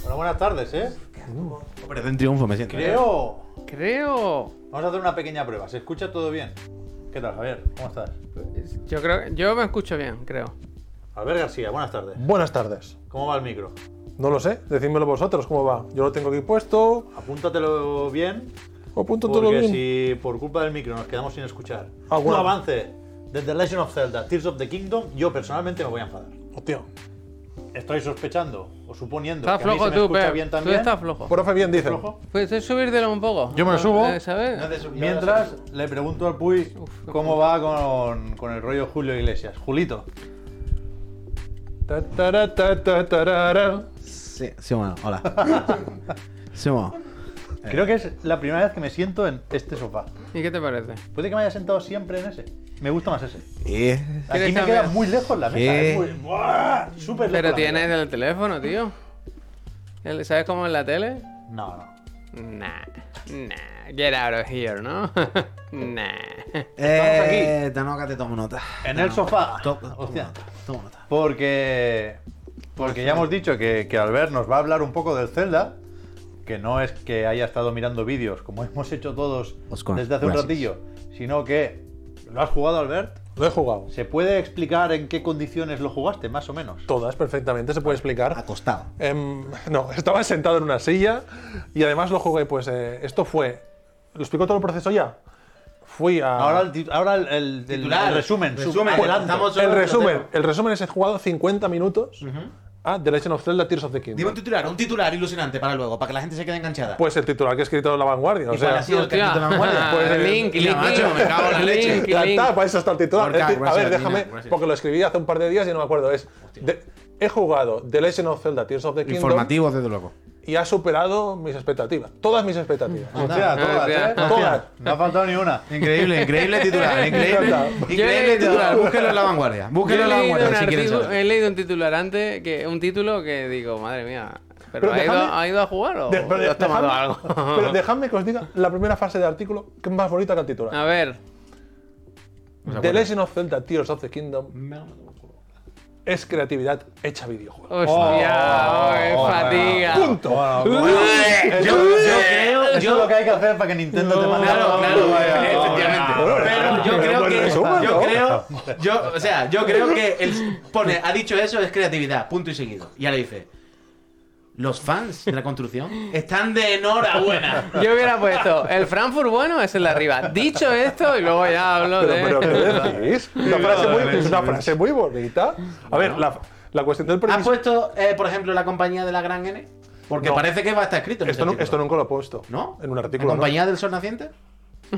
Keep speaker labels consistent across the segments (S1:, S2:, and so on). S1: Bueno, buenas tardes, ¿eh?
S2: Operación Triunfo, me siento.
S1: Creo.
S3: Creo.
S1: Vamos a hacer una pequeña prueba. ¿Se escucha todo bien? ¿Qué tal, Javier? ¿Cómo estás?
S3: Yo creo. Yo me escucho bien, creo.
S1: Albert García, buenas tardes.
S4: Buenas tardes.
S1: ¿Cómo va el micro?
S4: No lo sé, decídmelo vosotros cómo va. Yo lo tengo aquí puesto,
S1: Apúntatelo bien,
S4: apunto todo
S1: porque
S4: bien.
S1: si por culpa del micro nos quedamos sin escuchar
S4: Ah,
S1: un
S4: bueno.
S1: avance de The Legend of Zelda, Tears of the Kingdom, yo personalmente me voy a enfadar.
S4: Hostia.
S1: Estoy sospechando o suponiendo
S3: Estás
S1: que a mí
S3: flojo
S1: se me
S3: tú,
S1: escucha
S3: Pep.
S1: bien
S3: Tú
S1: también.
S3: estás flojo.
S4: Profe, bien, dice.
S1: ¿Flojo?
S3: Puedes subírtelo un poco.
S2: Yo me lo subo.
S3: Eh, ¿Sabes?
S1: No te subí. Mientras le pregunto al Puy
S3: Uf,
S1: cómo va con, con el rollo Julio Iglesias. Julito,
S4: Ta, tara, ta, ta, tarara.
S2: Sí, Simón, hola. Simón.
S4: Eh.
S1: creo que es la primera vez que me siento en este sofá.
S3: ¿Y qué te parece?
S1: Puede que me haya sentado siempre en ese. Me gusta más ese.
S2: Eh,
S1: Aquí
S3: ¿Quieres
S1: me queda
S3: cambiar?
S1: muy lejos la mesa.
S2: ¿Qué?
S1: es muy- ¡Buah! Súper lejos
S3: Pero
S1: la
S3: tienes
S1: mesa.
S3: el teléfono, tío. El- ¿Sabes cómo en la tele?
S1: No, no.
S3: Nah. Nah. Get out of here, ¿no? nah.
S2: eh, Tanoca, te tomo nota.
S1: En
S2: Tanoka,
S1: el sofá.
S2: to- Tomo
S1: Hostia.
S2: nota. Tomo nota.
S1: Porque. Porque ya hemos dicho que, que Albert nos va a hablar un poco del Zelda. Que no es que haya estado mirando vídeos como hemos hecho todos
S2: Os con-
S1: desde hace un
S2: gracias.
S1: ratillo, sino que. ¿Lo has jugado, Albert?
S4: Lo he jugado.
S1: ¿Se puede explicar en qué condiciones lo jugaste, más o menos?
S4: Todas perfectamente, se puede explicar.
S2: Acostado.
S4: Em, no, estaba sentado en una silla y además lo jugué, pues eh, esto fue... ¿Lo explico todo el proceso ya? Fui a...
S1: Ahora el, ti- ahora el, el- el
S5: Titular.
S1: resumen.
S5: Resumen.
S1: adelanto.
S5: Estamos-
S4: el resumen, el resumen es he jugado 50 minutos a The Legend of Zelda Tears of the
S5: Dime un
S4: Kingdom.
S5: titular, un titular ilusionante para luego, para que la gente se quede enganchada.
S4: Pues el titular que he escrito en la vanguardia, o
S5: Y para
S4: sea...
S5: así el
S3: Hostia.
S5: cartito de vanguardia.
S4: Pues, eh,
S3: Link,
S5: mira,
S3: Link.
S5: macho, me cago en la leche.
S3: Link,
S4: Ya
S3: Link.
S4: está, para eso está el titular.
S5: Gorka,
S3: ah,
S4: Es decir, a
S5: gracias,
S4: ver, déjame,
S5: Nina, gracias.
S4: porque lo escribí hace un par de días y no me acuerdo. Es, de- he jugado The Legend of Zelda Tears of the Kingdom
S2: Informativo, desde luego.
S4: y ha superado mis expectativas. Todas mis expectativas.
S3: Ah,
S1: Hostia, todas,
S3: Hostia.
S1: ¿eh?
S4: Todas.
S1: No ha faltado ni una.
S2: Increíble, increíble titular.
S4: encanta.
S3: Yo he
S2: increíble titular.
S3: leído-
S2: Búsquelo en la vanguardia. Búsquelo
S3: Yo
S2: en
S3: he
S2: la
S3: leído, un
S2: vanguardia si quieren
S3: artículo-
S2: saber.
S3: he leído un titular antes, que, un título que digo, madre mía, ¿pero,
S4: Pero
S3: ha, ido,
S4: déjame-
S3: ha ido a jugar o
S4: De-
S3: o has tomado
S4: dejadme-
S3: algo?
S4: pero dejadme que os diga la primera fase del artículo que es más bonita que el titular.
S3: a ver, pues
S4: The Legend of Zelda Tears of the Kingdom es creatividad hecha videojuego.
S3: hostia,
S1: Oh,
S3: oye,
S1: oh,
S3: fatiga.
S4: Punto.
S3: Ah,
S1: Yo, yo creo. Eso es lo que hay que hacer para que Nintendo te mande
S5: Claro,
S1: algo.
S5: claro, eh,
S1: Vaya, vaya,
S5: efectivamente.
S1: vaya.
S5: Pero yo creo
S4: bueno,
S5: que.
S4: resumen,
S5: Yo
S4: ¿no?
S5: creo. Yo, o sea, yo creo que él pone, ha dicho eso, es creatividad, punto y seguido. Y ahora dice. Los fans de la construcción están de enhorabuena.
S3: Yo hubiera puesto el Frankfurt bueno es el de arriba. Dicho esto, y luego ya hablo
S4: Pero,
S3: de.
S4: pero, ¿qué decís? Una frase muy, una frase muy bonita. A ver, la, la cuestión del
S3: Ah,
S5: ¿Has
S3: pues
S4: permiso.
S5: puesto, eh, por ejemplo, la compañía de la gran N? Porque
S4: No.
S5: parece que va a estar escrito. en
S4: Esto,
S5: ese
S4: nu-
S5: artículo.
S4: esto nunca lo he puesto.
S5: ¿No?
S4: En un
S5: ¿La
S4: artículo. ¿no?
S5: compañía del sol naciente?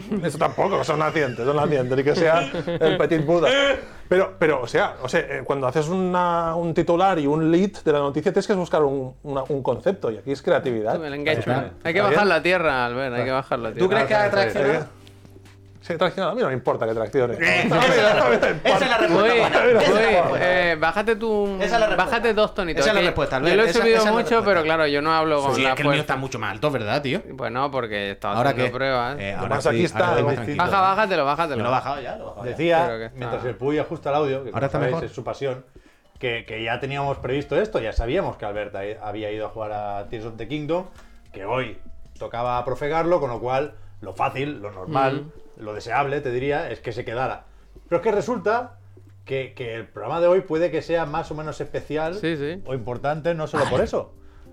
S4: Eso tampoco, son nacientes, son nacientes, ni que sea el Petit Buda. Pero, pero o sea, o sea eh, cuando haces una- un titular y un lead de la noticia, tienes que buscar un, una- un concepto, y aquí es creatividad.
S3: Tú, el engagement.
S4: Está
S3: Hay que
S4: bien.
S3: bajarlo a tierra, Albert, hay que bajarlo a tierra.
S5: ¿Tú crees que ha atraccionado?
S4: Eh, Sí, traccionado, a mí no me importa que traccione.
S5: Esa es la respuesta.
S3: Uy,
S5: buena.
S3: uy,
S5: Esa es la buena.
S3: eh, bájate tu.
S5: Esa es la respuesta.
S3: Bájate dos tonitos.
S5: Esa es la
S3: que
S5: respuesta,
S3: Yo
S5: Albert,
S3: lo he
S5: esa-
S3: subido
S5: esa es la
S3: mucho,
S5: respuesta.
S3: pero claro, yo no hablo con
S5: Sí,
S3: la
S5: es que el mío
S3: fuerza.
S5: está mucho más alto, ¿verdad, tío?
S3: Bueno, porque estaba
S5: Ahora
S3: haciendo
S5: que.
S3: pruebas.
S5: Eh,
S4: Además,
S5: estoy-
S4: aquí está
S5: ahora estoy más
S4: el
S5: tranquilo.
S3: Baja, bájatelo,
S5: Me
S3: bájatelo.
S5: lo he bajado ya, lo he bajado ya.
S3: Pero que
S1: Decía,
S3: está-
S1: mientras el Puy ajusta el audio, que
S2: Ahora
S1: como
S2: está
S1: sabéis
S2: mejor.
S1: es su pasión, que, que ya teníamos previsto esto, ya sabíamos que Albert ha- había ido a jugar a Tears of the Kingdom, que hoy tocaba profegarlo, con lo cual lo fácil, lo normal, lo deseable, te diría, es que se quedara. Pero es que resulta que, que el programa de hoy puede que sea más o menos especial
S3: Sí, sí.
S1: o importante, no solo por eso.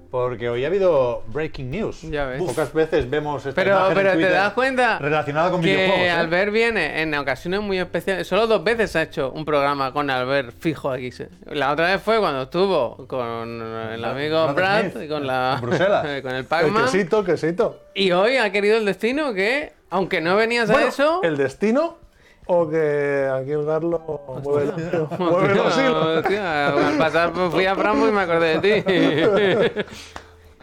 S1: Porque hoy ha habido breaking news.
S3: Ya ves.
S1: Pocas veces vemos esta
S3: Pero,
S1: imagen en
S3: pero te
S1: Twitter
S3: das cuenta
S1: relacionada con videojuegos.
S3: que
S1: ¿eh?
S3: Albert viene en ocasiones muy especiales. Solo dos veces ha hecho un programa con Albert fijo aquí. sí. La otra vez fue cuando estuvo con el amigo
S1: Brad
S3: Brad,
S1: Smith,
S3: con la
S1: en Bruselas.
S3: con el
S4: El
S3: Pac-Man.
S4: quesito, el quesito.
S3: Y hoy ha querido el destino que, aunque no venías a
S4: Bueno,
S3: eso,
S4: ¿El destino? ¿O que aquí el Garlo mueve, los- mueve los hilos?
S3: Hostia, al pasar pues, fui a Frambo y me acordé de ti.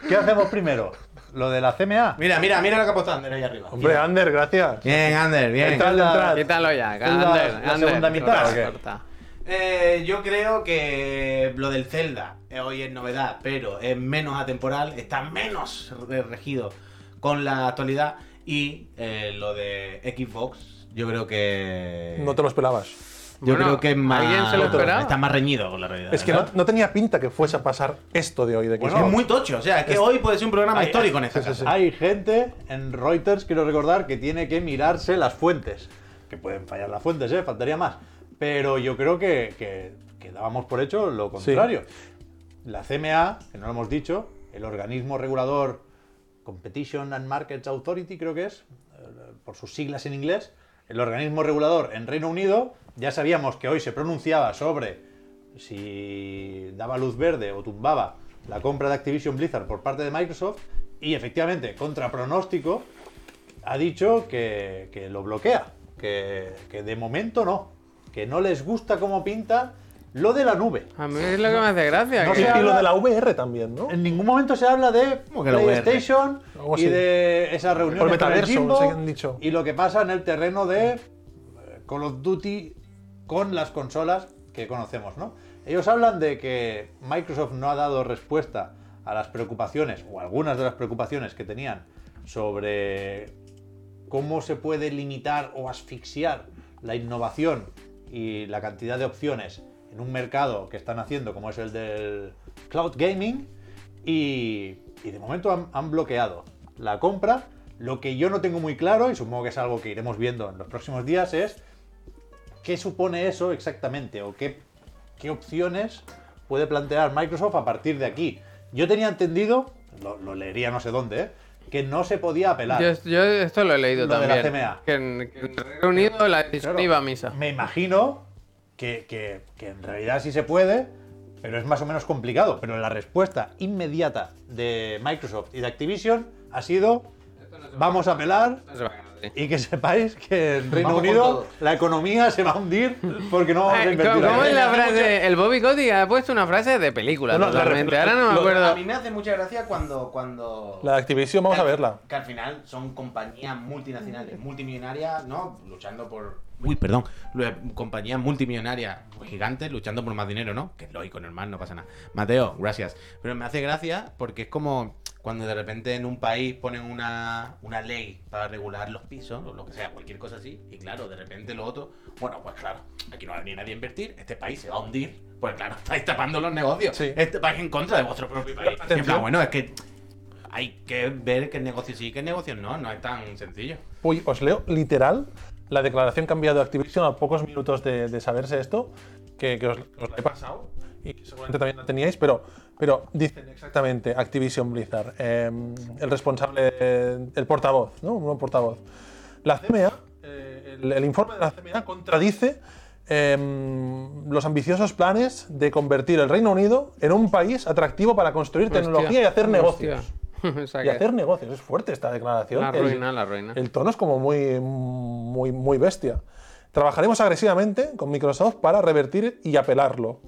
S1: ¿Qué hacemos primero? ¿Lo de la CMA?
S5: Mira, mira, mira lo que ha puesto Ander ahí arriba.
S4: Hombre, Ander, gracias.
S2: Bien, Ander, bien.
S4: Entrad, entrad.
S3: Quítalo ya,
S1: Es la-
S3: Ander,
S1: la
S3: Ander,
S1: segunda mitad,
S3: corta,
S1: ¿o qué?
S3: corta.
S5: Eh, yo creo que lo del Zelda eh, hoy es novedad, pero es menos atemporal, está menos re- regido con la actualidad. Y eh, lo de Xbox, yo creo que.
S4: No te lo esperabas.
S2: Yo
S3: Bueno,
S2: creo que es más.
S3: ¿alguien se lo esperaba?
S5: Está más reñido con la realidad.
S4: Es que no,
S5: ¿verdad?
S4: no tenía pinta que fuese a pasar esto de hoy. De que
S5: Es muy tocho. O sea, es que hoy puede ser un programa
S1: Hay-
S5: histórico en esta
S4: sí, sí,
S5: casa.
S4: sí.
S1: Hay gente en Reuters, quiero recordar, que tiene que mirarse las fuentes. Que pueden fallar las fuentes, ¿eh? Faltaría más. Pero yo creo que, que- que dábamos por hecho lo contrario. La CMA, que no lo hemos dicho, el organismo regulador Competition and Markets Authority, creo que es, eh, por sus siglas en inglés, el organismo regulador en Reino Unido, ya sabíamos que hoy se pronunciaba sobre si daba luz verde o tumbaba la compra de Activision Blizzard por parte de Microsoft y efectivamente, contra pronóstico, ha dicho que, que lo bloquea, que, que de momento no, que no les gusta cómo pinta lo de la nube.
S3: A mí es lo que me hace gracia.
S1: No
S4: Y,
S3: que-
S1: sé.
S4: y lo de la VR también, ¿no?
S1: En ningún momento se habla de
S2: ¿Cómo que la VR?
S1: PlayStation
S4: Algo
S1: y
S4: así.
S1: de esa reunión
S4: Por metaverso, no sé qué han dicho.
S1: y lo que pasa en el terreno de eh, Call of Duty con las consolas que conocemos, ¿no? Ellos hablan de que Microsoft no ha dado respuesta a las preocupaciones o algunas de las preocupaciones que tenían sobre cómo se puede limitar o asfixiar la innovación y la cantidad de opciones en un mercado que están haciendo como es el del cloud gaming y, y de momento han, han bloqueado la compra. Lo que yo no tengo muy claro y supongo que es algo que iremos viendo en los próximos días es qué supone eso exactamente o qué, qué opciones puede plantear Microsoft a partir de aquí. Yo tenía entendido, lo, lo leería no sé dónde, ¿eh? que no se podía apelar.
S3: Yo, yo esto lo he leído
S1: Lo de la
S3: también.
S1: CMA.
S3: Que en, que en Reino Unido la decisión
S1: Claro,
S3: iba a misa.
S1: Me imagino que, que- que en realidad sí se puede, pero es más o menos complicado. Pero la respuesta inmediata de Microsoft y de Activision ha sido: vamos a apelar.
S3: No se va a ganar, sí.
S1: Y que sepáis que en Reino
S5: Vamos con
S1: Unido
S5: todo.
S1: la economía se va a hundir porque no vamos
S3: Ah,
S1: a invertir.
S3: ¿Cómo cómo es
S1: ahí.
S3: la frase? El Bobby Kotick ha puesto una frase de película
S4: No, no, la-
S3: totalmente. Ahora no me
S4: lo-
S3: acuerdo.
S5: A mí me hace mucha gracia cuando. cuando...
S4: La de Activision, vamos a verla.
S5: Que al final son compañías multinacionales, multimillonarias, ¿no? Luchando por. Uy, perdón. Lu- eh, Compañías multimillonarias gigantes luchando por más dinero, ¿no? Que es lógico, normal, no pasa nada. Mateo, gracias. Pero me hace gracia porque es como cuando de repente en un país ponen una, una ley para regular los pisos o lo que sea, cualquier cosa así. Y claro, de repente lo otro. Bueno, pues claro, aquí no va a venir nadie a invertir, este país se va a hundir. Pues claro, estáis tapando los negocios.
S4: Sí.
S5: Este país en contra de vuestro propio país. En plan,
S4: Atención.
S5: ah, bueno, es que hay que ver qué negocio sí, qué negocio no, no es tan sencillo.
S4: Uy, os leo literal la declaración que ha enviado Activision a pocos minutos de, de saberse esto, que, que os, os la he pasado y que seguramente también la teníais, pero, pero dicen exactamente Activision Blizzard, eh, el responsable, eh, el portavoz, ¿no? Un portavoz. La CMA, eh, el, el informe de la CMA contradice eh, los ambiciosos planes de convertir el Reino Unido en un país atractivo para construir tecnología y hacer negocios.
S3: negocios. o sea
S4: Y
S3: que
S4: hacer negocios, es fuerte esta declaración.
S3: la
S4: El-
S3: ruina, la ruina.
S4: el tono es como muy, muy, muy bestia. Trabajaremos agresivamente con Microsoft para revertir y apelarlo.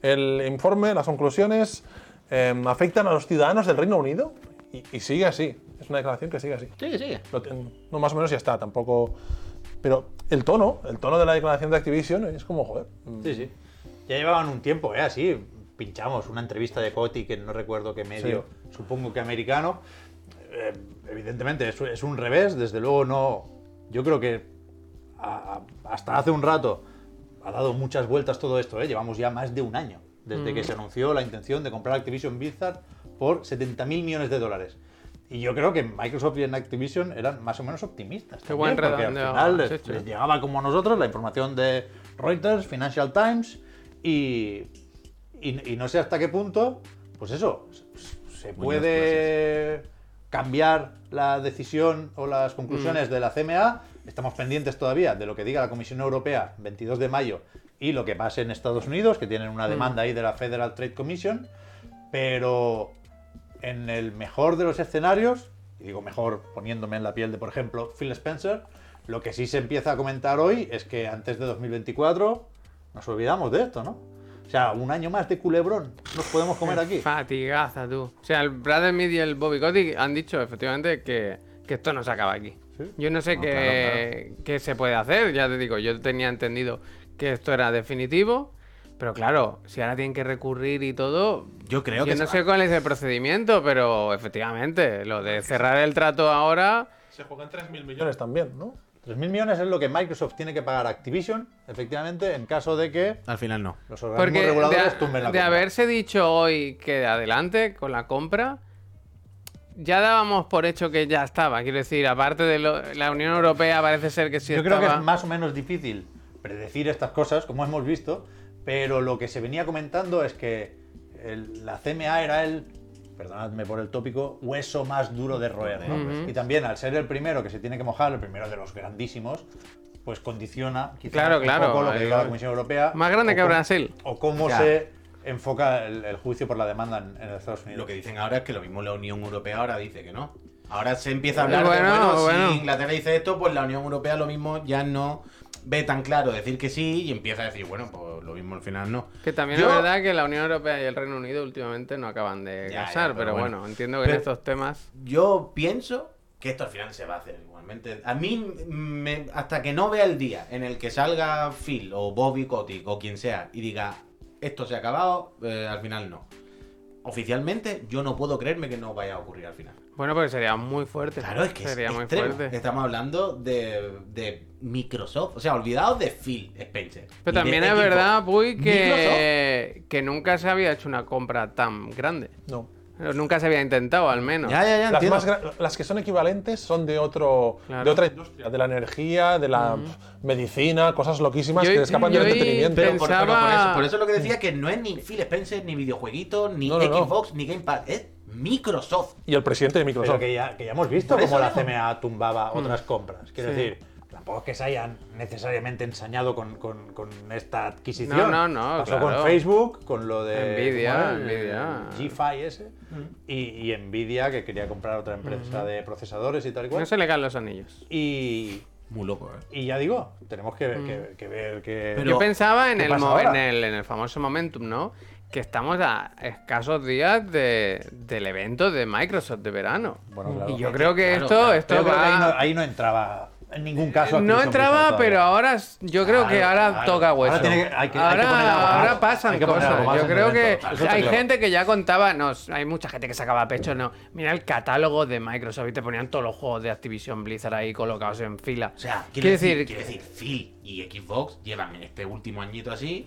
S4: El informe, las conclusiones eh, afectan a los ciudadanos del Reino Unido y, y sigue así. Es una declaración que sigue así.
S5: Sigue, sigue.
S4: Lo ten- no, más o menos ya está, tampoco. Pero el tono, el tono de la declaración de Activision es como, joder.
S1: Sí, sí. Ya llevaban un tiempo, ¿eh? Así pinchamos una entrevista de Coti, que no recuerdo qué medio, supongo que americano. Eh, evidentemente es, es un revés, desde luego no. Yo creo que a- a- hasta hace un rato ha dado muchas vueltas todo esto, ¿eh? Llevamos ya más de un año desde
S3: Mm.
S1: que se anunció la intención de comprar Activision Blizzard por 70 mil millones de dólares. Y yo creo que Microsoft y en Activision eran más o menos optimistas.
S3: Qué buen
S1: también, porque al
S3: redondeo
S1: final
S3: has
S1: les-
S3: hecho,
S1: les
S3: ¿eh?
S1: llegaba como a nosotros la información de Reuters, Financial Times y, y, y no sé hasta qué punto, pues eso, se- se
S5: Muñoz,
S1: puede cambiar la decisión o las conclusiones de la CMA. Estamos pendientes todavía de lo que diga la Comisión Europea 22 de mayo y lo que pase en Estados Unidos, que tienen una demanda ahí de la Federal Trade Commission, pero en el mejor de los escenarios, y digo mejor poniéndome en la piel de, por ejemplo, Phil Spencer, lo que sí se empieza a comentar hoy es que antes de 2024 nos olvidamos de esto, ¿no? O sea, un año más de culebrón nos podemos comer aquí.
S3: Fatigaza, tú. O sea, el Brad Smith y el Bobby Kotick han dicho efectivamente que, que esto no se acaba aquí. Yo no sé qué, qué se puede hacer, ya te digo, yo tenía entendido que esto era definitivo, pero claro, si ahora tienen que recurrir y todo,
S5: Yo creo
S3: yo
S5: que
S3: no
S5: se
S3: sé cuál es el procedimiento, pero efectivamente, lo de cerrar el trato ahora...
S4: Se juegan 3.000 millones también, ¿no?
S1: 3.000 millones es lo que Microsoft tiene que pagar a Activision, efectivamente, en caso de que
S5: Al final no.
S1: los organismos
S3: Porque de,
S1: reguladores
S3: a-
S1: tumben la
S3: de
S1: compra.
S3: haberse dicho hoy que de adelante con la compra, ya dábamos por hecho que ya estaba. Quiero decir, aparte de lo- la Unión Europea, parece ser que sí
S1: Yo creo
S3: estaba.
S1: que es más o menos difícil predecir estas cosas, como hemos visto, pero lo que se venía comentando es que el- la CMA era el, perdonadme por el tópico, hueso más duro de roer. ¿no?
S3: Ujú.
S1: Y también al ser el primero que se tiene que mojar, el primero de los grandísimos, pues condiciona quizás
S3: Claro,
S1: un
S3: claro,
S1: poco lo que
S3: ahí
S1: diga la
S3: va.
S1: Comisión Europea.
S3: Más grande
S1: o
S3: que
S1: cómo-
S3: Brasil.
S1: O cómo
S2: Ya.
S1: se enfoca el, el juicio por la demanda en, en Estados Unidos.
S5: Eh, Lo que dicen ahora es que lo mismo la Unión Europea ahora dice que no. Ahora se empieza a hablar
S3: Bueno,
S5: de, bueno,
S3: bueno.
S5: si Inglaterra dice esto, pues la Unión Europea lo mismo ya no ve tan claro decir que sí y empieza a decir, bueno, pues lo mismo al final no.
S3: Que también
S5: Yo-
S3: es verdad que la Unión Europea y el Reino Unido últimamente no acaban de
S5: Ya, ya,
S3: casar,
S5: pero
S3: pero, bueno,
S5: bueno.
S3: entiendo que en
S5: Pero-
S3: estos temas.
S5: Yo pienso que esto al final se va a hacer igualmente. A mí, me- hasta que no vea el día en el que salga Phil o Bobby Kotick o quien sea y diga esto se ha acabado, eh, al final no. Oficialmente, yo no puedo creerme que no vaya a ocurrir al final.
S3: Bueno, porque sería muy fuerte.
S5: Claro, es que
S3: sería
S5: es
S3: muy
S5: extremo.
S3: fuerte.
S5: Estamos hablando de, de Microsoft. O sea, olvidados de Phil Spencer.
S3: Pero
S5: Y de
S3: también es
S5: Xbox.
S3: verdad, Puy,
S5: Microsoft.
S3: que, que nunca se había hecho una compra tan grande.
S4: No.
S3: Nunca se había intentado, al menos.
S5: Ya, ya, ya,
S4: Las,
S5: entiendo.
S4: más gra- las que son equivalentes son de otro
S3: Claro.
S4: de otra industria, de la energía, de la pf, medicina, cosas loquísimas
S3: Yo-
S4: que escapan
S3: yo
S4: del
S3: ahí
S4: entretenimiento.
S5: Pero por, pero por
S3: Pensaba-
S5: eso, por eso lo que decía que no es ni Phil Spencer, ni videojueguitos, ni
S4: No, no, no.
S5: Xbox, ni Game Pass. Es Microsoft.
S4: Y el presidente de
S1: Pero
S4: Microsoft.
S1: que ya, que ya hemos visto
S5: Por
S1: cómo la
S5: eso mismo.
S1: CMA tumbaba otras compras. Quiero
S3: Mm. Sí.
S1: decir, tampoco es que se hayan necesariamente ensañado con, con- con esta adquisición.
S3: No, no, no,
S1: Pasó
S3: claro.
S1: con Facebook, con lo de
S3: Nvidia,
S1: ¿cómo era? El
S3: Nvidia. Mm.
S1: G5 ese, y, y Nvidia, que quería comprar otra empresa de procesadores y tal y cual.
S3: Mm-hmm. No se le caen los anillos.
S1: y,
S5: Muy loco, ¿eh?
S1: y ya digo, tenemos que,
S3: Mm.
S1: que- que ver que...
S5: Pero-
S3: Yo pensaba en
S1: ¿qué
S3: el,
S1: pasa
S3: mo- en,
S1: ahora?
S3: el, en el famoso momentum, ¿no? Que estamos a escasos días de- del evento de Microsoft de verano.
S1: Bueno, claro.
S3: Y yo creo que
S5: Claro,
S3: esto,
S5: claro.
S3: esto
S1: Pero yo creo que
S3: va-
S1: ahí, no, ahí no entraba en ningún caso.
S3: No
S1: Activision
S3: entraba,
S1: Blizzard
S3: pero
S1: todavía.
S3: ahora s- yo creo que
S1: Claro,
S3: ahora
S1: claro.
S3: toca hueso.
S1: Ahora tiene que- hay que- hay que
S3: Ahora-
S1: poner algo más.
S3: ahora pasan
S1: Hay que poner algo
S3: cosas.
S1: más
S3: Yo
S1: en el
S3: creo que
S1: evento. Eso está
S3: hay
S1: claro.
S3: gente que ya contaba, no, hay mucha gente que sacaba pecho, no. Mira el catálogo de Microsoft y te ponían todos los juegos de Activision Blizzard ahí colocados en fila.
S5: O sea, quiero
S3: Quiero
S5: decir,
S3: decir-
S5: quiero decir, Phil y Xbox llevan este último añito así,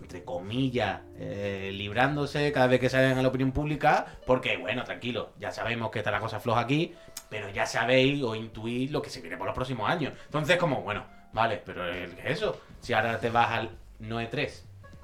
S5: entre comillas, eh, librándose cada vez que salen a la opinión pública, porque bueno, tranquilo, ya sabemos que está la cosa floja aquí, pero ya sabéis o intuís lo que se viene por los próximos años. Entonces, como, bueno, vale, pero el- ¿qué es eso? Si ahora te vas al 9-3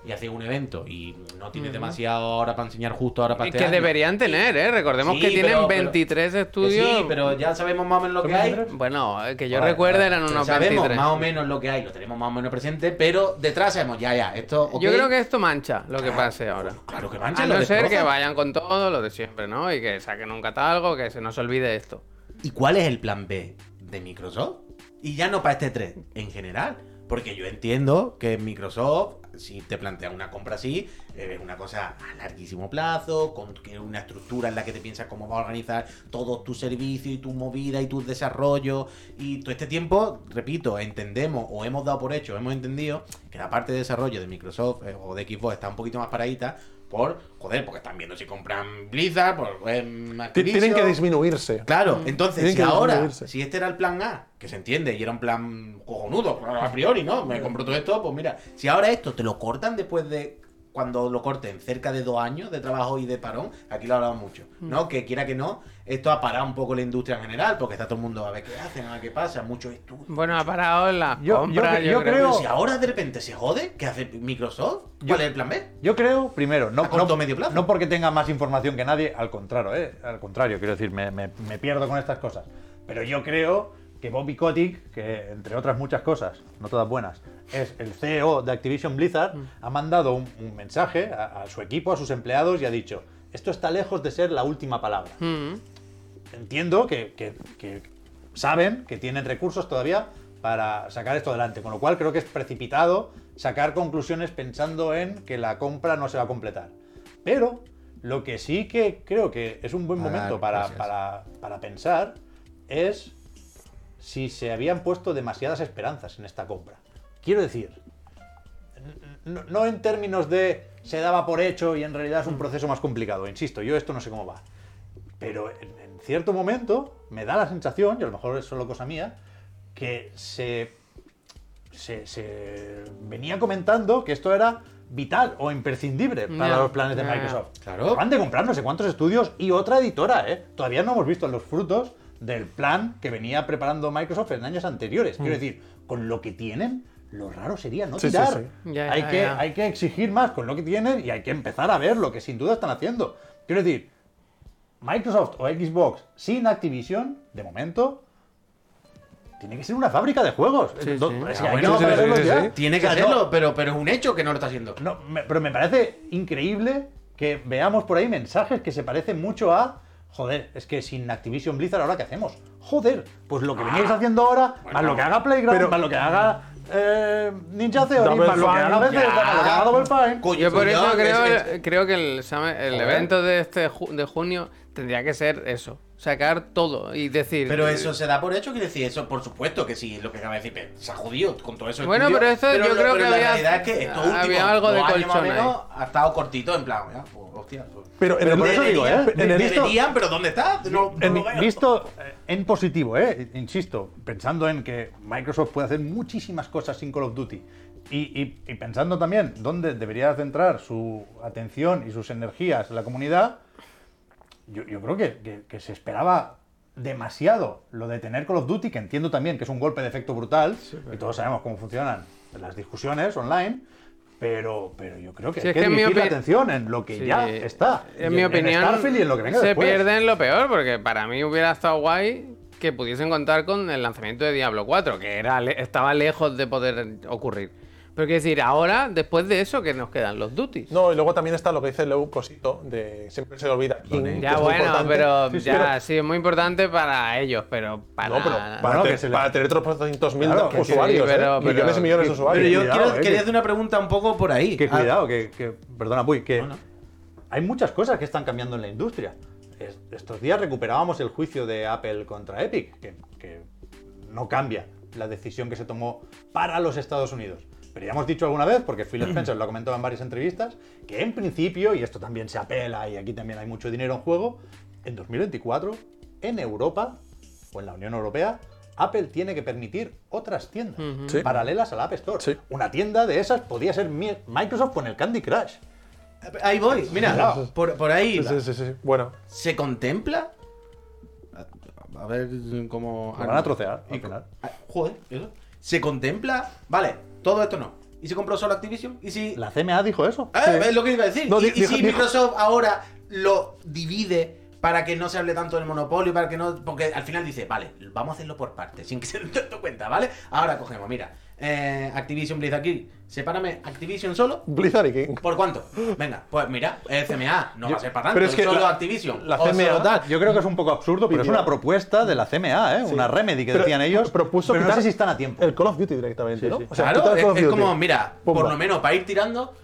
S5: y haces un evento y no tienes demasiado ahora para enseñar justo ahora para
S3: Y
S5: este
S3: que
S5: año.
S3: deberían tener, ¿eh? Recordemos
S5: Sí,
S3: que tienen
S5: pero- pero-
S3: 23
S5: Que
S3: estudios.
S5: Sí, pero ya sabemos más o menos lo que hay.
S3: Bueno, eh, que yo
S1: Vale,
S3: recuerde
S1: vale.
S3: eran unos
S5: sabemos
S3: 23.
S5: más o menos lo que hay, lo tenemos más o menos presente, pero detrás sabemos, ya, ya, esto... ok.
S3: Yo creo que esto mancha lo que pase ahora.
S5: Claro que
S3: A
S5: mancha, lo
S3: no ser que
S5: destrozan.
S3: vayan con todo lo de siempre, ¿no? Y que saquen un catálogo, que se nos olvide esto.
S5: ¿Y cuál es el plan B de Microsoft? Y ya no para este 3, en general. Porque yo entiendo que Microsoft, si te plantea una compra así, eh, es una cosa a larguísimo plazo, con que una estructura en la que te piensas cómo va a organizar todos tus servicios y tus movidas y tus desarrollos. Y todo este tiempo, repito, entendemos o hemos dado por hecho, hemos entendido que la parte de desarrollo de Microsoft eh, o de Xbox está un poquito más paradita por, joder, porque están viendo si compran Blizzard, por em,
S4: Ti- Tienen que
S5: Activision.
S4: disminuirse.
S5: Claro, entonces,
S4: Tienen
S5: si
S4: que
S5: ahora,
S4: disminuirse.
S5: si este era el plan A, que se entiende, y era un plan cojonudo, claro, a priori, ¿no? Me compro todo esto, pues mira, si ahora esto te lo cortan después de, cuando lo corten, cerca de dos años de trabajo y de parón, aquí lo hablamos mucho, ¿no? Que quiera que no, esto ha parado un poco la industria en general, porque está todo el mundo a ver qué hacen, a ver qué pasa, muchos estudios.
S3: Bueno, ha parado la
S1: Yo- yo
S3: compra,
S1: cre-
S3: yo,
S1: yo
S3: creo.
S5: Pero
S1: creo-
S5: si ahora de repente se jode, ¿qué hace Microsoft? ¿Cuál
S1: Yo-
S5: es el plan B? Ah,
S1: Yo creo, primero, no,
S5: A corto
S1: no-
S5: o medio plazo.
S1: no porque tenga más información que nadie, al contrario, ¿eh? al contrario, quiero decir, me, me- me pierdo con estas cosas. Pero yo creo que Bobby Kotick, que entre otras muchas cosas, no todas buenas, es el CEO de Activision Blizzard, ha mandado un, un mensaje a, a su equipo, a sus empleados y ha dicho, esto está lejos de ser la última palabra.
S3: Mm.
S1: Entiendo que, que- que saben que tienen recursos todavía para sacar esto adelante, con lo cual creo que es precipitado sacar conclusiones pensando en que la compra no se va a completar. Pero lo que sí que creo que es un buen
S5: Pagar,
S1: momento para,
S5: gracias.
S1: para- para pensar es si se habían puesto demasiadas esperanzas en esta compra. Quiero decir, no, no en términos de se daba por hecho y en realidad es un proceso más complicado, insisto, yo esto no sé cómo va. Pero en, en cierto momento me da la sensación, y a lo mejor es solo cosa mía, que se, se, se venía comentando que esto era vital o imprescindible para
S3: Ya,
S1: los planes de
S3: ya, ya.
S1: Microsoft.
S5: Claro.
S1: Acaban de comprar no sé cuántos estudios y otra editora, ¿eh? Todavía no hemos visto los frutos del plan que venía preparando Microsoft en años anteriores. Quiero
S3: Mm.
S1: decir, con lo que tienen, lo raro sería no
S4: Sí, sí,
S1: tirar.
S4: sí.
S3: Ya,
S1: hay,
S3: ya,
S1: que,
S3: ya.
S1: hay que exigir más con lo que tienen y hay que empezar a ver lo que sin duda están haciendo. Quiero decir, Microsoft o Xbox sin Activision, de momento, tiene que ser una fábrica de juegos.
S3: Sí,
S1: Do-
S3: sí.
S1: o sea,
S5: Ah,
S1: hay
S5: bueno,
S1: que hacerlo
S4: sí, sí,
S1: ya.
S4: sí.
S5: Tiene que
S1: O sea, no-
S5: hacerlo, pero, pero es un hecho que no lo está haciendo.
S1: no, me- pero me parece increíble que veamos por ahí mensajes que se parecen mucho a. Joder, es que sin Activision Blizzard, ¿ahora qué hacemos? Joder, pues lo que veníais haciendo ahora, más lo que haga Playground,
S4: Ah, Pero-
S1: más lo que haga eh, Ninja Theory,
S4: Double
S1: más lo que
S4: Fine,
S1: haga Bethesda,
S5: ya.
S1: más lo que haga Double Fine.
S5: Coño,
S3: Yo por
S5: coño,
S3: eso
S5: es-
S3: creo,
S5: es-
S3: creo que el, Summer- el
S1: Joder.
S3: evento de este ju- de junio tendría que ser eso, sacar todo y decir.
S5: Pero eso se da por hecho, quiere decir, eso por supuesto que sí, es lo que acaba de decir, pero se ha jodido con todo eso.
S3: Bueno, pero eso yo creo que
S5: la
S3: había-
S5: realidad es que esto
S3: había
S5: último,
S3: algo de
S5: dos años más o
S3: colchón
S5: menos, ha estado cortito, en plan, ya, pues, hostia. pues.
S4: Pero en el-
S1: por eso digo,
S5: Deberían,
S1: ¿eh?
S5: de-
S4: En el-
S5: deberían, pero ¿dónde está? No, no lo veo.
S1: Visto eh, en positivo, eh, insisto, pensando en que Microsoft puede hacer muchísimas cosas sin Call of Duty y, y- y pensando también dónde debería centrar su atención y sus energías en la comunidad, yo, yo creo que, que- que se esperaba demasiado lo de tener Call of Duty, que entiendo también que es un golpe de efecto brutal y todos sabemos cómo funcionan las discusiones online. Pero, pero yo creo que
S3: Sí,
S1: hay
S3: es
S1: que
S3: que en mi
S1: dirigir la
S3: opi-
S1: atención en lo que
S3: Sí.
S1: ya está. y
S3: En mi opinión,
S1: Starfield y en lo que venga
S3: se
S1: después.
S3: pierden lo peor, porque para mí hubiera estado guay que pudiesen contar con el lanzamiento de Diablo 4, que era le- estaba lejos de poder ocurrir. Pero quiero decir, ahora, después de eso, que nos quedan los duties.
S4: No, y luego también está lo que dice Leu Cosito, de siempre se le olvida. King, que
S3: ya
S4: es muy
S3: bueno,
S4: importante.
S3: pero
S4: Sí, sí,
S3: ya
S4: pero-
S3: sí, es muy importante para ellos, pero para.
S4: No, pero para,
S1: Bueno,
S4: te-
S1: que se le-
S4: para tener 300.000
S1: Claro, que sí,
S4: usuarios, ¿eh?
S3: pero- pero-
S4: millones y millones de
S1: que-
S4: usuarios.
S5: Pero yo
S1: Cuidado,
S5: quiero-
S1: eh,
S5: quería
S1: que-
S5: hacer una pregunta un poco por ahí.
S1: Que
S5: Ah,
S1: cuidado, que, que- perdona, Puy, que hay muchas cosas que están cambiando en la industria. Es- estos días recuperábamos el juicio de Apple contra Epic, que, que no cambia la decisión que se tomó para los Estados Unidos. Pero ya hemos dicho alguna vez, porque Phil Spencer lo ha comentado en varias entrevistas, que en principio, y esto también se apela y aquí también hay mucho dinero en juego, en 2024, en Europa o en la Unión Europea, Apple tiene que permitir otras tiendas
S3: Ujú.
S4: Sí.
S1: paralelas al App Store.
S4: Sí.
S1: Una tienda de esas podía ser mi- Microsoft con el Candy Crush.
S5: Ahí voy, mira,
S1: Cuidado.
S5: por, por ahí.
S4: Sí,
S5: va.
S4: sí, sí, sí. Bueno,
S5: ¿Se contempla? A ver cómo.
S1: Lo van a trocear, al final.
S5: Ah, Joder, eso. ¿Se contempla? Vale, todo esto no. ¿Y si compró solo Activision? ¿Y si.?
S1: La CMA dijo eso.
S5: Ah, Es lo que iba a decir.
S4: No,
S5: ¿Y,
S4: di-
S5: y
S4: dijo-
S5: si
S4: dijo-
S5: Microsoft ahora lo divide para que no se hable tanto del monopolio, para que no. Porque al final dice, vale, vamos a hacerlo por partes, sin que se den tanto cuenta, ¿vale? Ahora cogemos, mira. eh, Activision Blizzard King. Sepárame Activision solo.
S4: Blizzard y King.
S5: ¿Por cuánto? Venga, pues mira, eh, CMA, no va a ser para tanto.
S4: pero es que
S5: solo
S4: la-
S5: Activision.
S4: la
S5: o
S4: CMA
S5: solo tal.
S1: Yo creo que es un poco absurdo, pero es
S4: Pidió-
S1: una propuesta de la CMA, ¿eh? una remedy que
S4: Pero
S1: decían ellos.
S4: Propuso
S1: pero no sé
S4: quitar
S1: si están a tiempo.
S4: El Call of Duty directamente, ¿no? O sea,
S5: claro,
S4: quitar el Call of
S5: es, es
S4: Duty.
S5: como, mira, por
S4: Pumba.
S5: lo menos para ir tirando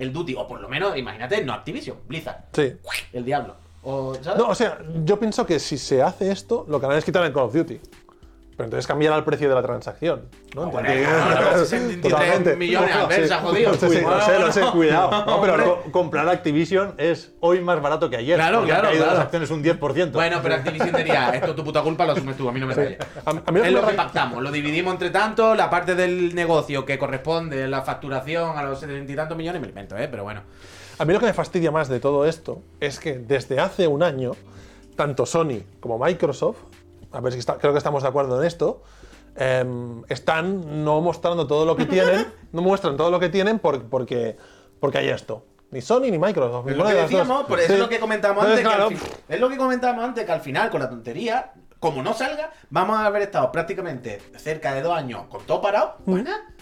S5: el Duty, o por lo menos, imagínate, no Activision, Blizzard,
S4: Sí.
S5: el Diablo. O, ¿sabes?
S4: No, o sea, yo pienso que si se hace esto, lo que harán es quitar el Call of Duty. Pero entonces cambiará el precio de la transacción. ¿no?
S5: Ah, bueno,
S4: Entiendo que-
S5: claro, claro, 63
S4: Totalmente.
S5: millones al mes,
S4: Sí.
S5: ha jodido.
S4: Sí, sí, lo
S5: Bueno,
S4: sé, lo
S5: bueno.
S4: sé, cuidado.
S1: No, pero co- comprar Activision es hoy más barato que ayer.
S5: Claro,
S1: porque han
S5: claro,
S1: caído
S5: claro.
S1: las acciones un 10%.
S5: Bueno, pero Activision diría, esto es tu puta culpa, lo asumes tú, a mí no me sale.
S4: A- a mí lo que
S5: es lo
S4: me
S5: que
S4: re-
S5: pactamos, lo dividimos entre tanto, la parte del negocio que corresponde, la facturación a los setenta y tantos millones, me lo invento, ¿eh? Pero bueno.
S4: A mí lo que me fastidia más de todo esto es que desde hace un año, tanto Sony como Microsoft, a ver si está- creo que estamos de acuerdo en esto, em, están no mostrando todo lo que tienen, no muestran todo lo que tienen por- porque, porque hay esto. Ni Sony ni Microsoft.
S5: Es lo
S4: ninguna
S5: que
S4: Pues de las dos.
S5: decíamos, por eso
S4: Sí.
S5: es lo que comentamos
S4: Entonces,
S5: antes. que al
S4: claro,
S5: fin- es lo que comentábamos antes, que al final, con la tontería, como no salga, vamos a haber estado prácticamente cerca de dos años con todo parado,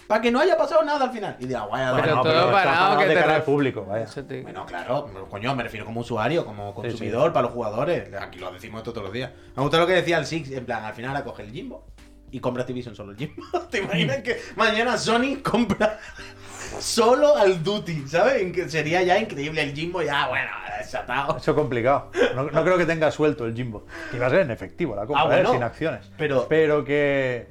S5: para que no haya pasado nada al final. Y dirá, guay,
S1: Bueno,
S3: Pero
S5: bueno,
S3: todo
S1: está
S3: parado, que
S1: de
S3: te
S1: cara
S3: ref-
S1: al público. vaya.
S3: Eso te-
S5: bueno, claro, pero, coño, me refiero como usuario, como consumidor, para los jugadores. Aquí lo decimos esto todos los días. Me gusta lo que decía el Six, en plan, al final ahora coge el Jimbo y compra Activision solo el Jimbo. ¿Te imaginas que mañana Sony compra solo al Duty, ¿sabes? Inque- Sería ya increíble el Jimbo, ya, bueno, desatado.
S1: Eso complicado. No, no creo que tenga suelto el Jimbo. Que iba a ser en efectivo la compra,
S5: Ah, bueno.
S1: ¿eh? sin acciones.
S5: Pero-
S1: pero que.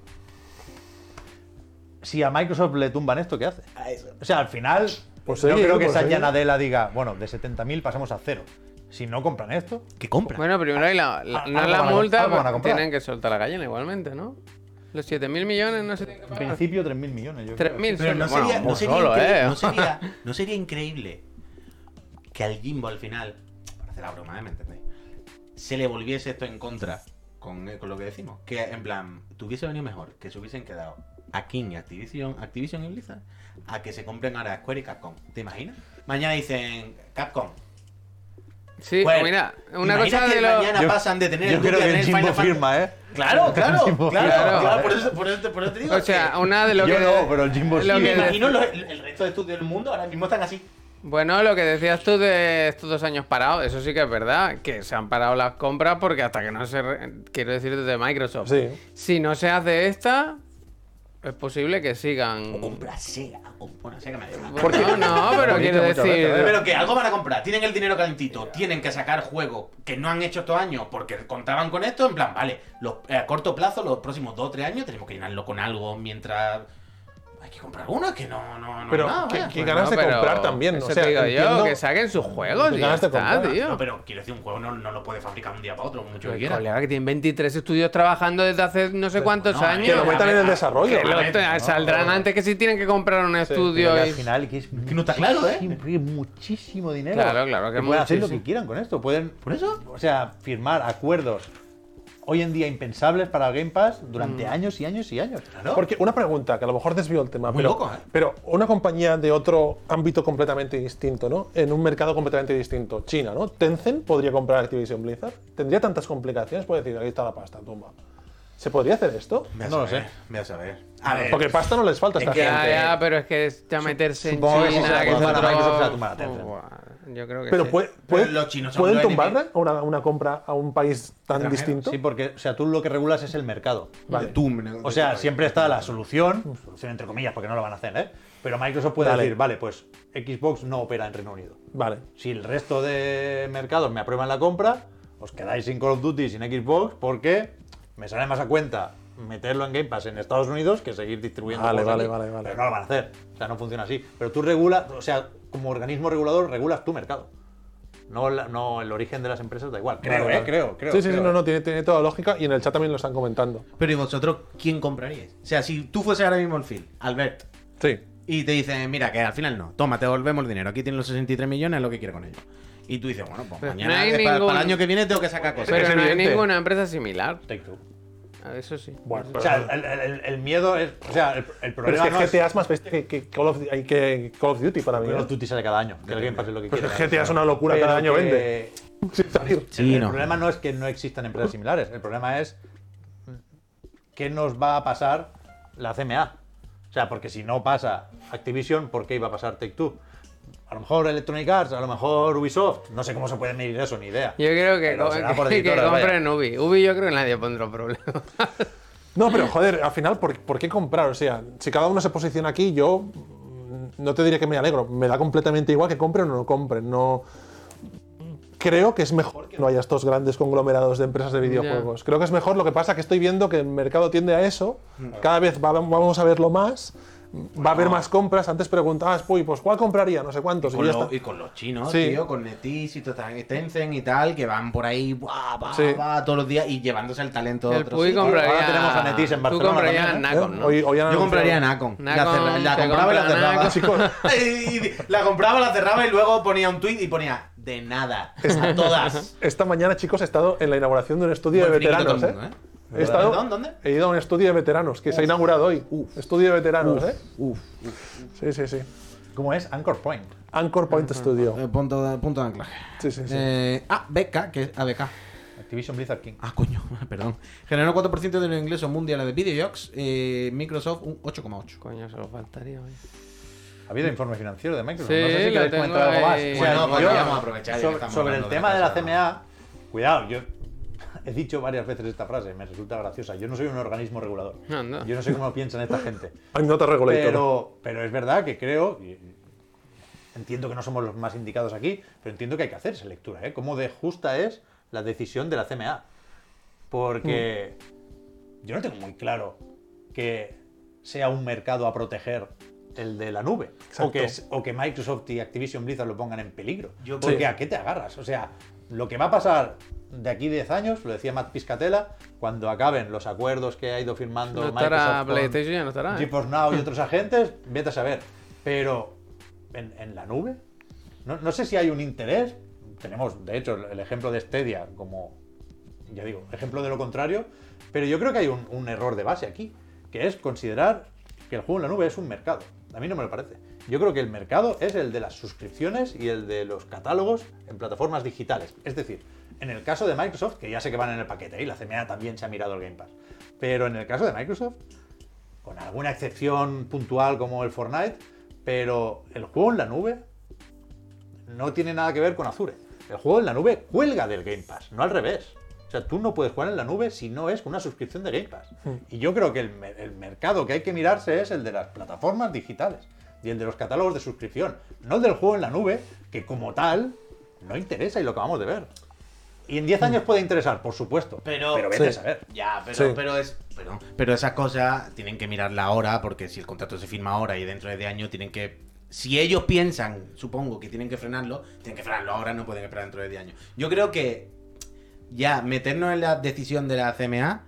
S1: Si a Microsoft le tumban esto, ¿qué hace?
S5: A eso.
S1: O sea, al final,
S4: Pues
S1: yo
S4: oye,
S1: creo que
S4: pues
S1: Satya
S4: oye.
S1: Nadella diga, bueno, de 70.000 pasamos a cero. Si no compran esto,
S5: ¿Qué compra?
S3: Bueno, primero hay la, la-
S1: Ah,
S3: no
S1: algo
S3: la
S1: van a-
S3: multa,
S1: algo van a
S3: pero
S1: comprar.
S3: tienen que soltar la gallina igualmente, ¿no? Los 7.000 millones no se tienen que
S1: En
S3: pagar.
S1: principio 3.000 millones. Yo creo.
S3: 3.000
S5: Pero
S3: son.
S5: no
S3: bueno,
S5: sería, no
S3: muy
S5: sería
S3: solo,
S5: increíble-
S3: ¿eh?
S5: no sería- no sería increíble que al Jimbo al final, para hacer la broma, ¿eh? ¿me entendéis? Se le volviese esto en contra con, eh, con lo que decimos. Que en plan, tuviese venido mejor que se hubiesen quedado a King y Activision, Activision y Blizzard a que se compren ahora Square y Capcom. ¿Te imaginas? Mañana dicen Capcom.
S3: Sí, pues
S5: Square.
S3: mira, una
S5: ¿Imagina
S3: cosa
S5: que
S3: de los.
S5: mañana pasan de tener
S1: Yo
S5: el
S1: creo
S5: Duty a
S1: que el
S5: tener
S1: Jimbo
S5: Final Fan-
S1: firma, ¿eh?
S5: Claro, claro, claro,
S1: Jimbo
S5: claro,
S3: firma.
S5: Por eso, por eso, te- por eso te digo.
S3: O sea,
S5: que-
S3: una de lo
S1: Yo
S3: que.
S1: no, pero el Jimbo
S3: lo
S1: sí.
S5: me
S3: que-
S5: imagino los- el, el resto de estudios del mundo ahora mismo están así.
S3: Bueno, lo que decías tú de estos dos años parados, eso sí que es verdad, que se han parado las compras porque hasta que no se... re- Quiero decir desde Microsoft.
S4: Sí.
S3: Si no se hace esta, es posible que sigan...
S5: O compra Sega. O, bueno, Sega me da igual.
S3: Porque no, no, pero
S2: Lo he
S3: quiero
S2: dicho muchas
S3: decir...
S2: veces,
S5: Pero que algo van a comprar. Tienen el dinero calentito. Tienen que sacar juegos que no han hecho estos años porque contaban con esto. En plan, vale, los, eh, a corto plazo, los próximos 2 o 3 años, tenemos que llenarlo con algo mientras. Hay que comprar uno, es que no, no, no.
S4: Pero
S5: hay nada,
S4: que-
S5: vaya. Pues
S4: que-
S3: Bueno,
S4: ganas de
S3: pero
S4: comprar también,
S3: eso
S4: o sea,
S3: te digo yo,
S4: entiendo-
S3: que saquen sus juegos y ya
S4: ganas de
S3: está,
S4: comprar,
S3: tío.
S5: No, pero quiero decir, un juego no, no lo puede fabricar un día para otro, mucho que
S3: Pero,
S5: quiera.
S3: colega, que tienen 23 estudios trabajando desde hace no sé cuántos
S5: no,
S3: años.
S4: Que lo metan en el
S5: a-
S4: desarrollo.
S3: Que lo- saldrán antes que si tienen que comprar un estudio
S1: Pero que
S3: y-
S1: al final, que es,
S5: que no está claro, ¿eh?
S1: muchísimo, que es muchísimo dinero.
S3: Claro, claro, que
S1: Que pueden hacer lo
S3: muchísimo.
S1: que quieran con esto. Pueden,
S5: Por eso.
S1: o sea, firmar acuerdos hoy en día impensables para Game Pass durante
S3: Mm.
S1: años y años y años.
S5: Claro.
S4: Porque una pregunta, que a lo mejor desvió el tema,
S5: Muy
S4: pero,
S5: loco, ¿eh?
S4: pero una compañía de otro ámbito completamente distinto, ¿no? En un mercado completamente distinto, China, ¿no? Tencent podría comprar Activision Blizzard. Tendría tantas complicaciones, puede decir, aquí está la pasta, tumba. ¿Se podría hacer esto?
S5: Ve a
S1: No lo
S5: saber,
S1: sé.
S5: Ve a saber. A ver.
S4: Porque pasta no les falta a esta
S5: que-
S4: gente.
S3: Ya, ya, pero es que es ya meterse en
S1: supongo que si
S3: China,
S1: se la
S3: que es
S1: toman a
S3: otro-
S1: Microsoft, se la toman a Tencent.
S3: Buah, Yo creo que
S4: Pero
S3: sí.
S4: puede, puede-
S5: Pero los chinos son
S4: ¿pueden
S5: muy
S4: tumbarle
S5: enemigos.
S4: una, una compra a un país tan
S5: Extranjeros,
S4: distinto?
S1: Sí, porque o sea, tú lo que regulas es el mercado.
S5: De Doom, ¿no?
S1: O sea, siempre está la solución, solución entre comillas, porque no lo van a hacer, ¿eh? Pero Microsoft puede
S4: Dale.
S1: decir, vale, pues Xbox no opera en Reino Unido.
S4: Vale.
S1: Si el resto de mercados me aprueban la compra, os quedáis sin Call of Duty, y sin Xbox, porque me sale más a cuenta meterlo en Game Pass en Estados Unidos que seguir distribuyendo.
S4: Vale,
S1: juegos
S4: vale,
S1: aquí.
S4: vale, vale.
S1: Pero no lo van a hacer. O sea, no funciona así. Pero tú regulas, o sea, como organismo regulador, regulas tu mercado. No, la- no el origen de las empresas da igual. Creo,
S4: Vale,
S1: ¿eh?
S4: vale.
S1: Creo, creo.
S4: Sí, sí, sí,
S1: creo,
S4: no,
S1: ¿eh?
S4: no, tiene, tiene toda lógica y en el chat también lo están comentando.
S5: Pero ¿y vosotros quién compraríais? O sea, si tú fuese ahora mismo el Phil, Albert,
S4: Sí.
S5: y te dicen, mira, que al final no, toma, te volvemos el dinero, aquí tienes los 63 millones, lo que quieres con ellos. Y tú dices, bueno, pues
S3: Pero
S5: mañana,
S3: no hay
S5: eh, para,
S3: ningún-
S5: para el año que viene tengo que sacar cosas.
S3: Pero
S4: es
S3: no hay
S4: evidente.
S3: ninguna empresa similar.
S1: Take-Two.
S3: A Eso sí.
S4: Bueno,
S1: O sea, el, el- el- el miedo es. O sea, el, el
S4: Pero
S1: problema
S4: es que
S1: no es-
S4: GTA es más bestia que, que Call of, Duty- que Call of Duty para mí.
S1: Call
S4: ¿eh?
S1: of Duty sale cada año. Que el Game Pass es lo que
S4: Pues
S1: quiere.
S4: el GTA es una locura,
S1: Pero
S4: cada año
S1: que-
S4: vende. Sin salir.
S5: Sí,
S1: el
S5: no.
S1: problema no es que no existan empresas similares. El problema es. ¿Qué nos va a pasar la CMA? O sea, porque si no pasa Activision, ¿por qué iba a pasar Take-Two? A lo mejor Electronic Arts, a lo mejor Ubisoft. No sé cómo se puede medir eso, ni idea.
S3: Yo creo que,
S1: Pero
S3: co-
S1: será por
S3: que- que
S1: editoras, vaya.
S3: compren Ubi. Ubi yo creo que nadie pondrá problema.
S4: No, pero joder, al final, ¿por, por qué comprar? O sea, si cada uno se posiciona aquí, yo mm, no te diré que me alegro. Me da completamente igual que compren o no compren. No. Creo que es mejor que no haya estos grandes conglomerados de empresas de videojuegos. Creo que es mejor. Lo que pasa que estoy viendo que el mercado tiende a eso. Cada vez va- vamos a verlo más. Va a haber más compras. Antes preguntabas, "Uy, pues ¿cuál compraría? No sé cuántos. Y
S5: Con
S4: ya
S5: lo-
S4: está.
S5: y con los chinos,
S4: Sí.
S5: tío, con Netis y total- y Tencent y tal, que van por ahí, buah, va,
S4: Sí.
S5: va, todos los días y llevándose el talento de
S3: El
S5: otros
S3: Puy
S5: sitios.
S3: compraría...
S1: Ahora tenemos a Netis en
S3: Tú
S1: Barcelona
S3: comprarías
S1: también,
S4: ¿Eh?
S3: Nacon, ¿no?
S4: Hoy- hoy han
S5: Yo
S4: anunciado-
S5: compraría Nacon. La,
S3: Nacon,
S5: cerra- la
S3: te
S5: compraba y la
S3: compra
S5: cerraba.
S3: Nacon.
S5: Y- y- la compraba, la cerraba y luego ponía un tuit y ponía de nada. A todas.
S4: Esta mañana, chicos, he estado en la inauguración de un estudio
S5: Buen
S4: de
S5: finiquito
S4: veteranos.
S5: todo el mundo,
S4: ¿eh?
S5: ¿eh?
S4: He estado,
S5: ¿Perdón? ¿Dónde?
S4: He ido a un estudio de veteranos que se ha inaugurado hoy. estudio de veteranos, ¿eh?
S5: Uf.
S4: Sí, sí, sí.
S1: ¿Cómo es? Anchor Point.
S4: Anchor Point Studio.
S5: Eh, punto, de, punto de anclaje.
S4: Sí, sí, sí.
S5: Eh, ah, BK, que es ABK.
S1: Activision Blizzard King.
S5: Ah, coño, perdón. Generó 4% de los ingresos mundiales de videojuegos. eh, Microsoft un 8,8.
S3: Coño, solo faltaría. vaya.
S1: Ha habido informe financiero de Microsoft.
S3: Sí,
S1: no sé si
S3: lo
S1: queréis
S3: tengo
S1: comentar algo más.
S3: ahí.
S1: O sea,
S5: Bueno, pues
S1: yo-
S5: vamos a aprovechar ya que
S1: Sobre,
S5: estamos
S1: sobre el
S5: hablando de
S1: tema de la
S5: cosas, ¿no?
S1: CMA, cuidado, yo he dicho varias veces esta frase, me resulta graciosa. Yo no soy un organismo regulador.
S3: Anda.
S1: Yo no sé cómo piensan esta gente.
S4: I'm not a regulator.
S1: Pero, pero es verdad que creo, y- y entiendo que no somos los más indicados aquí, pero entiendo que hay que hacer esa lectura, ¿eh? Cómo de justa es la decisión de la CMA. Porque
S4: Mm.
S1: yo no tengo muy claro que sea un mercado a proteger el de la nube. O
S4: Exacto.
S1: que, es- o que Microsoft y Activision Blizzard lo pongan en peligro.
S5: Yo-
S1: Porque
S5: Sí.
S1: ¿a qué te agarras? O sea, lo que va a pasar de aquí 10 años, lo decía Matt Piscatella, cuando acaben los acuerdos que ha ido firmando
S3: No estará
S1: Microsoft con
S3: PlayStation, ya no estará. ¿eh?
S1: GeForce Now y otros agentes, vete a saber. Pero, ¿en, en la nube? No, no sé si hay un interés. Tenemos, de hecho, el- el ejemplo de Stadia como, ya digo, ejemplo de lo contrario. Pero yo creo que hay un, un error de base aquí, que es considerar que el juego en la nube es un mercado. A mí no me lo parece. Yo creo que el mercado es el de las suscripciones y el de los catálogos en plataformas digitales. Es decir, en el caso de Microsoft, que ya sé que van en el paquete ¿eh? y la CMA también se ha mirado el Game Pass, pero en el caso de Microsoft, con alguna excepción puntual como el Fortnite, pero el juego en la nube no tiene nada que ver con Azure. El juego en la nube cuelga del Game Pass, no al revés. O sea, tú no puedes jugar en la nube si no es con una suscripción de Game Pass. Y yo creo que el, mer- el mercado que hay que mirarse es el de las plataformas digitales y el de los catálogos de suscripción, no el del juego en la nube, que como tal no interesa y lo acabamos de ver. Y en 10 años puede interesar, por supuesto. Pero,
S5: Pero-
S1: vete a
S4: Sí.
S1: saber.
S5: Ya, pero,
S4: Sí.
S5: pero es. perdón, pero esas cosas tienen que mirarla ahora, porque si el contrato se firma ahora y dentro de 10 años tienen que. Si ellos piensan, supongo, que tienen que frenarlo, tienen que frenarlo ahora, no pueden esperar dentro de 10 años. Yo creo que ya meternos en la decisión de la CMA,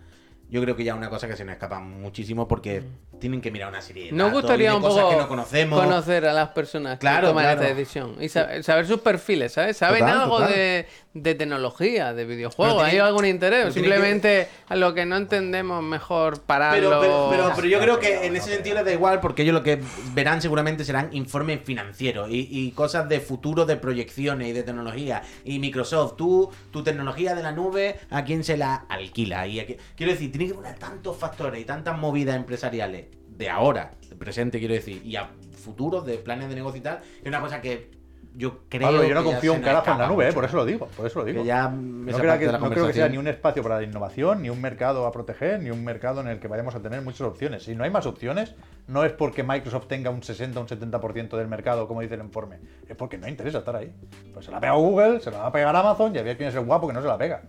S5: yo creo que ya es una cosa que se nos escapa muchísimo porque tienen que mirar una serie de
S3: Nos
S5: datos y
S3: gustaría
S5: de
S3: un
S5: cosas
S3: poco
S5: que no conocemos.
S3: conocer a las personas que
S5: Claro,
S3: toman
S5: claro.
S3: esta decisión y sa- saber sus perfiles, ¿sabes? ¿Saben
S2: Total,
S3: algo
S2: total.
S3: De, de tecnología, de videojuegos?
S5: Pero tiene-
S3: ¿Hay algún interés?
S5: pero tiene
S3: Simplemente a lo que no entendemos mejor pararlo.
S5: Pero, pero, pero- pero yo
S1: No
S5: creo
S1: creo,
S5: que en
S1: no
S5: ese
S1: creo.
S5: sentido les da igual, porque ellos lo que verán seguramente serán informes financieros y, y cosas de futuro, de proyecciones y de tecnología. Y Microsoft, tú, tu tecnología de la nube, ¿a quién se la alquila? Y a qué- Quiero decir, tiene que haber tantos factores y tantas movidas empresariales de ahora, de presente, quiero decir, y a futuros, de planes de negocio y tal, es una cosa que yo creo
S1: Pablo, yo no
S5: que ya
S1: confío
S5: se
S1: un
S5: nos
S1: carajo en la
S5: escapa
S1: nube, eh,
S5: mucho.
S1: por eso lo digo, por eso lo digo.
S5: Que ya
S1: No
S5: me
S1: creo,
S5: separa
S1: que,
S5: de la
S1: no creo que sea
S5: conversación.
S1: ni un espacio para la innovación, ni un mercado a proteger, ni un mercado en el que vayamos a tener muchas opciones. Si no hay más opciones, no es porque Microsoft tenga un 60 o un 70% del mercado, como dice el informe, es porque no interesa estar ahí. Pues se la pega Google, se la va a pegar Amazon y había quien es el guapo que no se la pega.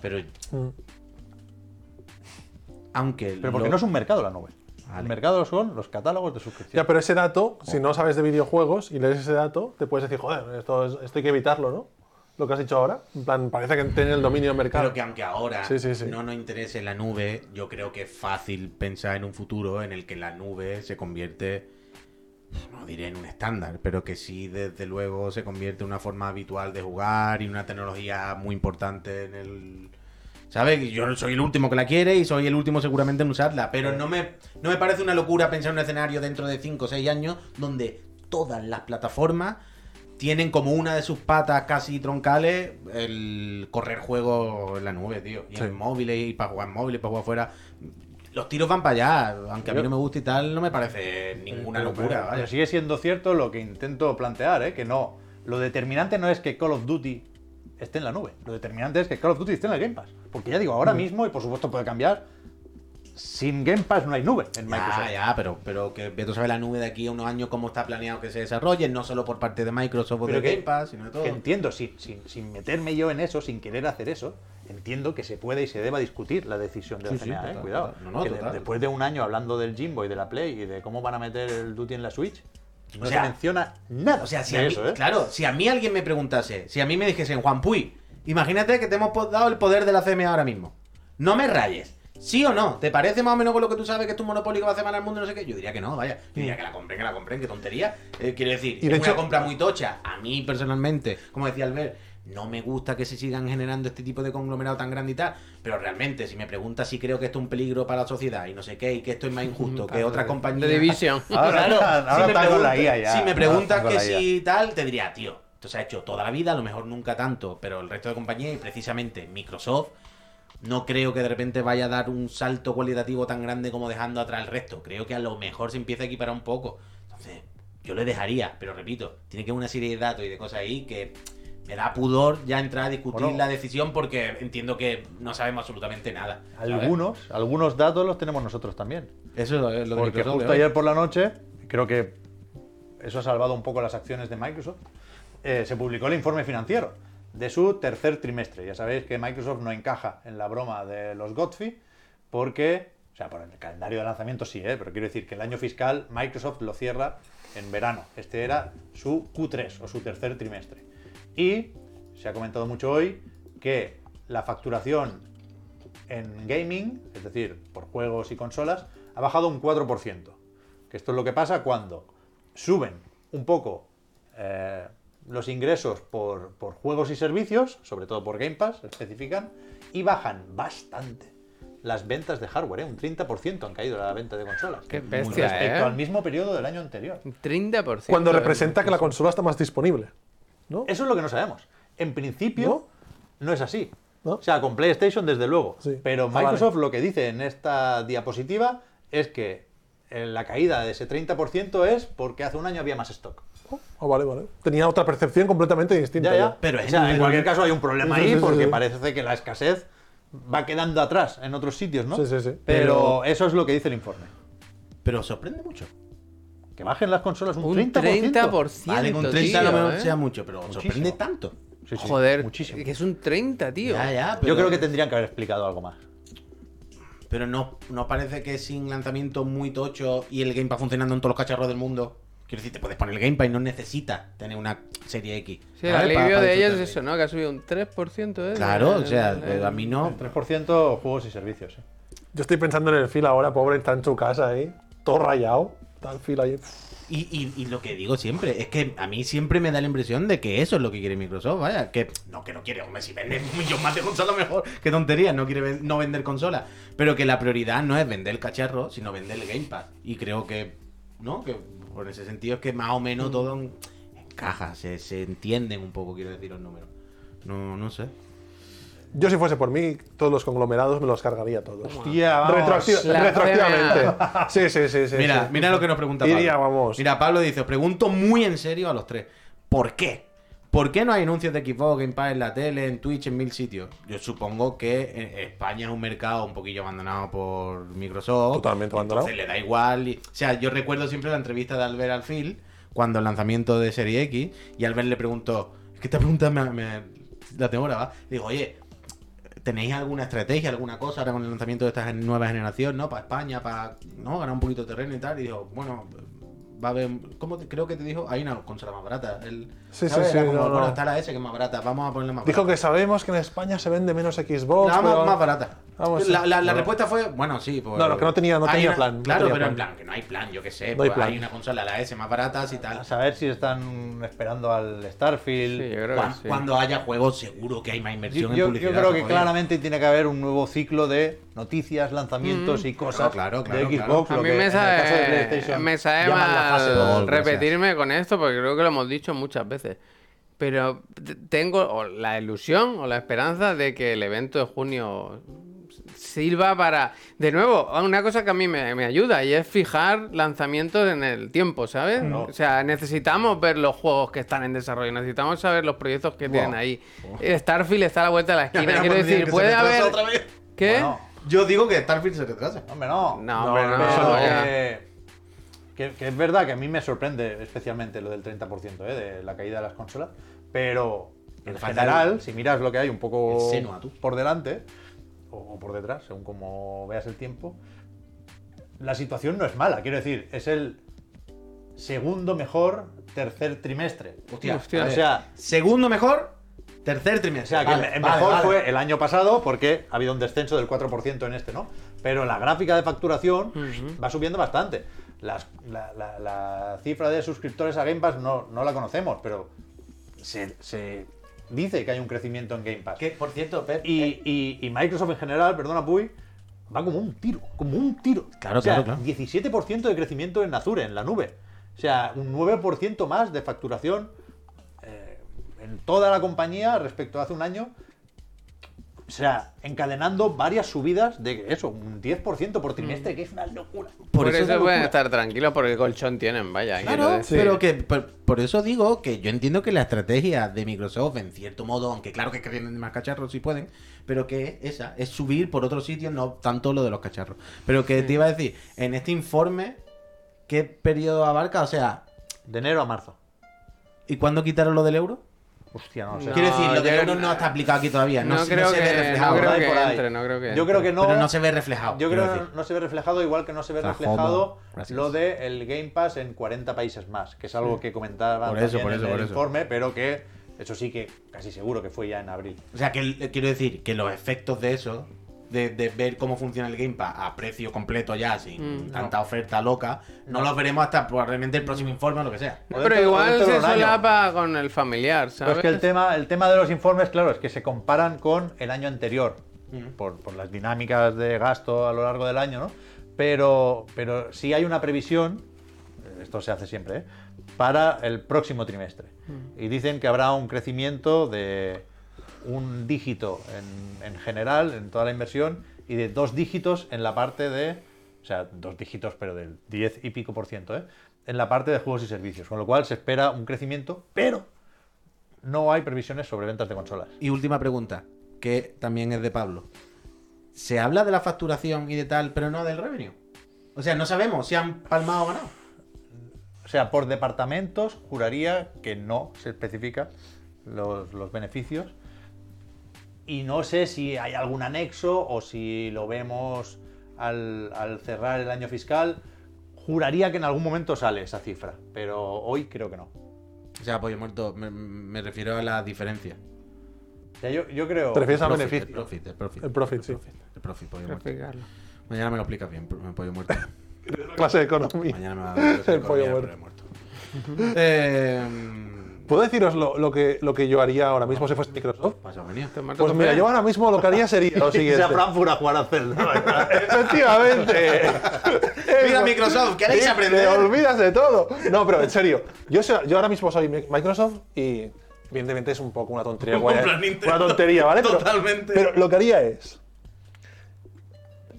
S5: Pero.
S4: Mm.
S5: Aunque.
S1: Pero porque
S5: lo-
S1: no es un mercado la nube. El
S5: Vale.
S1: mercado son los catálogos de suscripción.
S4: Ya, pero ese
S5: Oh.
S4: dato, si no sabes de videojuegos y lees ese dato, te puedes decir, joder, esto, es- esto hay que evitarlo, ¿no? Lo que has dicho ahora. En plan, parece que tienen el dominio del mercado.
S5: Claro que aunque ahora
S4: Sí, sí, sí.
S5: no nos interese la nube, yo creo que es fácil pensar en un futuro en el que la nube se convierte, no diré en un estándar, pero que sí desde luego se convierte en una forma habitual de jugar y una tecnología muy importante en el... ¿Sabes? Yo soy el último que la quiere y soy el último seguramente en usarla, pero no me, no me parece una locura pensar en un escenario dentro de 5 o 6 años donde todas las plataformas tienen como una de sus patas casi troncales el correr juegos en la nube, tío. Y en móviles, y para jugar en móviles, para jugar fuera. Los tiros van para allá, aunque a mí no me guste y tal, no me parece ninguna
S1: Pero-
S5: locura,
S1: pero,
S5: ¿vale?
S1: pero sigue siendo cierto lo que intento plantear, ¿eh? que no. Lo determinante no es que Call of Duty esté en la nube. Lo determinante es que Call of Duty esté en el Game Pass. Porque ya digo, ahora
S5: Mm.
S1: mismo, y por supuesto puede cambiar, sin Game Pass no hay nube en Microsoft.
S5: Ya, ya, pero, pero que Beto sabe la nube de aquí a unos años cómo está planeado que se desarrolle, no solo por parte de Microsoft o
S1: Pero
S5: de
S1: que-
S5: Game Pass, sino de todo.
S1: Que entiendo, sin, sin, sin meterme yo en eso, sin querer hacer eso, entiendo que se puede y se deba discutir la decisión de la
S5: Sí, sí,
S1: CNA, ¿eh?
S5: total,
S1: cuidado.
S5: total. No, no,
S1: Que de-
S5: total.
S1: después de un año hablando del Jimbo y de la Play y de cómo van a meter el Duty en la Switch, no
S5: O sea,
S1: se menciona nada.
S5: O sea, si
S1: de
S5: a mí,
S1: eso, ¿eh?
S5: claro, si a mí alguien me preguntase, si a mí me dijesen, Juan Puy, imagínate que te hemos po- dado el poder de la CMA ahora mismo. No me rayes. ¿Sí o no? ¿Te parece más o menos con lo que tú sabes que es tu monopolio que va a hacer mal al mundo? No sé qué. Yo diría que no, vaya. Yo diría que la compren, que la compren, qué tontería. Eh, quiero decir,
S4: Y
S5: es
S4: de
S5: una
S4: hecho-
S5: compra muy tocha. A mí, personalmente, como decía Albert, no me gusta que se sigan generando este tipo de conglomerado tan grande y tal. Pero realmente, si me preguntas si creo que esto es un peligro para la sociedad y no sé qué, y que esto es más injusto que otra compañía.
S3: The Division.
S1: Ahora,
S5: Claro,
S1: están- ahora
S5: si,
S1: están
S5: me
S1: con la
S5: pregunta-
S1: IA ya.
S5: si me
S1: Ahora
S5: preguntas
S1: están con
S5: que
S1: la IA.
S5: si tal, te diría, tío, esto se ha hecho toda la vida, a lo mejor nunca tanto, pero el resto de compañías y precisamente Microsoft, no creo que de repente vaya a dar un salto cualitativo tan grande como dejando atrás el resto. Creo que a lo mejor se empieza a equiparar un poco. Entonces, yo le dejaría, pero repito, tiene que haber una serie de datos y de cosas ahí que me da pudor ya entrar a discutir
S1: Bueno.
S5: la decisión porque entiendo que no sabemos absolutamente nada. ¿sabes?
S1: Algunos, algunos datos los tenemos nosotros también.
S5: Eso es lo de
S1: Porque
S5: Microsoft
S1: justo
S5: de hoy.
S1: ayer por la noche, creo que eso ha salvado un poco las acciones de Microsoft, eh, se publicó el informe financiero de su tercer trimestre. Ya sabéis que Microsoft no encaja en la broma de los Godfrey porque, o sea, por el calendario de lanzamiento sí, eh, pero quiero decir que el año fiscal Microsoft lo cierra en verano. Este era su Q3 o su tercer trimestre. Y se ha comentado mucho hoy que la facturación en gaming, es decir, por juegos y consolas, ha bajado un 4%. Que esto es lo que pasa cuando suben un poco eh, los ingresos por, por juegos y servicios, sobre todo por Game Pass, especifican, y bajan bastante las ventas de hardware, ¿eh? un 30% han caído la venta de consolas.
S3: Qué
S1: Muy
S3: bestia,
S1: Respecto
S3: ¿eh?
S1: al mismo periodo del año anterior.
S3: Un 30%.
S4: Cuando
S3: de-
S4: representa que la consola está más disponible. ¿No?
S1: Eso es lo que no sabemos. En principio, no, es así.
S4: ¿No?
S1: O sea, con PlayStation, desde luego.
S4: Sí.
S1: Pero
S4: Ah, vale.
S1: Microsoft lo que dice en esta diapositiva es que eh, la caída de ese 30% es porque hace un año había más stock.
S4: Ah, vale, vale. Tenía otra percepción completamente distinta.
S1: Ya, ya.
S4: ya.
S1: Pero
S5: Pero
S1: o
S5: es-
S1: sea, en cualquier caso hay un problema
S4: Sí, sí,
S1: ahí
S4: sí,
S1: porque
S4: sí.
S1: parece que la escasez va quedando atrás en otros sitios, ¿no?
S4: Sí, sí, sí.
S1: Pero eso es lo que dice el informe.
S5: Pero sorprende mucho.
S1: Que bajen las consolas un,
S3: Un
S1: 30%.
S3: 30%.
S5: Vale, con 30 a lo
S3: tío,
S5: mejor
S3: ¿eh?
S5: sea mucho, pero sorprende tanto.
S1: Sí, sí,
S3: Joder,
S1: muchísimo.
S3: que es un 30, tío.
S5: Ya, ya, pero,
S1: Yo creo que tendrían que haber explicado algo más.
S5: pero no, no parece que sin lanzamiento muy tocho y el Game Pass funcionando en todos los cacharros del mundo. Quiero decir, te puedes poner el Game Pass y no necesitas tener una serie X.
S3: Sí, el
S5: ¿vale? Pa-
S3: alivio
S5: pa
S3: de ellos
S5: disfrutar
S3: es eso, ¿no? Que ha subido un 3%. ¿eh?
S5: Claro, o sea,
S3: El- el-
S5: a mí no.
S1: El 3% juegos y servicios. ¿eh?
S4: Yo estoy pensando en el Phil ahora, pobre, está en su casa ahí, todo rayado. Está el Phil ahí.
S5: Y, y- y lo que digo siempre es que a mí siempre me da la impresión de que eso es lo que quiere Microsoft, vaya, que no que no quiere, hombre, si vende un millón más de consolas mejor, qué tontería, no quiere ven- no vender consolas, pero que la prioridad no es vender el cacharro, sino vender el Game Pass y creo que no, que por ese sentido es que más o menos todo en- encaja, se, se entienden un poco, quiero decir los números. No no sé.
S4: Yo si fuese por mí, todos los conglomerados me los cargaría todos.
S1: Hostia, vamos.
S4: Retroactiva-
S3: La
S4: retroactivamente. Sí, sí, sí, sí.
S5: Mira,
S4: sí.
S5: mira lo que nos pregunta Pablo.
S4: Iría, este, vamos.
S5: Mira, Pablo dice, os pregunto muy en serio a los tres. ¿Por qué? ¿Por qué no hay anuncios de Xbox, Game Pass en la tele, en Twitch, en mil sitios? Yo supongo que eh, España es un mercado un poquillo abandonado por Microsoft.
S4: Totalmente abandonado.
S5: Entonces le da igual. y- o sea, yo recuerdo siempre la entrevista de Albert Alfil cuando el lanzamiento de Serie X y Albert le preguntó, es que esta pregunta me, me- la tengo grabada. Le Digo, oye, ¿Tenéis alguna estrategia, alguna cosa ahora con el lanzamiento de esta gen- nueva generación, ¿no? Para España, para ¿no? ganar un poquito de terreno y tal. Y dijo, bueno, va a haber. ¿Cómo te- creo que te dijo? Hay una consola más barata. El,
S4: Sí, sí,
S5: ¿sabes? Era
S4: sí,
S5: como,
S4: no,
S5: bueno,
S4: no.
S5: está la S que es más barata. Vamos a ponerla más
S4: Dijo que
S5: barata.
S4: sabemos que en España se vende menos Xbox.
S5: La
S4: pero-
S5: más, más barata.
S4: Vamos,
S5: la, la- la
S4: bueno.
S5: respuesta fue, bueno, sí. pues-
S4: No, no, que no tenía- no
S5: hay
S4: tenía
S5: una-
S4: plan, no
S5: Claro,
S4: tenía
S5: pero en
S4: plan.
S5: plan, que no hay plan, yo qué sé.
S4: No
S5: pues,
S4: hay plan.
S5: una consola, la S más barata, y tal.
S1: A saber si están esperando al Starfield.
S3: Sí, yo
S1: yo
S3: creo
S5: Cuan-
S3: que sí.
S5: Cuando haya juegos, seguro que hay más
S1: yo-
S5: inversión en
S1: yo
S5: publicidad.
S1: creo que
S5: joder.
S1: claramente tiene que haber un nuevo ciclo de noticias, lanzamientos y cosas
S5: Ah, claro, claro,
S1: de
S5: claro.
S1: Xbox.
S3: Mm. A
S1: lo
S3: mí
S1: que en
S3: me
S1: el caso de
S3: sabe,
S1: PlayStation
S3: me sabe
S1: llaman la fase
S3: mal
S1: dos,
S3: repetirme con esto porque creo que lo hemos dicho muchas veces. Pero t- tengo o la ilusión o la esperanza de que el evento de junio sirva para... De nuevo, una cosa que a mí me, me ayuda y es fijar lanzamientos en el tiempo, ¿sabes?
S1: No.
S3: O sea, necesitamos ver los juegos que están en desarrollo, necesitamos saber los proyectos que tienen ahí. Starfield está a la vuelta de la esquina,
S5: veremos
S3: quiero
S5: el día
S3: decir,
S5: que se
S3: puede
S5: retrasa
S3: haber...
S5: otra vez.
S3: ¿Qué?
S1: Bueno,
S5: Yo digo que Starfield se retrasa.
S1: hombre, no.
S3: No, hombre, no,
S1: pero
S3: no,
S1: que-
S3: ya.
S1: que, que es verdad que a mí me sorprende especialmente lo del 30% ¿eh? de la caída de las consolas. Pero en
S5: Le falta
S1: general,
S5: el-
S1: si miras lo que hay un poco
S5: el seno a tú.
S1: por delante o, o por detrás, según como veas el tiempo, la situación no es mala. Quiero decir, es el segundo mejor tercer trimestre.
S5: Hostia, eh,
S3: Hostia.
S5: a
S1: o
S5: ver.
S1: sea,
S5: segundo mejor, tercer
S1: o
S5: trimestre.
S1: sea, que
S5: Vale,
S1: el
S5: vale,
S1: mejor
S5: vale.
S1: fue el año pasado porque ha habido un descenso del 4% en este, ¿no? Pero la gráfica de facturación
S3: Ujú.
S1: va subiendo bastante. Las- la, la- la cifra de suscriptores a Game Pass no, no la conocemos, pero se, se dice que hay un crecimiento en Game Pass.
S5: Que, por cierto, Pep, eh,
S1: Y, y- y Microsoft en general, perdona Puy, va como un tiro, como un tiro.
S5: Claro,
S1: o sea,
S5: claro, claro.
S1: 17% de crecimiento en Azure, en la nube. O sea, un 9% más de facturación eh, en toda la compañía respecto a hace un año. O sea, encadenando varias subidas de eso, un 10% por trimestre, que es una locura.
S3: Mm. Por,
S5: por,
S3: eso,
S5: es
S3: pueden
S5: locura.
S3: estar tranquilos porque el colchón tienen, vaya. quiero
S5: Claro,
S3: decir.
S5: pero que por, por eso digo que yo entiendo que la estrategia de Microsoft, en cierto modo, aunque claro que quieren más cacharros si pueden, pero que esa es subir por otros sitios, no tanto lo de los cacharros. Pero que te iba a decir, en este informe, ¿qué periodo abarca? O sea,
S1: De enero a marzo.
S5: ¿y cuándo quitaron lo del euro?
S1: Hostia, no lo sé.
S3: No,
S5: Quiero decir, lo del
S3: yo-
S5: euro no está aplicado aquí todavía. No,
S3: no
S5: se- no
S3: creo
S5: se
S3: que-
S5: ve
S3: Mm. no
S5: reflejado.
S3: creo
S5: ¿verdad?
S1: Por
S3: que
S1: ahí.
S3: entre, no creo que
S1: Yo
S3: entre.
S1: creo que no.
S5: Pero no se ve reflejado.
S1: Yo
S5: quiero
S1: creo
S5: decir.
S1: que no se ve reflejado, igual que no se ve
S5: Ojalá,
S1: reflejado
S5: gracias.
S1: lo del Game Pass en 40 países más, que es algo que comentaba
S5: Por eso,
S1: también
S5: por eso,
S1: en
S5: por
S1: el
S5: eso.
S1: informe, pero que Eso sí que casi seguro que fue ya en abril.
S5: O sea, que el- quiero decir que los efectos de eso, de, de ver cómo funciona el Game Pass a precio completo ya,
S4: Mm,
S5: sin tanta oferta loca, no, los veremos hasta probablemente el próximo informe o lo que sea.
S1: O
S3: Pero
S1: dentro- o
S3: igual
S1: dentro de
S3: se
S1: un año.
S3: solapa con el familiar,
S1: Pero
S3: ¿sabes?
S1: es que el tema, el tema de los informes, claro, es que se comparan con el año anterior, por, por las dinámicas de gasto a lo largo del año, ¿no? Pero, pero sí hay una previsión, esto se hace siempre, ¿eh? para el próximo trimestre. Y dicen que habrá un crecimiento de un dígito en, en general, en toda la inversión, y de dos dígitos en la parte de, o sea, dos dígitos, pero del 10 y pico por ciento, ¿eh? en la parte de juegos y servicios. Con lo cual se espera un crecimiento, pero no hay previsiones sobre ventas de consolas.
S5: Y última pregunta, que también es de Pablo. ¿Se habla de la facturación y de tal, pero no del revenue? O sea, no sabemos si han palmado o ganado.
S1: O sea, por departamentos juraría que no se especifica los, los beneficios. Y no sé si hay algún anexo o si lo vemos al, al cerrar el año fiscal. Juraría que en algún momento sale esa cifra, pero hoy creo que no.
S5: O sea, pollo muerto, me, me refiero a la diferencia.
S1: O sea, yo, yo creo...
S4: Te refieres a
S5: El profit,
S4: beneficio.
S5: El profit, el profit.
S4: El profit, sí.
S5: El profit, pollo muerto.
S3: Explicarlo.
S5: Mañana me lo explicas bien, pro- pollo muerto.
S4: Clase de economía.
S5: Mañana me va a dar
S4: El pollo muerto.
S5: Eh,
S4: ¿Puedo deciros lo, lo que, lo que yo haría ahora mismo si fuese Microsoft?
S5: Pasa, venía.
S3: Te mato
S4: Pues
S3: con
S4: mira,
S3: pena.
S4: yo ahora mismo lo que haría sería lo
S1: Irse a
S4: siguiente.
S1: Frankfurt a jugar a Zelda.
S5: Eh,
S4: Efectivamente.
S5: Mira, Microsoft, ¿queréis
S4: Sí,
S5: aprender?
S4: Te olvidas de todo. No, pero en serio. Yo, so- yo ahora mismo soy Mi- Microsoft y evidentemente es un poco una tontería. guay,
S5: plan Nintendo.
S4: una tontería, ¿vale? Pero-
S5: Totalmente.
S4: Pero, lo que haría es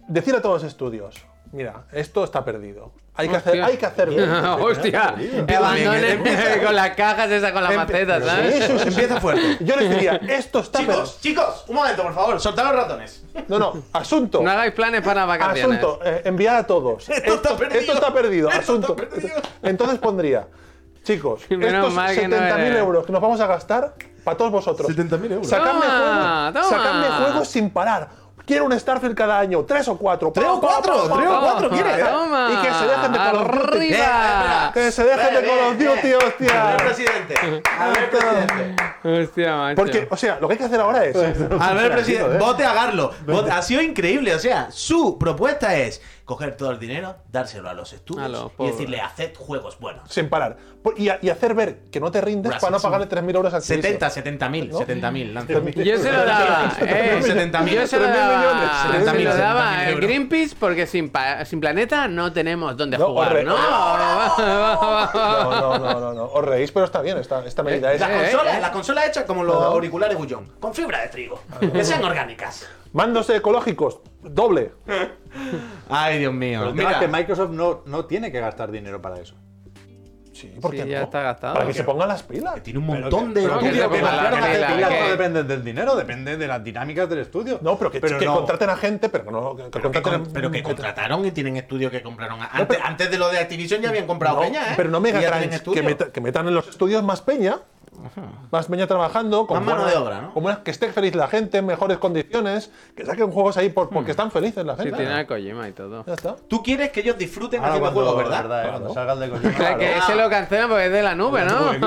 S4: decir a todos los estudios, mira, esto está perdido. Hay que hacer,
S3: Hostia.
S4: hay que hacer bien.
S3: Hostia, que abandone con las cajas esa con la maceta,
S4: Em- Sí,
S3: ¿sabes?
S4: sí, sí.
S5: Empieza fuerte.
S4: Yo les diría, esto está perdido.
S5: Chicos, chicos, un momento, por favor, soltad los ratones.
S4: No, no, asunto.
S3: No hagáis planes para vacaciones.
S4: Asunto, eh, enviar a todos.
S5: Esto está perdido.
S4: Esto está perdido.
S5: Esto
S4: Asunto.
S5: está perdido.
S4: Entonces pondría, chicos,
S3: Menos
S4: estos
S3: mal que no
S4: 70.000
S3: eres-
S4: euros que nos vamos a gastar para todos vosotros.
S5: 70.000 euros.
S4: Sacadme
S3: Toma,
S4: juegos,
S3: toma.
S4: sacadme juegos sin parar. Quiero un Starfield cada año, tres o cuatro.
S5: ¿Tres o cuatro? ¿Tres o cuatro
S3: Toma,
S5: quieres?
S3: toma.
S4: Y que se dejen de Call of Duty.
S3: Arriba.
S5: Eh, espera.
S4: Que se dejen de
S5: Espera,
S4: Call of
S5: eh,
S4: Duty,
S5: eh.
S4: hostia.
S5: A ver, presidente. A ver, presidente.
S3: Hostia, macho.
S4: Porque, o sea, lo que hay que hacer ahora es.
S5: A ver,
S1: ¿eh?
S5: presidente. Vote a Garlo. Vote- Ha sido increíble. O sea, su propuesta es coger todo el dinero, dárselo a los estudios
S3: A los
S5: y
S3: pobres.
S5: decirle, haced juegos buenos.
S4: Sin parar. Por- Y, a- y hacer ver que no te rindes
S5: Gracias.
S4: para no pagarle 3.000 euros a Activision.
S5: 70, 70 mil, 70 mil.
S3: Yo se lo daba. eh,
S5: 70.000,
S3: Yo se lo
S4: 3.000 millones,
S3: daba. se
S5: 70.000,
S3: lo daba
S5: 70.000
S3: a
S5: euros.
S3: Greenpeace porque sin, pa- sin planeta no tenemos dónde
S4: No,
S3: jugar,
S4: hombre.
S3: ¿no? Va, va, va, va.
S4: No, no, no, no, no. Os reís, pero está bien, esta, esta medida es.
S5: La
S3: Eh,
S5: consola,
S3: eh.
S5: la consola hecha como los auriculares Gullón, con fibra de trigo, que sean orgánicas.
S4: Mandos ecológicos, doble.
S5: Ay, Dios mío.
S1: Pero el tema es que Microsoft no, no tiene que gastar dinero para eso.
S4: Sí, porque
S3: Sí, ya
S4: no?
S3: está gastado.
S4: Para que se pongan las pilas.
S5: tiene un montón de
S3: pero que
S5: estudios
S3: se ponga la
S5: lanzaron hace tiempo.
S3: regla, que-
S1: no depende del dinero, depende de las dinámicas del estudio.
S4: No, pero que, que
S1: no.
S4: contraten a gente, pero no. Que, que
S5: Pero que,
S4: contraten
S5: con- pero que contrataron y tienen estudios que compraron. Antes, antes de lo de Activision ya habían comprado
S4: No,
S5: peña, ¿eh?
S4: pero no
S5: Y ya tienen
S4: Megatranch, que,
S5: estudios.
S4: meta- que metan en los estudios más peña. Más peña trabajando, con
S5: Más mano
S4: buena-
S5: de obra, ¿no?
S4: con buena- que esté feliz la gente, mejores condiciones, que saquen juegos ahí por-
S5: Mm.
S4: porque están felices la
S3: Si
S4: gente.
S3: tiene a Kojima y todo.
S4: Ya está.
S5: Tú quieres que ellos disfruten
S4: Ah,
S1: Ahora
S5: haciendo
S1: cuando,
S5: juegos,
S1: Ah, ¿verdad?
S5: ¿verdad?
S1: eh, cuando salga el de Kojima.
S3: O sea, que
S5: Claro.
S3: se lo cancelan porque es de la nube, ¿no?
S5: Es que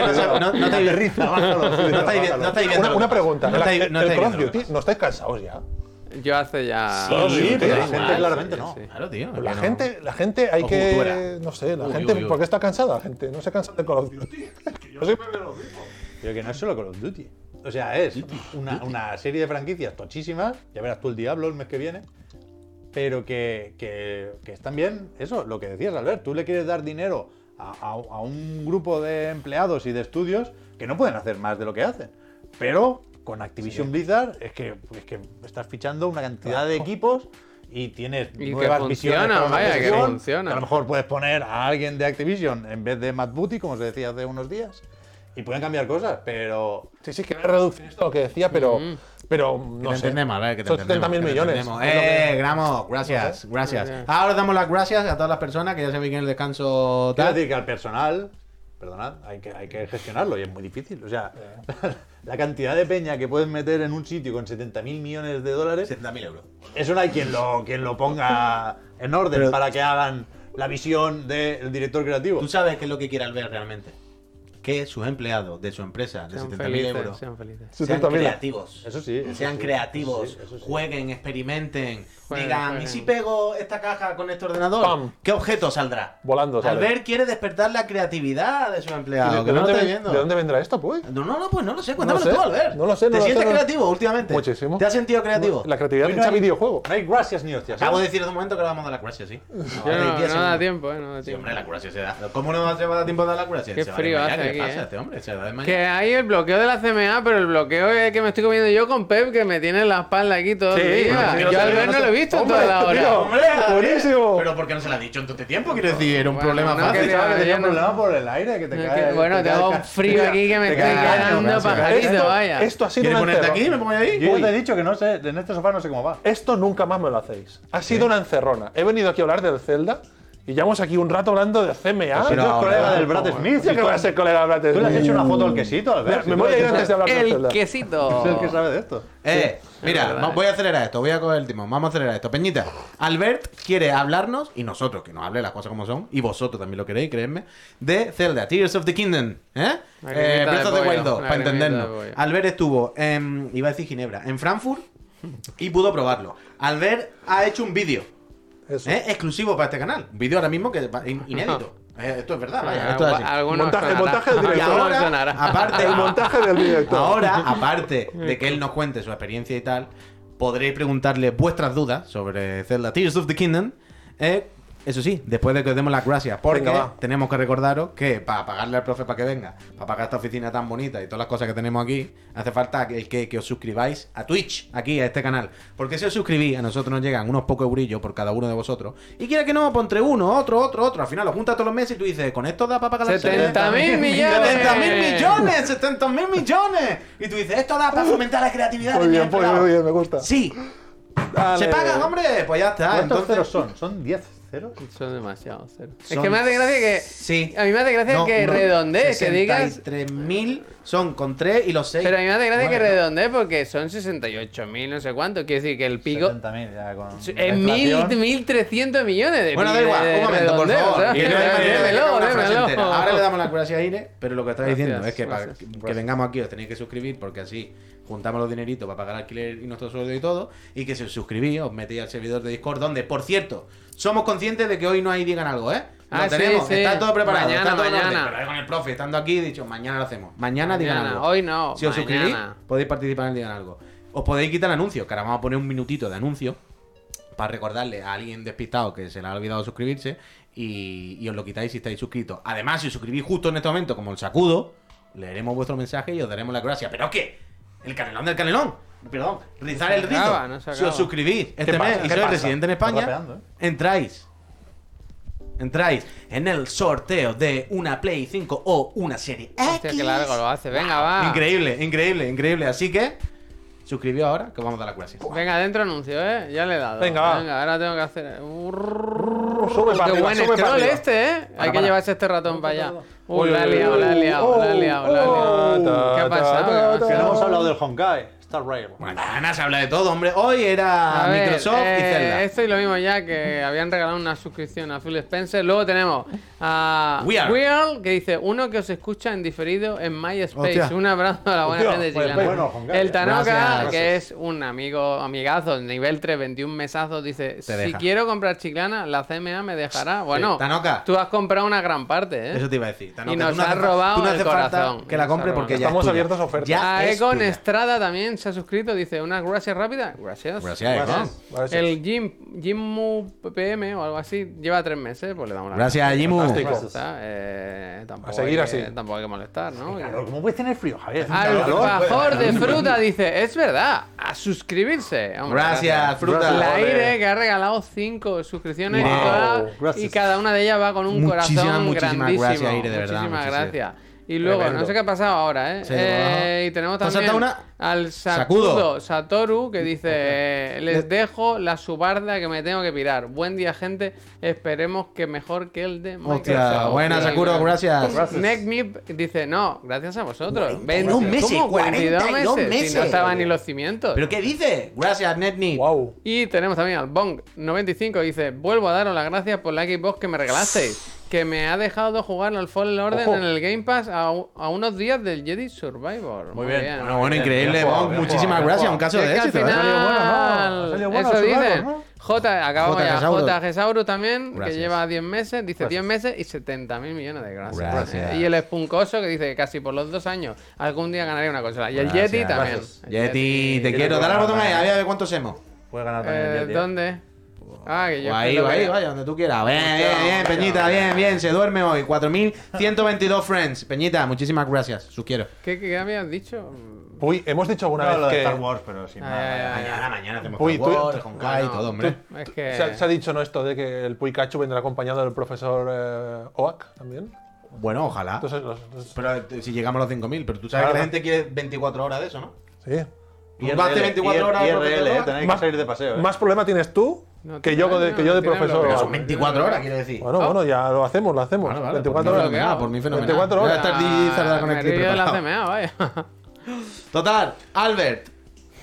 S5: no, sab- no, no te
S1: Aterriza, bájalo,
S5: No
S1: bájalo.
S5: estáis vi- no estáis viendo.
S4: Una,
S5: lo que pasa.
S4: una pregunta.
S5: No
S4: el
S5: estáis-
S4: el-
S5: no
S4: el
S5: estáis
S4: Call of
S5: viendo lo que
S4: Duty, ¿no estáis cansados ya?
S3: Yo hace ya.
S5: pasa.
S1: Sí,
S5: Sí,
S1: pero la
S5: sí,
S1: gente
S5: sí,
S1: claramente
S3: sí,
S1: no.
S3: sí.
S5: Claro, tío.
S4: Pues la
S5: que no.
S4: gente, la gente hay
S5: O
S4: que.
S5: cultura.
S4: No sé, la
S5: Uy,
S4: gente.
S5: uy, uy.
S4: ¿Por qué está cansada la gente? No se cansa de Call of Duty. Que yo siempre veo lo mismo.
S1: Pero que no es solo Call of Duty. O sea, es una, una serie de franquicias tochísimas. Ya verás tú el Diablo el mes que viene. Pero que, que- que están bien. Eso, lo que decías, Albert. Tú le quieres dar dinero a, a- a un grupo de empleados y de estudios que no pueden hacer más de lo que hacen. Pero con Activision Blizzard es que, es que estás fichando una cantidad de equipos. Y tienes
S3: Y que
S1: nuevas visiones.
S3: funciona,
S1: para una
S3: vaya, que
S1: posición.
S3: funciona.
S1: A lo mejor mejor puedes poner a alguien de Activision en vez de Matt Booty, como se decía hace unos días. Y pueden cambiar cosas, pero.
S4: Sí, sí, que era reducir esto a lo que decía, pero. Pero
S5: Mm, Que
S4: no
S5: te
S4: sé.
S5: entendemos, a ver, ¿eh? que te
S4: Son
S5: entendemos,
S4: 70.000
S5: que te
S4: millones.
S5: entendemos. Eh, Gramo, gracias, gracias. Ahora damos las gracias a todas las personas que ya sabéis que en el descanso
S1: Quiero
S5: tal.
S1: decir que al personal, perdonad, hay que, hay que gestionarlo y es muy difícil. O sea, la cantidad de peña que puedes meter en un sitio con 70 mil millones de dólares,
S5: 70.000 euros.
S1: eso no hay quien lo, quien lo ponga en orden para que hagan la visión del director creativo.
S5: Tú sabes qué es lo que quiere Albert realmente. que sus empleados de su empresa de
S3: Sean
S5: 70.000
S3: felices,
S5: euros
S3: sean felices.
S5: sean
S4: 70.000.
S5: creativos.
S1: Eso sí, eso
S5: sean
S1: sí,
S5: creativos,
S1: eso sí, eso sí.
S5: jueguen, experimenten.
S3: Jueguen,
S5: digan,
S3: jueguen.
S5: ¿y si pego esta caja con este ordenador?
S4: Pam.
S5: ¿Qué objeto saldrá?
S4: Volando, sale.
S5: Albert quiere despertar la creatividad de su
S4: ¿Y
S5: empleado.
S4: ¿De,
S5: que no lo
S4: dónde,
S5: estoy
S4: ven-
S5: viendo.
S4: ¿De dónde vendrá esto, pues?
S5: No, no, no, pues no lo sé. Cuéntamelo
S4: sé.
S5: tú, Albert.
S4: No lo sé, no
S5: ¿Te
S4: lo
S5: sientes
S4: sé, no-
S5: creativo últimamente?
S4: Muchísimo.
S5: ¿Te has sentido creativo?
S4: La creatividad
S1: Hoy
S4: de
S1: no
S4: hecha
S1: hay-
S4: videojuego.
S1: No hay gracias ni hostias.
S5: Acabo
S1: ¿eh?
S5: de decir hace un momento que ahora vamos a dar la curacia, sí. No,
S3: Yo
S5: vale, diez
S3: no, no da
S5: segundos.
S3: tiempo, eh, no da
S5: Sí,
S3: tiempo.
S5: hombre, la curacia se da. ¿Cómo no se va a dar tiempo de dar la curacia?
S3: Qué
S5: Se va a
S3: frío
S5: desmayar,
S3: hace
S5: ¿qué
S3: aquí,
S5: pasa
S3: eh.
S5: este hombre? Se va a
S3: Que
S5: desmayar.
S3: hay el bloqueo de la CMA, pero el bloqueo es que me estoy comiendo yo con Pep, que me tiene la espalda aquí todo
S4: Sí,
S3: el día.
S4: bueno, sí,
S3: yo
S4: no
S3: al
S4: sé,
S3: ver
S4: no
S3: no lo he
S4: sé.
S3: visto en
S4: Hombre,
S3: toda la
S4: tío.
S3: hora.
S5: Hombre, Albert,
S4: buenísimo.
S5: Pero ¿por qué no se la ha dicho en todo este tiempo? Quiero decir, era un
S3: Bueno,
S5: problema
S3: no
S5: fácil.
S3: quería-
S1: Pensaba Ah, que tenía un
S3: yo no-
S1: problema por el aire, que te
S3: No,
S1: cae.
S3: que- bueno,
S1: te cae
S3: tengo
S1: el
S3: un
S1: ca-
S3: frío
S1: te-
S3: aquí que me
S1: te
S3: estoy
S1: cae el caño,
S3: quedando
S1: gracias.
S3: pajarito,
S4: Esto,
S3: vaya.
S4: esto ha sido
S5: ¿Quieres
S4: un
S5: ponerte
S4: encerro.
S5: aquí? ¿Me pongo ahí?
S1: Yo ya te he
S4: Uy.
S1: dicho que no sé, en este sofá no sé cómo va.
S4: Esto nunca más me lo hacéis. Ha sido una encerrona. He venido aquí a hablar del Zelda y llevamos aquí un rato hablando de CMA.
S1: Si tú eres
S2: no,
S1: colega
S2: no,
S1: del Brad Smith,
S4: ¿Qué va a ser colega Brad
S1: tú le has
S4: Smith?
S1: hecho una foto al quesito, Albert.
S4: Me
S1: si tú
S4: voy a ir
S1: eres-
S4: antes de hablar del
S3: El
S4: Zelda.
S1: tú eres el que
S3: quesito.
S1: sabe de Oh. esto.
S5: Eh, mira,
S3: verdad,
S5: no-
S3: eh.
S5: voy a acelerar esto, voy a coger el timón, vamos a acelerar esto. Peñita, Albert quiere hablarnos, y nosotros, que nos hable las cosas como son, y vosotros también lo queréis, creedme, de Zelda, Tears of the Kingdom, ¿eh?
S3: Lagrimita
S5: Eh, Breath
S3: de
S5: of the
S3: pollo,
S5: Wild 2, para
S3: lagrimita de
S5: entendernos.
S3: pollo.
S5: Albert estuvo en, iba a decir Ginebra, en Frankfurt, y pudo probarlo. Albert ha hecho un vídeo,
S4: Eso.
S5: ¿eh? Exclusivo para este canal. Un vídeo ahora mismo que va- in- inédito. Eh, Esto es verdad, vaya, esto es así.
S3: Algunos
S4: Montaje-
S3: sonará.
S4: montaje del
S5: Y
S4: director.
S3: Algunos
S5: ahora,
S3: sonará.
S5: aparte,
S4: El montaje del director.
S5: Ahora, aparte de que él nos cuente su experiencia y tal, podréis preguntarle vuestras dudas sobre Zelda Tears of the Kingdom. eh, eso sí, después de que os demos las gracias, porque
S4: Venga, va.
S5: tenemos que recordaros que para pagarle al profe para que venga, para pagar esta oficina tan bonita y todas las cosas que tenemos aquí, hace falta el que, que os suscribáis a Twitch, aquí, a este canal. Porque si os suscribís, a nosotros nos llegan unos pocos eurillos por cada uno de vosotros. Y quiera que no, pon entre uno, otro, otro, otro. Al final lo juntas todos los meses y tú dices, con esto da para pagar la
S3: 70.000 millones.
S5: 70 mil
S3: Eh.
S5: millones, 70 mil millones. Y tú dices, esto da para fomentar la creatividad.
S4: Muy
S5: de mi
S4: bien, pues, muy bien,
S5: empleado.
S4: muy bien, me gusta.
S5: Sí,
S4: Dale.
S5: se pagan, hombre. Pues ya está.
S1: ¿Cuántos
S5: Entonces,
S1: ceros son? ¿Son 10 ceros?
S3: Son demasiados cero. Es
S5: Son-
S3: que me hace gracia que.
S5: Sí.
S3: A mí me hace gracia que redondees, que digas.
S5: 3.000 son con 3 y los 6.
S3: Pero a mí me hace gracia que
S5: redondees.
S3: redondees porque son 68.000, no sé cuánto. Quiere decir que el pico.
S1: 70.000 ya con.
S3: Es
S1: la
S3: mil,
S1: inflación.
S3: 1.300 millones de
S5: Bueno, da
S3: de-
S5: igual,
S3: de
S5: un momento, por
S3: redondeo,
S5: favor.
S3: ¿sabes?
S5: que no hay manera de que haga
S3: Démelo,
S5: una frase
S3: démelo.
S5: entera. Ahora le damos la curacia a Ire, pero lo que está
S3: Gracias,
S5: diciendo es que para
S3: gracias.
S5: que vengamos aquí os tenéis que suscribir porque así juntamos los dineritos para pagar alquiler y nuestro sueldo y todo. Y que si os suscribís, os metéis al servidor de Discord, donde, por cierto, somos conscientes de que hoy no hay digan algo, ¿eh? Lo
S3: Ah, sí,
S5: tenemos,
S3: sí.
S5: está todo preparado.
S3: Mañana,
S5: está todo en
S3: mañana.
S5: orden, pero con el profe estando aquí, he dicho, mañana lo hacemos. Mañana, digan
S3: Mañana,
S5: algo.
S3: hoy no,
S5: Si os
S3: Oh, mañana.
S5: suscribís, podéis participar en digan algo. Os podéis quitar anuncios, que ahora vamos a poner un minutito de anuncios para recordarle a alguien despistado que se le ha olvidado suscribirse y, y os lo quitáis si estáis suscritos. Además, si os suscribís justo en este momento, como el sacudo, leeremos vuestro mensaje y os daremos la gracia. ¿Pero qué? El canelón del canelón. Perdón, rizar el
S3: se
S5: rito.
S3: acaba, no se
S5: si os
S3: acaba.
S5: suscribís este
S4: pasa?
S5: mes y
S4: ¿Qué
S5: sois
S4: pasa?
S5: residente en España,
S1: rapeando, ¿eh?
S5: entráis. Entráis en el sorteo de una Play 5 o una serie X.
S3: Hostia, qué largo lo hace. Venga, va.
S5: Increíble, increíble, increíble. Así que, suscribíos ahora que os vamos a dar la gracia.
S3: Venga, adentro anuncio, ¿eh? Ya le he dado.
S4: Venga, va.
S3: Venga, ahora tengo que hacer... Urrrr.
S4: Sube para
S3: Qué
S4: arriba,
S3: buen
S4: sube para
S3: scroll
S4: arriba.
S3: este, ¿eh? Hay que
S5: para.
S3: llevarse este ratón para allá. Uh,
S4: Uy,
S3: la ha
S4: uy,
S3: liado,
S4: uy, Oh,
S3: la ha liado, la ha
S4: uy,
S3: liado, la ha
S4: uy,
S3: liado.
S4: ta,
S3: ¿Qué ha
S4: ta,
S3: pasado?
S4: ta,
S1: Ah,
S3: ¿Qué
S1: Que
S3: ha
S1: no
S4: ta.
S3: pasado?
S1: hemos hablado del Honkai, Star Rail.
S5: Bueno, nada, se habla de todo, hombre. Hoy era
S3: A ver,
S5: Microsoft y
S3: eh,
S5: Zelda.
S3: Esto y lo mismo ya que habían regalado una suscripción a Phil Spencer. Luego tenemos a
S5: We Are.
S3: Will, que dice: Uno que os escucha en diferido en MySpace.
S5: Hostia.
S3: Un abrazo a la buena
S4: Hostia,
S3: gente de
S4: pues,
S3: Chiclana.
S1: bueno, Juan Carlos.
S3: El Tanoka,
S5: Gracias.
S3: que es un amigo, amigazo, nivel 3, 21 mesazos, dice: Si
S5: deja.
S3: quiero comprar Chiclana, la CMA me dejará. Bueno,
S5: Tanoka.
S3: tú has comprado una gran parte, ¿eh?
S5: Eso te iba a decir. Tanoka,
S3: Y
S5: tú
S3: nos
S5: no
S3: ha
S5: hace fa-
S3: robado
S5: tú no
S3: el
S5: hace falta
S3: corazón.
S5: Que la
S3: Nos ha
S5: compre
S3: robado.
S5: porque ya
S4: Estamos
S5: es tuya.
S4: abiertos a ofertas.
S5: Ya
S3: a
S5: es
S3: Ah, Egon
S5: tuya.
S3: Estrada también se ha suscrito, dice una gracias rápida. Gracias.
S5: Gracias, Egon.
S4: Gracias.
S3: El Jim, Jimmu PM o algo así lleva tres meses, pues le damos la
S5: Gracias, Jimu.
S4: Fantástico.
S3: Ya está, eh, tampoco
S4: A seguir
S3: hay
S4: así.
S3: que- tampoco hay que molestar, ¿no?
S1: Claro, ¿cómo puedes tener frío, Javier? Hace un
S3: Al
S1: calor.
S3: favor de fruta dice, es verdad, a suscribirse. Hombre,
S5: Gracias, fruta.
S3: La
S5: Ole.
S3: Aire que ha regalado cinco suscripciones
S5: Wow,
S3: y, todas-
S1: gracias.
S3: y cada una de ellas va con un
S5: Muchísimas,
S3: corazón
S5: muchísimas
S3: grandísimo.
S5: gracias, Aire, de verdad,
S3: Muchísimas
S5: muchísimas.
S3: gracias. Y luego,
S4: Tremendo.
S3: no sé qué ha pasado ahora, ¿eh?
S5: Sí, bueno.
S3: Eh, y tenemos
S5: ¿Te has
S3: también
S5: saltado
S3: al
S5: Sakudo.
S3: Sakudo, Satoru que dice, eh, les dejo la subarda que me tengo que pirar. Buen día, gente. Esperemos que mejor que el de Microsoft.
S5: Hostia, buena, Sakuro, gracias.
S3: Necmip dice, no, gracias a vosotros.
S5: 42 meses,
S3: ¿Cómo? 42
S5: 42
S3: meses. Si no
S5: meses.
S3: estaban ni los cimientos.
S5: ¿Pero qué dice? Gracias, Netni.
S4: Wow.
S3: Y tenemos también al Bong95, dice, vuelvo a daros las gracias por la Xbox que me regalasteis. que me ha dejado de jugar al Fallen Order
S4: Ojo.
S3: en el Game Pass a, u- a unos días del Jedi Survivor.
S1: Muy bien.
S2: Bueno, bueno, increíble.
S1: Bien
S2: Vamos,
S1: jugado, bien
S2: muchísimas
S1: jugado,
S2: gracias.
S1: bien
S2: Un caso
S3: Es
S2: de
S3: que al
S2: éxito. ¿eh?
S3: final,
S4: salido bueno
S3: eso
S4: el Survivor,
S3: dice.
S4: ¿no?
S3: J, acabamos
S2: J.
S3: ya.
S2: Gesauro.
S3: J. Gesauro también,
S5: Gracias.
S3: que lleva 10 meses, dice 10 meses y 70 mil millones de gracias.
S2: Gracias.
S3: Eh, Y el Espuncoso, que dice que casi por los dos años algún día ganaré una consola. Y el
S2: Gracias.
S3: Yeti también. El
S2: Yeti, te quiero. Dale al botón ahí. A ver, a ver cuántos hemos.
S1: Puede ganar también
S3: Eh,
S1: el Yeti.
S3: ¿Dónde? Ah, que yo.
S2: Ahí,
S3: creo
S2: ahí,
S3: que-
S2: vaya, donde tú quieras. Bien, bien, bien, Peñita, bien, bien. Se duerme hoy. 4.122 friends. Peñita, muchísimas gracias. Sus quiero.
S3: ¿Qué, qué habías dicho? Ah,
S4: Uy, hemos dicho alguna
S1: No, lo
S4: vez
S1: de
S4: que.
S1: Star Wars, pero sin
S4: Ah,
S3: Ay,
S1: más.
S3: ay, ay,
S5: Mañana, mañana hacemos
S4: Uy,
S5: Uy,
S4: tú-
S5: Wars, Honkai y
S3: No,
S5: todo, hombre.
S3: Es que.
S4: ¿Se, ha, se ha dicho, ¿no? Esto de que el Pikachu vendrá acompañado del profesor eh, Oak también.
S5: Bueno, ojalá.
S4: Entonces, los- los-
S5: Pero eh, si llegamos a los 5.000, pero tú sabes
S4: Claro.
S5: que la gente quiere 24 horas de eso, ¿no?
S4: sí.
S5: Y hace 24 horas.
S1: IRL,
S5: lo que te
S1: eh,
S5: toca.
S1: tenéis que
S4: Más-
S1: salir de paseo. eh.
S4: Más problema tienes tú
S3: No,
S4: que,
S3: tú
S4: yo,
S3: no,
S4: de, que yo de
S3: tienes lo
S4: profesor.
S3: que-
S5: Pero
S4: Oak.
S5: son 24 horas, quiero decir.
S4: Bueno, bueno, ya lo hacemos, lo hacemos.
S5: Vale, vale,
S4: 24
S3: pues
S5: por mí
S4: horas.
S5: fenomenal, por mí fenomenal.
S4: 24 horas.
S5: Voy a estar disfrazado con el
S3: Ah, me
S5: clip
S3: río de la
S5: preparado.
S3: CMA, vaya.
S5: Total, Albert,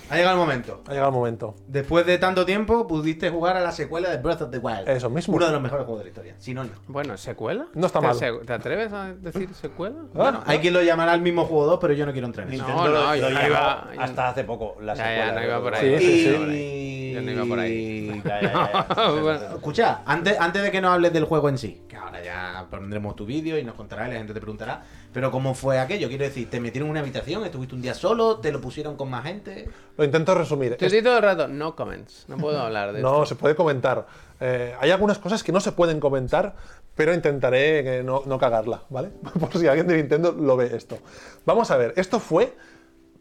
S5: ha llegado el momento.
S4: Ha llegado el momento.
S5: Después de tanto tiempo, pudiste jugar a la secuela de Breath of the Wild.
S4: Eso mismo.
S5: Uno de los mejores juegos de la historia. Si no, no.
S3: Bueno, ¿secuela?
S4: No está
S3: ¿Te
S4: mal. Ah,
S3: se- ¿Te atreves a decir secuela?
S5: Bueno, hay quien lo llamará el mismo juego 2, pero yo no quiero entrar en eso.
S1: Nintendo
S3: no,
S1: lo-
S3: yo
S1: lo
S3: no
S1: llevó
S3: iba- yo-
S1: hasta hace poco. La
S3: Ya, ya,
S1: secuela,
S3: no
S1: de
S3: iba
S1: Breath
S3: por
S1: of
S3: ahí.
S1: the Wild.
S4: Sí, sí,
S5: Y-
S3: Yo no iba por ahí.
S1: Ya, ya, ya, ya.
S3: Bueno.
S5: Escucha, antes, antes de que nos hables del juego en sí, que ahora ya pondremos tu vídeo y nos contarás y la gente te preguntará, pero ¿cómo fue aquello? Quiero decir, ¿te metieron en una habitación? ¿Estuviste un día solo? ¿Te lo pusieron con más gente?
S4: Lo intento resumir.
S3: Yo estoy todo el rato, no comments, no puedo hablar de
S4: No,
S3: esto.
S4: se puede comentar. Eh, hay algunas cosas que no se pueden comentar, pero intentaré que no, no cagarla, ¿vale? Por si alguien de Nintendo lo ve esto. Vamos a ver, esto fue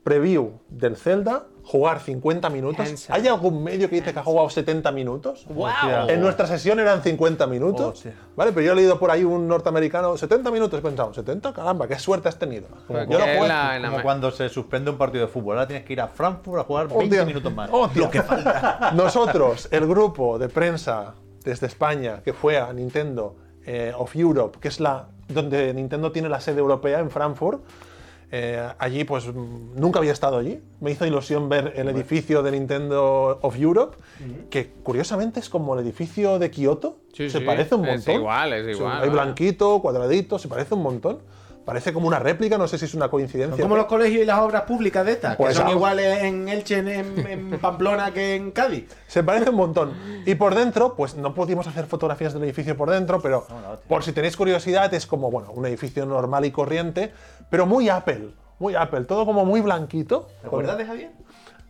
S4: preview del Zelda, jugar 50 minutos.
S3: Handsome.
S4: ¿Hay algún medio que dice que ha jugado 70 minutos?
S3: ¡Wow!
S4: En nuestra sesión eran 50 minutos,
S1: Hostia.
S4: ¿vale? Pero yo he leído por ahí un norteamericano, 70 minutos, he pensado, 70, caramba, qué suerte has tenido.
S3: Porque
S4: Yo lo
S3: es
S4: jugué
S3: la- la-
S1: Como cuando se suspende un partido de fútbol. Ahora tienes que ir a Frankfurt a jugar 20
S4: Hostia.
S1: minutos más.
S4: Hostia. Nosotros, el grupo de prensa desde España que fue a Nintendo eh, of Europe, que es la donde Nintendo tiene la sede europea en Frankfurt, eh, allí pues mm, nunca había estado allí. Me hizo ilusión ver el edificio de Nintendo of Europe, que curiosamente es como el edificio de Kioto.
S3: Sí,
S4: se
S3: sí,
S4: parece un
S3: es
S4: montón.
S3: igual, es
S4: Sí,
S3: igual,
S4: Hay
S3: ¿verdad?
S4: blanquito, cuadradito, se parece un montón. Parece como una réplica, no sé si es una coincidencia.
S5: Son como los colegios y las obras públicas de estas,
S4: Pues
S5: que son
S4: algo.
S5: iguales en Elche, en, en- en Pamplona que en Cádiz.
S4: Se parece un montón. Y por dentro, pues no pudimos hacer fotografías del edificio por dentro, pero
S5: Ah,
S4: por si tenéis curiosidad, es como, bueno, un edificio normal y corriente, pero muy Apple. Muy Apple, todo como muy blanquito.
S5: ¿Te acuerdas de Javier?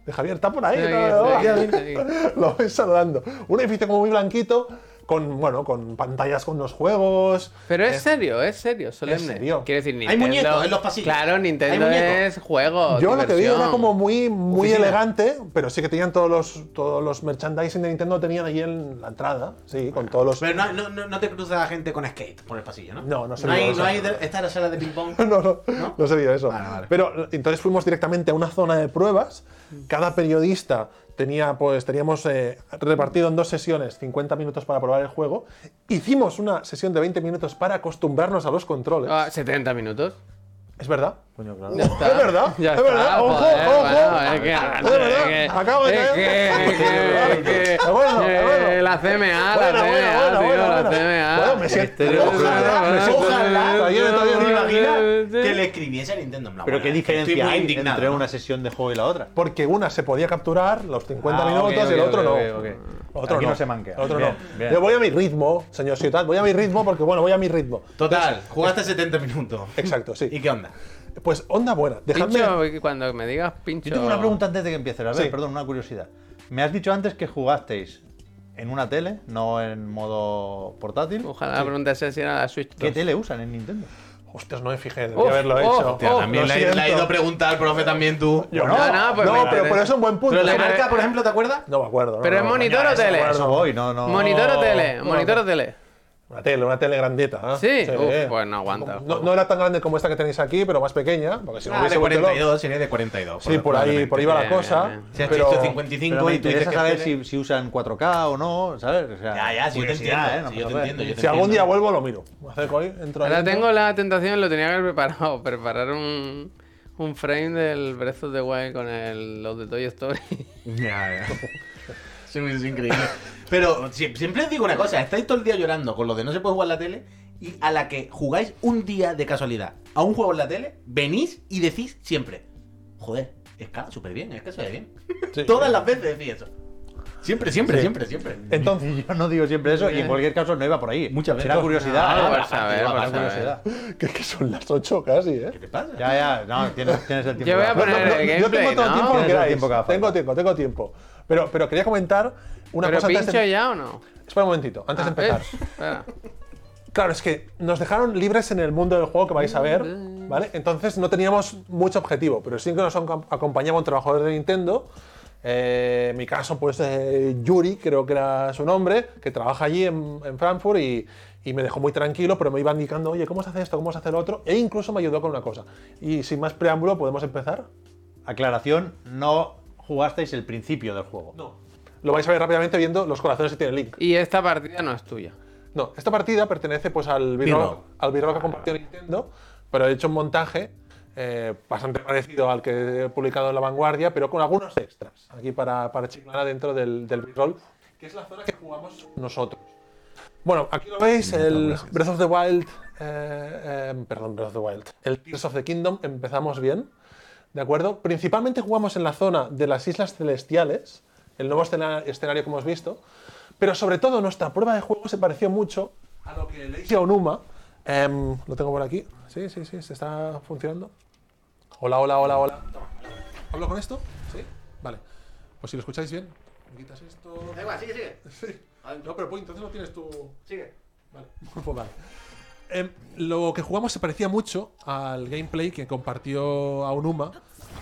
S4: De Javier, está por ahí.
S3: Estoy
S4: ¿no?
S3: aquí, estoy aquí,
S4: Lo vais saludando. Un edificio como muy blanquito, con, bueno, con pantallas con los juegos.
S3: Pero es serio, es serio, solemne.
S4: serio.
S3: Quiero decir, Nintendo...
S5: Hay muñecos en los pasillos.
S3: Claro, Nintendo
S5: Hay
S3: es
S5: muñecos.
S3: juego,
S4: Yo lo que vi
S3: digo
S4: era como muy, muy
S5: Oficina.
S4: elegante, pero sí que tenían todos los, todos los merchandising de Nintendo, tenían ahí en la entrada, sí, con todos los...
S5: Pero no, no, no, no te cruza la gente con skate por el pasillo, ¿no?
S4: No, no se
S5: no
S4: ve
S5: hay,
S4: eso.
S5: no hay de- Está la sala de ping-pong.
S4: no, no, no se vio eso.
S5: Vale, vale.
S4: Pero entonces fuimos directamente a una zona de pruebas. Cada periodista tenía, pues, teníamos eh, repartido en dos sesiones 50 minutos para probar el juego. Hicimos una sesión de 20 minutos para acostumbrarnos a los controles.
S3: Ah, 70 minutos.
S4: Es verdad.
S1: Coño, claro.
S3: Ya está.
S4: Es verdad,
S3: Ya
S4: es verdad.
S3: está,
S4: Ojo,
S3: joder,
S4: ojo.
S3: bueno, es que-
S4: Es verdad,
S3: es que-
S4: acabo de
S3: es
S4: caer.
S3: que- es que- es que-
S4: Es bueno, es bueno.
S3: eh, La CMA, la
S4: Buena,
S3: CMA,
S4: buena, buena,
S3: tío,
S4: buena,
S3: la
S4: buena.
S3: CMA.
S4: Bueno, me siento-
S3: Este-
S4: Ojalá, me siento-
S5: Ojalá,
S4: Está bien, está bien.
S5: ¿Te imaginas que le escribiese a Nintendo? En plan,
S1: Pero
S5: bueno,
S1: qué
S5: es que estoy
S1: diferencia
S5: muy
S1: hay
S5: indignado,
S1: entre
S5: ¿no?
S1: una sesión de juego y la otra.
S4: Porque una se podía capturar los 50
S1: Ah,
S4: minutos
S1: ok,
S4: y el
S1: ok,
S4: otro
S1: ok,
S4: no.
S1: ok.
S4: Otro
S1: Aquí
S4: no.
S1: no se manquea.
S4: Otro
S1: Bien,
S4: no.
S1: bien.
S4: Yo voy a mi ritmo, señor Ciudad, voy a mi ritmo porque, bueno, voy a mi ritmo.
S5: Total, jugaste 70 minutos.
S4: Exacto, sí.
S5: ¿Y qué onda?
S4: Pues onda buena. Dejadme.
S3: Pincho, cuando me digas pincho...
S1: Yo tengo una pregunta antes de que empieces. A ver,
S4: Sí.
S1: perdón, una curiosidad. Me has dicho antes que jugasteis en una tele, no en modo portátil.
S3: Ojalá la pregunta sea si era la Switch
S1: ¿Qué
S3: 2.
S1: tele usan en Nintendo?
S4: Hostias, no me fijé, debería
S3: Uf,
S4: haberlo
S3: oh,
S4: hecho.
S3: hostia,
S4: Oh,
S5: También
S4: lo
S5: le, le ha ido
S4: siento.
S5: a preguntar al profe también tú.
S4: Yo
S3: No, no,
S4: no, no,
S3: pues me
S4: pero,
S3: parece.
S4: pero es un buen punto.
S5: Pero la
S4: No,
S5: marca, por ejemplo, ¿te acuerdas?
S4: No me acuerdo. no
S3: ¿Pero
S4: me
S3: es
S4: acuerdo.
S3: monitor o tele?
S1: A eso voy, no, no.
S3: ¿Monitor o tele?
S4: no,
S3: ¿Monitor
S4: no.
S3: o tele?
S4: Una tele, una tele grandita. ¿eh?
S3: ¿Sí? Uf, pues no aguanta.
S4: No, no era tan grande como esta que tenéis aquí, pero más pequeña. Porque si no
S5: Ah,
S4: hubiese
S5: de
S4: vuelto loco.
S5: 42, sería de 42.
S4: Sí, por ahí, por ahí va la
S3: Bien, bien,
S4: cosa.
S3: bien.
S5: Si has
S4: pero-
S5: dicho
S1: Pero
S5: 55
S1: me
S5: y tú dices
S1: interesa
S5: que
S1: saber
S5: es
S1: si, si usan 4K o no, ¿sabes? O sea,
S5: Ya, ya, si yo te
S1: curiosidad,
S5: entiendo,
S1: ¿eh? No
S5: si
S1: me
S5: yo te
S1: joder.
S5: entiendo, yo te
S4: Si algún día
S5: entiendo.
S4: vuelvo, lo miro. Me acerco ahí, entro ahí,
S3: Ahora
S4: entro.
S3: tengo la tentación, lo tenía que haber preparado, preparar un, un frame del Breath of the Wild con el, los de Toy Story.
S5: Ya, ya. Sí, es increíble. Pero sie- siempre os digo una cosa, estáis todo el día llorando con lo de no se puede jugar la tele y a la que jugáis un día de casualidad a un juego en la tele, venís y decís siempre, joder, escala súper bien, es que se ve bien.
S4: Sí. Eh.
S5: Todas las veces decís eso. Siempre, siempre,
S1: Sí.
S5: siempre, siempre.
S4: Entonces,
S1: Y yo no digo siempre eso, y en cualquier caso no iba por ahí.
S5: Muchas veces.
S1: Era curiosidad.
S3: Ah,
S1: era-
S3: por saber,
S1: era
S3: por saber.
S1: curiosidad.
S4: que, que son las 8 casi, ¿eh?
S5: ¿Qué te pasa?
S1: Ya, ya, no, tienes, tienes el tiempo.
S3: Yo voy a
S1: No, no,
S3: poner el
S4: yo tengo
S3: gameplay,
S4: todo el
S3: ¿no?
S4: tiempo que
S1: Tienes el
S4: queráis.
S1: tiempo que haga falta.
S4: tengo tiempo, tengo tiempo. Pero, pero quería comentar una
S3: ¿Pero
S4: cosa antes
S3: pincho
S4: de-
S3: ya o no?
S4: Espera un momentito, antes
S3: Ah,
S4: de empezar.
S3: eh, espera.
S4: Claro, es que nos dejaron libres en el mundo del juego que vais a ver, ¿vale? Entonces no teníamos mucho objetivo, pero sí que nos acom- acompañaba un trabajador de Nintendo. eh, en mi caso, pues eh, Yuri, creo que era su nombre, que trabaja allí en, en Frankfurt y, y me dejó muy tranquilo, pero me iba indicando, oye, ¿cómo se hace esto? ¿Cómo se hace lo otro? E incluso me ayudó con una cosa. Y sin más preámbulo, ¿podemos empezar?
S1: Aclaración, no jugasteis el principio del juego.
S4: No. Lo vais a ver rápidamente viendo los corazones que tiene Link.
S3: Y esta partida no es tuya.
S4: No, esta partida pertenece pues al
S5: Birlog.
S4: video al birlog que compartió Nintendo, pero he hecho un montaje eh, bastante parecido al que he publicado en La Vanguardia, pero con algunos extras aquí para, para chiclana dentro del, del birlog, que es la zona que jugamos nosotros. Bueno, aquí lo veis, el Breath of the Wild, eh, eh, perdón, Breath of the Wild, el Tears of the Kingdom, empezamos bien, ¿de acuerdo? Principalmente jugamos en la zona de las Islas Celestiales, el nuevo escena- escenario que hemos visto, pero sobre todo nuestra prueba de juego se pareció mucho a lo que Leisha Onuma, em, lo tengo por aquí, sí, sí, sí, se está funcionando. Hola, hola, hola, hola. Toma. ¿Hablo con esto? Sí, vale. Pues si lo escucháis bien, me quitas esto.
S5: sigue, sigue.
S4: Sí. No, pero pues, entonces no tienes tu...
S5: Sigue.
S4: Vale, pues vale. Em, lo que jugamos se parecía mucho al gameplay que compartió Aonuma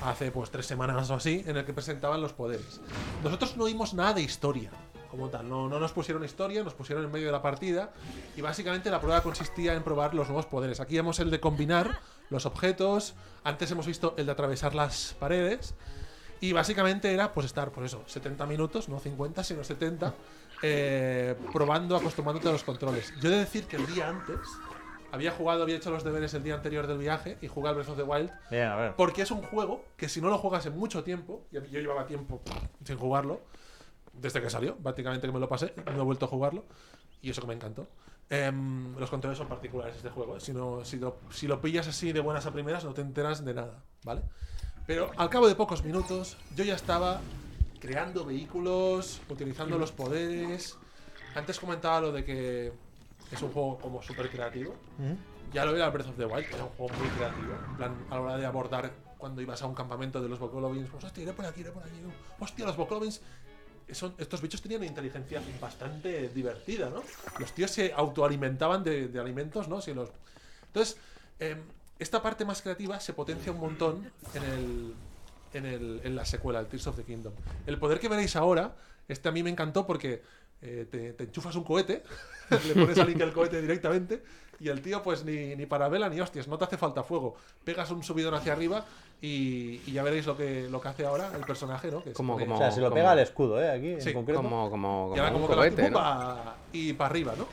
S4: hace pues tres semanas o así, en el que presentaban los poderes. Nosotros no vimos nada de historia, como tal. No, no nos pusieron historia, nos pusieron en medio de la partida. Y básicamente la prueba consistía en probar los nuevos poderes. Aquí vemos el de combinar los objetos. Antes hemos visto el de atravesar las paredes. Y básicamente era pues estar, pues eso, 70 minutos, no 50, sino 70, eh, probando, acostumbrándote a los controles. Yo he de decir que el día antes había jugado, había hecho los deberes el día anterior del viaje y jugué al Breath of the Wild
S1: Bien, a ver.
S4: porque es un juego que si no lo juegas en mucho tiempo, y a mí- yo llevaba tiempo sin jugarlo, desde que salió, prácticamente que me lo pasé, no he vuelto a jugarlo, y eso que me encantó. Em, los controles son particulares de este juego, si, no, si, lo, si lo pillas así de buenas a primeras no te enteras de nada, ¿vale? Pero al cabo de pocos minutos yo ya estaba creando vehículos, utilizando los poderes. Antes comentaba lo de que es un juego como súper creativo. Ya lo era Breath of the Wild, que era un juego muy creativo. En plan, a la hora de abordar cuando ibas a un campamento de los Bokolovins, pues hostia, iré por aquí, iré por allí. Hostia, los Bokolovins. Son, estos bichos tenían inteligencia bastante divertida, ¿no? Los tíos se autoalimentaban de, de alimentos, ¿no? Si los... Entonces, em, esta parte más creativa se potencia un montón en, el, en, el- en la secuela, el Tears of the Kingdom. El poder que veréis ahora, este a mí me encantó porque eh, te, te enchufas un cohete, le pones a Link el cohete directamente y el tío pues ni, ni parabela ni hostias, no te hace falta fuego. Pegas un subidón hacia arriba y, y ya veréis lo que, lo que hace ahora el personaje, ¿no? Que es-
S3: Como-
S1: O
S4: pone-
S3: como-
S1: sea, se lo
S3: como-
S1: pega al escudo, ¿eh? Aquí,
S4: Sí,
S1: en concreto.
S3: Como, como,
S4: y ahora
S3: como
S4: como
S3: un
S4: que lo hace,
S3: cohete,
S4: ¡pum!
S3: ¿no?
S4: pa- y para arriba, ¿no?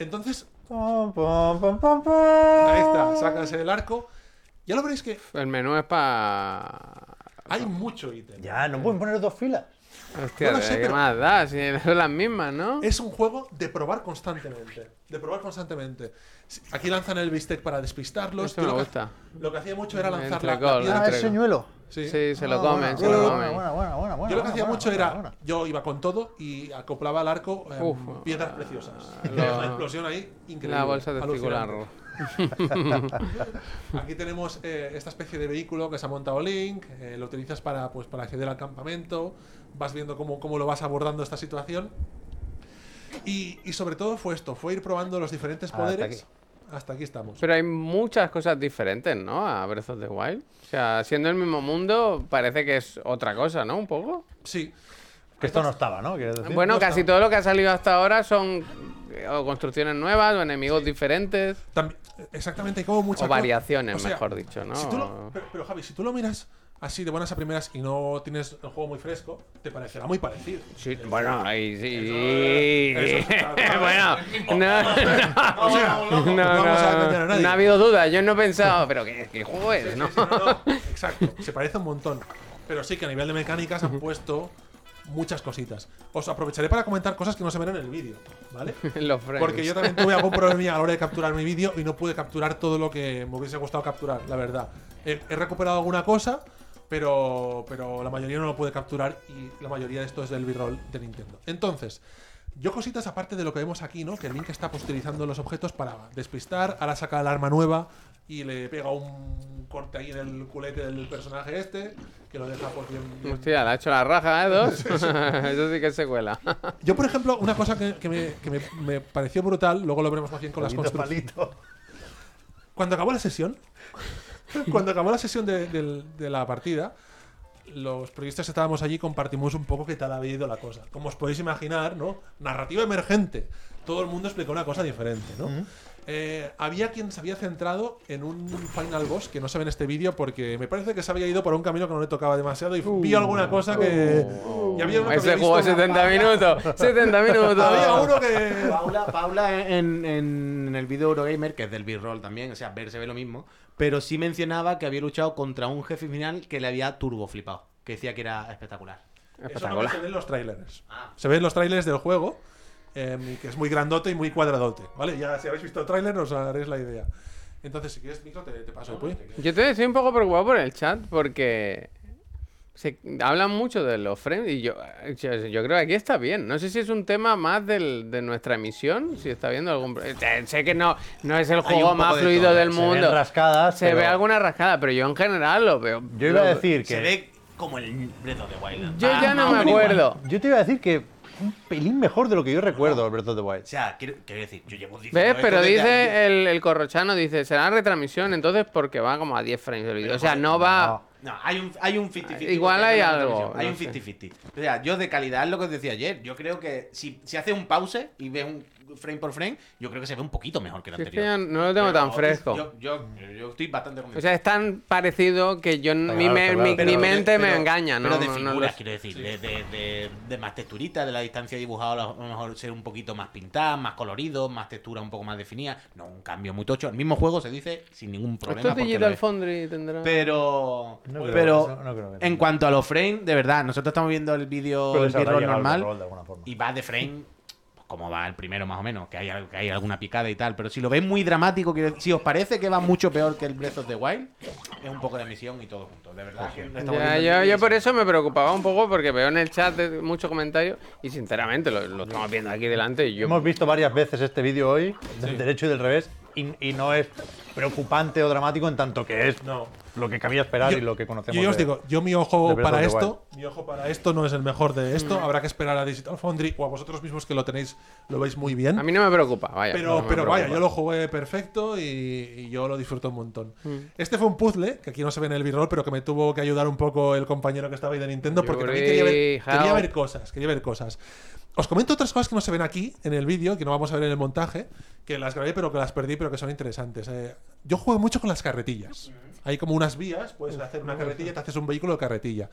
S4: Entonces,
S1: Pum, pum, pum, pum, pum.
S4: ahí está, sacas el arco. Ya lo veréis que
S3: El menú es para...
S4: hay mucho ítem.
S1: Ya, no pueden poner dos filas.
S3: Hostia,
S4: No lo sé,
S3: ¿qué
S4: pero-
S3: más da? Si son las mismas, ¿no?
S4: Es un juego de probar constantemente. De probar constantemente. Si- Aquí lanzan el bistec para despistarlos.
S3: Eso
S4: Yo
S3: me
S4: lo que-
S3: gusta.
S4: Lo que hacía mucho era lanzar
S3: Entre
S4: la, la
S3: gol,
S4: piedra.
S3: entre-
S1: señuelo.
S4: Sí.
S3: Sí, se lo
S1: Ah,
S3: comen,
S1: bueno,
S3: se lo
S1: bueno,
S3: comen.
S1: bueno, bueno, bueno, bueno,
S4: Yo lo que
S1: bueno,
S4: hacía
S1: bueno,
S4: mucho
S1: bueno,
S4: era.
S1: bueno.
S4: Yo iba con todo y acoplaba al arco eh,
S3: Uf.
S4: piedras preciosas.
S3: La-
S4: Una explosión ahí increíble.
S3: La bolsa de
S4: alucinante.
S3: circular.
S4: Aquí tenemos eh, esta especie de vehículo que se ha montado Link, eh, lo utilizas para, pues, para acceder al campamento, vas viendo cómo, cómo lo vas abordando esta situación. Y, y sobre todo fue esto, fue ir probando los diferentes
S1: Hasta
S4: poderes. Hasta aquí estamos.
S3: Pero hay muchas cosas diferentes, ¿no? A Breath of the Wild. O sea, siendo el mismo mundo, parece que es otra cosa, ¿no? Un poco.
S4: Sí,
S1: Que esto no estaba, ¿no? Quieres decir.
S3: bueno,
S4: no
S3: casi
S4: está.
S3: todo lo que ha salido hasta ahora son eh, o construcciones nuevas o enemigos diferentes.
S4: También- exactamente, hay como muchas
S3: O variaciones, mejor dicho, ¿no?
S4: pero, pero, Javi, si tú lo miras así de buenas a primeras y no tienes el juego muy fresco, te parecerá muy parecido.
S3: Sí, bueno, ahí sí.
S4: Eso- eso-
S3: bueno, no,
S4: O sea,
S3: no, no,
S4: no vamos a engañar a
S3: no,
S4: nadie.
S3: no ha habido duda. Yo no he pensado, pero ¿qué, qué juego
S4: Sí,
S3: es,
S4: sí,
S3: no?
S4: sí, no, no. Exacto, se parece un montón. Pero sí que a nivel de mecánicas han puesto muchas cositas. Os aprovecharé para comentar cosas que no se ven en el vídeo, ¿vale?
S3: Los frames.
S4: Porque yo también tuve algún problemilla a la hora de capturar mi vídeo y no pude capturar todo lo que me hubiese gustado capturar, la verdad. He, he recuperado alguna cosa, pero, pero la mayoría no lo pude capturar y la mayoría de esto es del B-roll de Nintendo. Entonces, yo cositas aparte de lo que vemos aquí, ¿no? Que Link está pues, utilizando los objetos para despistar, ahora saca el arma nueva y le pega un corte ahí en el culete del personaje este, que lo deja pues bien- bien
S3: Hostia, la ha hecho la raja, ¿eh? Dos. Eso sí que se cuela.
S4: Yo, por ejemplo, una cosa que, que me, que me- me pareció brutal, luego lo veremos más bien con las
S1: Palito,
S4: construcciones.
S1: palito.
S4: Cuando acabó la sesión, cuando acabó la sesión de, del- de la partida, los periodistas estábamos allí compartimos un poco qué tal había ido la cosa. Como os podéis imaginar, ¿no? Narrativa emergente. Todo el mundo explicó una cosa diferente, ¿no? Eh, había quien se había centrado en un final boss que no se ve en este vídeo porque me parece que se había ido por un camino que no le tocaba demasiado y vio alguna cosa que. y había uno que
S3: Ese
S4: había
S3: jugó
S4: visto una
S3: 70 minutos. 70 minutos.
S4: Había uno que.
S5: Paula, Paula en, en- en el video Eurogamer, que es del B-roll también, o sea, ver se ve lo mismo, pero sí mencionaba que había luchado contra un jefe final que le había turbo flipado, que decía que era espectacular.
S4: Eso no se ve en los trailers.
S5: Ah.
S4: Se ven los trailers del juego, em, que es muy grandote y muy cuadradote, ¿vale? Ya si habéis visto el trailer os haréis la idea. Entonces, si quieres, Micro, te, te paso el puy.
S3: Yo te estoy un poco preocupado por el chat porque se hablan mucho de los frames y yo, yo, yo creo que aquí está bien. No sé si es un tema más del- de nuestra emisión, si está viendo algún... eh, Sé que no, no es el juego
S5: un poco
S3: más
S5: de
S3: fluido
S5: todo.
S3: del
S1: Se ven
S3: mundo.
S1: rascadas,
S3: Se
S1: pero-
S3: ve alguna rascada, pero yo en general lo veo...
S1: Yo iba a
S3: lo-
S1: decir que.
S5: Se ve como el Breath of the Wild.
S3: Yo
S5: Ah,
S3: ya
S5: más
S3: no
S5: o
S3: me
S5: menos igual.
S3: acuerdo.
S1: Yo te iba a decir que un pelín mejor de lo que yo recuerdo, el Breath of the Wild.
S5: O sea, quiero, quiero decir, yo llevo diciendo
S3: ¿Ves?
S5: esto
S3: Pero
S5: desde antes.
S3: dice eh, el, el corrochano, dice, será retransmisión, entonces porque va como a 10 frames el vídeo. O sea, no va...
S5: No, hay un, hay un 50-50.
S3: Igual
S5: porque
S3: hay
S5: es una
S3: algo,
S5: televisión. Hay
S3: no
S5: un
S3: sé.
S5: 50-50. O sea, yo de calidad es lo que os decía ayer. Yo creo que si, si haces un pause y ves un frame por frame, yo creo que se ve un poquito mejor que el
S3: Si es que
S5: anterior.
S3: yo no lo tengo
S5: Pero
S3: tan fresco.
S5: Yo, yo, yo estoy bastante convencido.
S3: O sea, es tan parecido que yo mi,
S1: claro,
S3: me-
S1: está claro.
S3: mi-
S1: Pero-
S3: mi
S5: de-
S3: mente me
S5: pero-
S3: engaña, ¿no?
S5: Pero de
S3: No- no
S5: figuras,
S3: lo sé.
S5: quiero decir, de, de, de- de más texturita, de la distancia dibujada, a lo mejor ser un poquito más pintada, más colorido, más textura un poco más definida. No, un cambio muy tocho. El mismo juego se dice sin ningún problema.
S3: Esto
S5: porque
S3: Digital
S5: lo es.
S3: Foundry tendrá.
S5: Pero,
S1: No creo
S5: pero
S1: que eso- no creo que
S5: en
S1: tenga.
S5: cuanto a los frames, de verdad, nosotros estamos viendo el vídeo
S1: Pero
S5: el
S1: les habrá
S5: B-roll
S1: llegado el
S5: normal
S1: control de alguna forma.
S5: y va de frame pues, como va el primero más o menos, que hay, al- que hay alguna picada y tal, pero si lo veis muy dramático, quiero decir, si os parece que va mucho peor que el Breath of the Wild, es un poco de misión y todo junto, de
S1: Pues
S5: verdad. que estamos
S3: Ya,
S5: viendo el
S3: yo,
S5: vídeo
S3: yo
S5: y-
S3: por eso me preocupaba un poco porque veo en el chat de- muchos comentarios y sinceramente lo, lo estamos viendo aquí delante y yo...
S1: Hemos visto varias veces este vídeo hoy, del derecho y del revés, y, y no es preocupante o dramático en tanto que es
S4: No.
S1: lo que cabía esperar
S4: Yo-
S1: y lo que conocemos.
S4: Yo ya os
S1: de-
S4: digo, yo mi
S1: de
S4: ojo
S1: Breath of
S4: para
S1: the
S4: esto, mi ojo para esto no es el mejor de
S5: Mm.
S4: esto. Habrá que esperar a Digital Foundry o a vosotros mismos que lo tenéis, lo veis muy bien.
S3: A mí no me preocupa, vaya. no
S4: Pero,
S3: me
S4: pero vaya,
S3: preocupa.
S4: yo lo jugué perfecto y, y yo lo disfruto un montón. Este fue un puzzle, que aquí no se ve en el b-roll, pero que me tuvo que ayudar un poco el compañero que estaba ahí de Nintendo, porque también quería ver,
S3: Yuri,
S4: quería
S3: how?
S4: ver cosas, quería ver cosas. Os comento otras cosas que no se ven aquí en el vídeo, que no vamos a ver en el montaje, que las grabé pero que las perdí, pero que son interesantes. Eh, yo juego mucho con las carretillas. Hay como unas vías, puedes hacer una carretilla y te haces un vehículo de carretilla.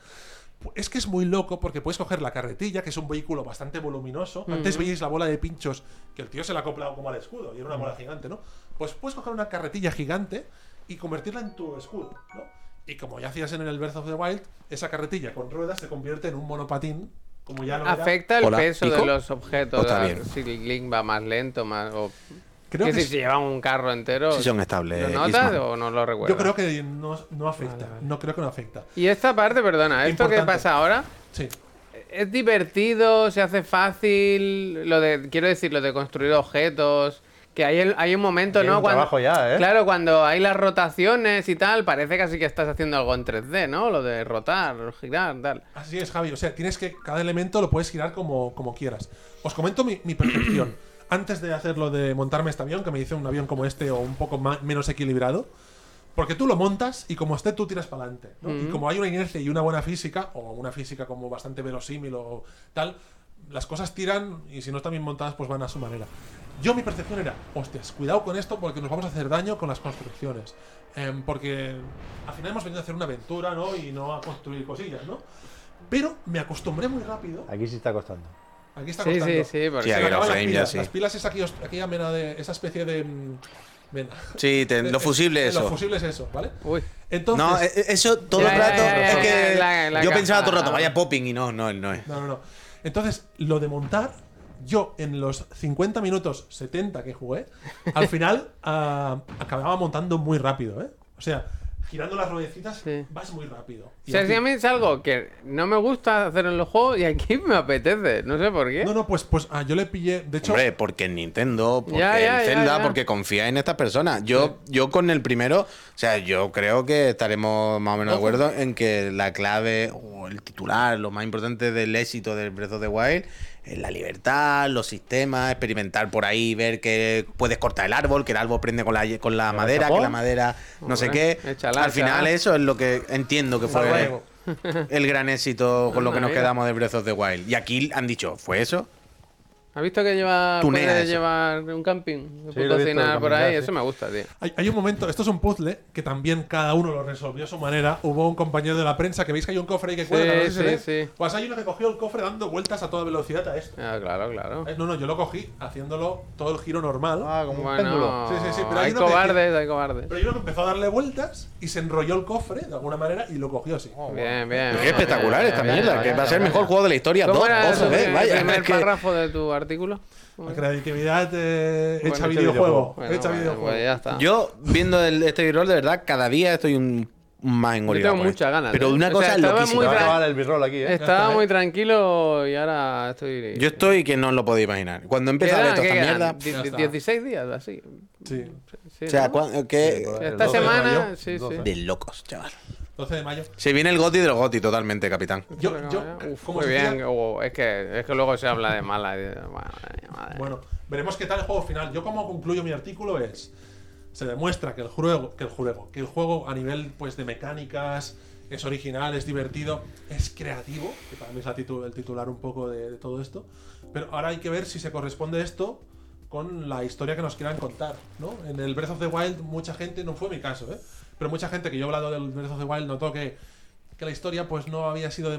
S4: Es que es muy loco porque puedes coger la carretilla, que es un vehículo bastante voluminoso. Antes veíais la bola de pinchos que el tío se la ha acoplado como al escudo y era una bola gigante, ¿no? Pues puedes coger una carretilla gigante y convertirla en tu escudo, ¿no? Y como ya hacías en el Breath of the Wild, esa carretilla con ruedas se convierte en un monopatín, como ya lo era.
S3: Afecta el
S6: Hola,
S3: peso
S6: ¿pico?
S3: de los objetos.
S6: ¿O está
S3: a-
S6: bien?
S3: Si el Link va más lento, más... O...
S4: Creo
S3: que
S4: que
S3: si se
S4: es-
S3: lleva un carro entero...
S6: Sí son estables,
S3: ¿Lo notas
S6: Isma.
S3: o no lo recuerdas?
S4: Yo creo que no, no afecta, no creo que no afecta.
S3: Y esta parte, perdona, esto que
S4: Importante.
S3: pasa ahora...
S4: Sí.
S3: Es divertido, se hace fácil, lo de, quiero decir, lo de construir objetos, que hay, el- hay un momento,
S1: Aquí hay
S3: ¿no?
S1: un trabajo ya, ¿eh?
S3: Claro, cuando hay las rotaciones y tal, parece casi que estás haciendo algo en 3D, ¿no? Lo de rotar, girar, tal.
S4: Así es, Javi. O sea, tienes que. Cada elemento lo puedes girar como, como quieras. Os comento mi, mi percepción. Antes de hacerlo de montarme este avión, que me hice un avión como este o un poco ma- menos equilibrado. Porque tú lo montas y como esté tú tiras para adelante. ¿no? Y como hay una inercia y una buena física, o una física como bastante verosímil o tal, las cosas tiran y si no están bien montadas, pues van a su manera. Yo mi percepción era, hostias, cuidado con esto porque nos vamos a hacer daño con las construcciones. Em, porque al final hemos venido a hacer una aventura, ¿no? Y no a construir cosillas, ¿no? Pero me acostumbré muy rápido.
S1: Aquí sí está costando.
S4: Aquí está
S3: Sí,
S4: costando.
S3: sí, sí, porque
S6: Sí,
S4: Se
S6: hay
S4: me
S6: que los
S4: acaban las
S6: frames ya
S4: pilas.
S6: sí.
S4: Las pilas es aquellos- aquella mena de esa especie de, mm, Bien.
S5: Sí, te- los fusibles, eso.
S4: Los fusibles, eso, ¿vale?
S3: Uy.
S4: Entonces,
S5: No, e- e- eso todo
S3: Ya,
S5: el
S3: ya,
S5: rato.
S3: ya, ya,
S5: es
S3: ya,
S5: que
S3: la- la
S5: yo
S3: caja,
S5: pensaba todo el
S3: ah.
S5: rato, vaya popping, y no, no, no es.
S4: No, no, no. Entonces, lo de montar, yo en los 50 minutos 70 que jugué, al final ah, acababa montando muy rápido, ¿eh? O sea, girando las ruedecitas
S3: Sí.
S4: vas muy rápido.
S3: O
S4: Y
S3: sea,
S4: aquí-
S3: si a mí es algo que no me gusta hacer en los juegos y aquí me apetece, no sé por qué.
S4: No, no, pues, pues ah, yo le pillé. De hecho,
S5: Hombre, porque en Nintendo, porque
S3: Ya, ya,
S5: en
S3: ya,
S5: Zelda,
S3: ya.
S5: porque confía en estas personas. Yo, yo con el primero, o sea, yo creo que estaremos más o menos de acuerdo en que la clave o el titular, lo más importante del éxito del Breath of the Wild, es la libertad, los sistemas, experimentar por ahí, ver que puedes cortar el árbol, que el árbol prende con la, con la madera, que la madera no sé
S3: Hombre,
S5: qué.
S3: échala,
S5: Al final
S3: échala.
S5: eso es lo que entiendo que fue el gran éxito con lo que nos
S3: Anda, mira.
S5: quedamos de Breath of the Wild. Y aquí han dicho, ¿fue eso?
S3: ¿Has visto que lleva
S5: Tunea
S3: puede
S5: eso.
S3: llevar un camping?
S1: Sí, lo he
S3: puedo
S1: visto,
S3: cenar
S1: el
S3: por
S1: camping,
S3: ahí,
S1: ya, sí.
S3: eso me gusta, tío.
S4: Hay, hay un momento, esto es un puzzle que también cada uno lo resolvió a su manera. Hubo un compañero de la prensa que veis que hay un cofre ahí que cuelga. no sé si
S3: sí,
S4: se ve.
S3: sí.
S4: Pues hay uno que cogió el cofre dando vueltas a toda velocidad a esto.
S3: Ah, claro, claro.
S4: Eh, No, no, yo lo cogí haciéndolo todo el giro normal.
S1: Ah, como un péndulo.
S3: Bueno,
S4: Sí, sí, sí, pero hay
S3: hay
S4: uno que-
S3: cobardes, hay cobardes.
S4: Pero yo creo que empezó a darle vueltas y se enrolló el cofre de alguna manera y lo cogió así.
S3: Bien, bien.
S5: Qué
S3: bien,
S5: espectacular
S3: bien,
S5: esta
S3: bien,
S5: mierda,
S3: bien,
S5: que
S3: bien,
S5: va a ser el
S3: bien.
S5: mejor juego de la historia
S3: ¿Cómo
S5: dos,
S3: era
S5: dos
S3: eso,
S5: veces,
S3: el
S5: vaya.
S3: primer
S5: es que-
S3: párrafo de tu artículo?
S4: La creatividad eh,
S3: Bueno,
S4: hecha
S3: hecha
S4: videojuego.
S3: Bueno,
S4: hecha
S3: vale,
S4: videojuego.
S3: pues ya está.
S5: Yo, viendo el- este rol, de verdad, cada día estoy un más engolidado.
S3: tengo
S5: por esto.
S3: muchas ganas,
S5: Pero
S3: ¿eh?
S5: una
S3: O sea,
S5: cosa
S3: estaba
S5: loquísima.
S3: muy
S1: Se va a
S3: tra-
S1: acabar el birrol aquí, ¿eh?
S3: Estaba
S4: está, ¿eh?
S3: muy tranquilo y ahora estoy...
S5: Yo estoy que no os lo podéis imaginar. Cuando empieza a ver
S3: ¿Quedan-
S5: toda
S3: qué
S5: esta
S3: quedan?
S5: mierda.
S3: Die-
S4: Ya está.
S3: 16 días, así.
S4: Sí.
S3: Sí,
S5: O sea,
S3: ¿no?
S5: cuan- que.
S3: Esta
S1: El 12 de
S3: semana,
S1: mayo,
S3: sí, sí.
S1: 12.
S5: De locos, chaval.
S4: 12 de mayo.
S5: Se viene el goti de los goti totalmente, capitán.
S4: Yo, yo,
S3: Uf,
S4: como
S3: muy
S4: os decía,
S3: bien, o- es, que, es que luego se habla de mala. y- madre, madre.
S4: Bueno, veremos qué tal el juego final. Yo como concluyo mi artículo es se demuestra que el juego, que el juego, que el juego a nivel pues de mecánicas es original, es divertido, es creativo, que para mí es la titu- el titular un poco de, de todo esto, pero ahora hay que ver si se corresponde esto con la historia que nos quieran contar, ¿no? En el Breath of the Wild mucha gente, no fue mi caso, ¿eh? Pero mucha gente que yo he hablado del Breath of the Wild notó que, que la historia pues no había sido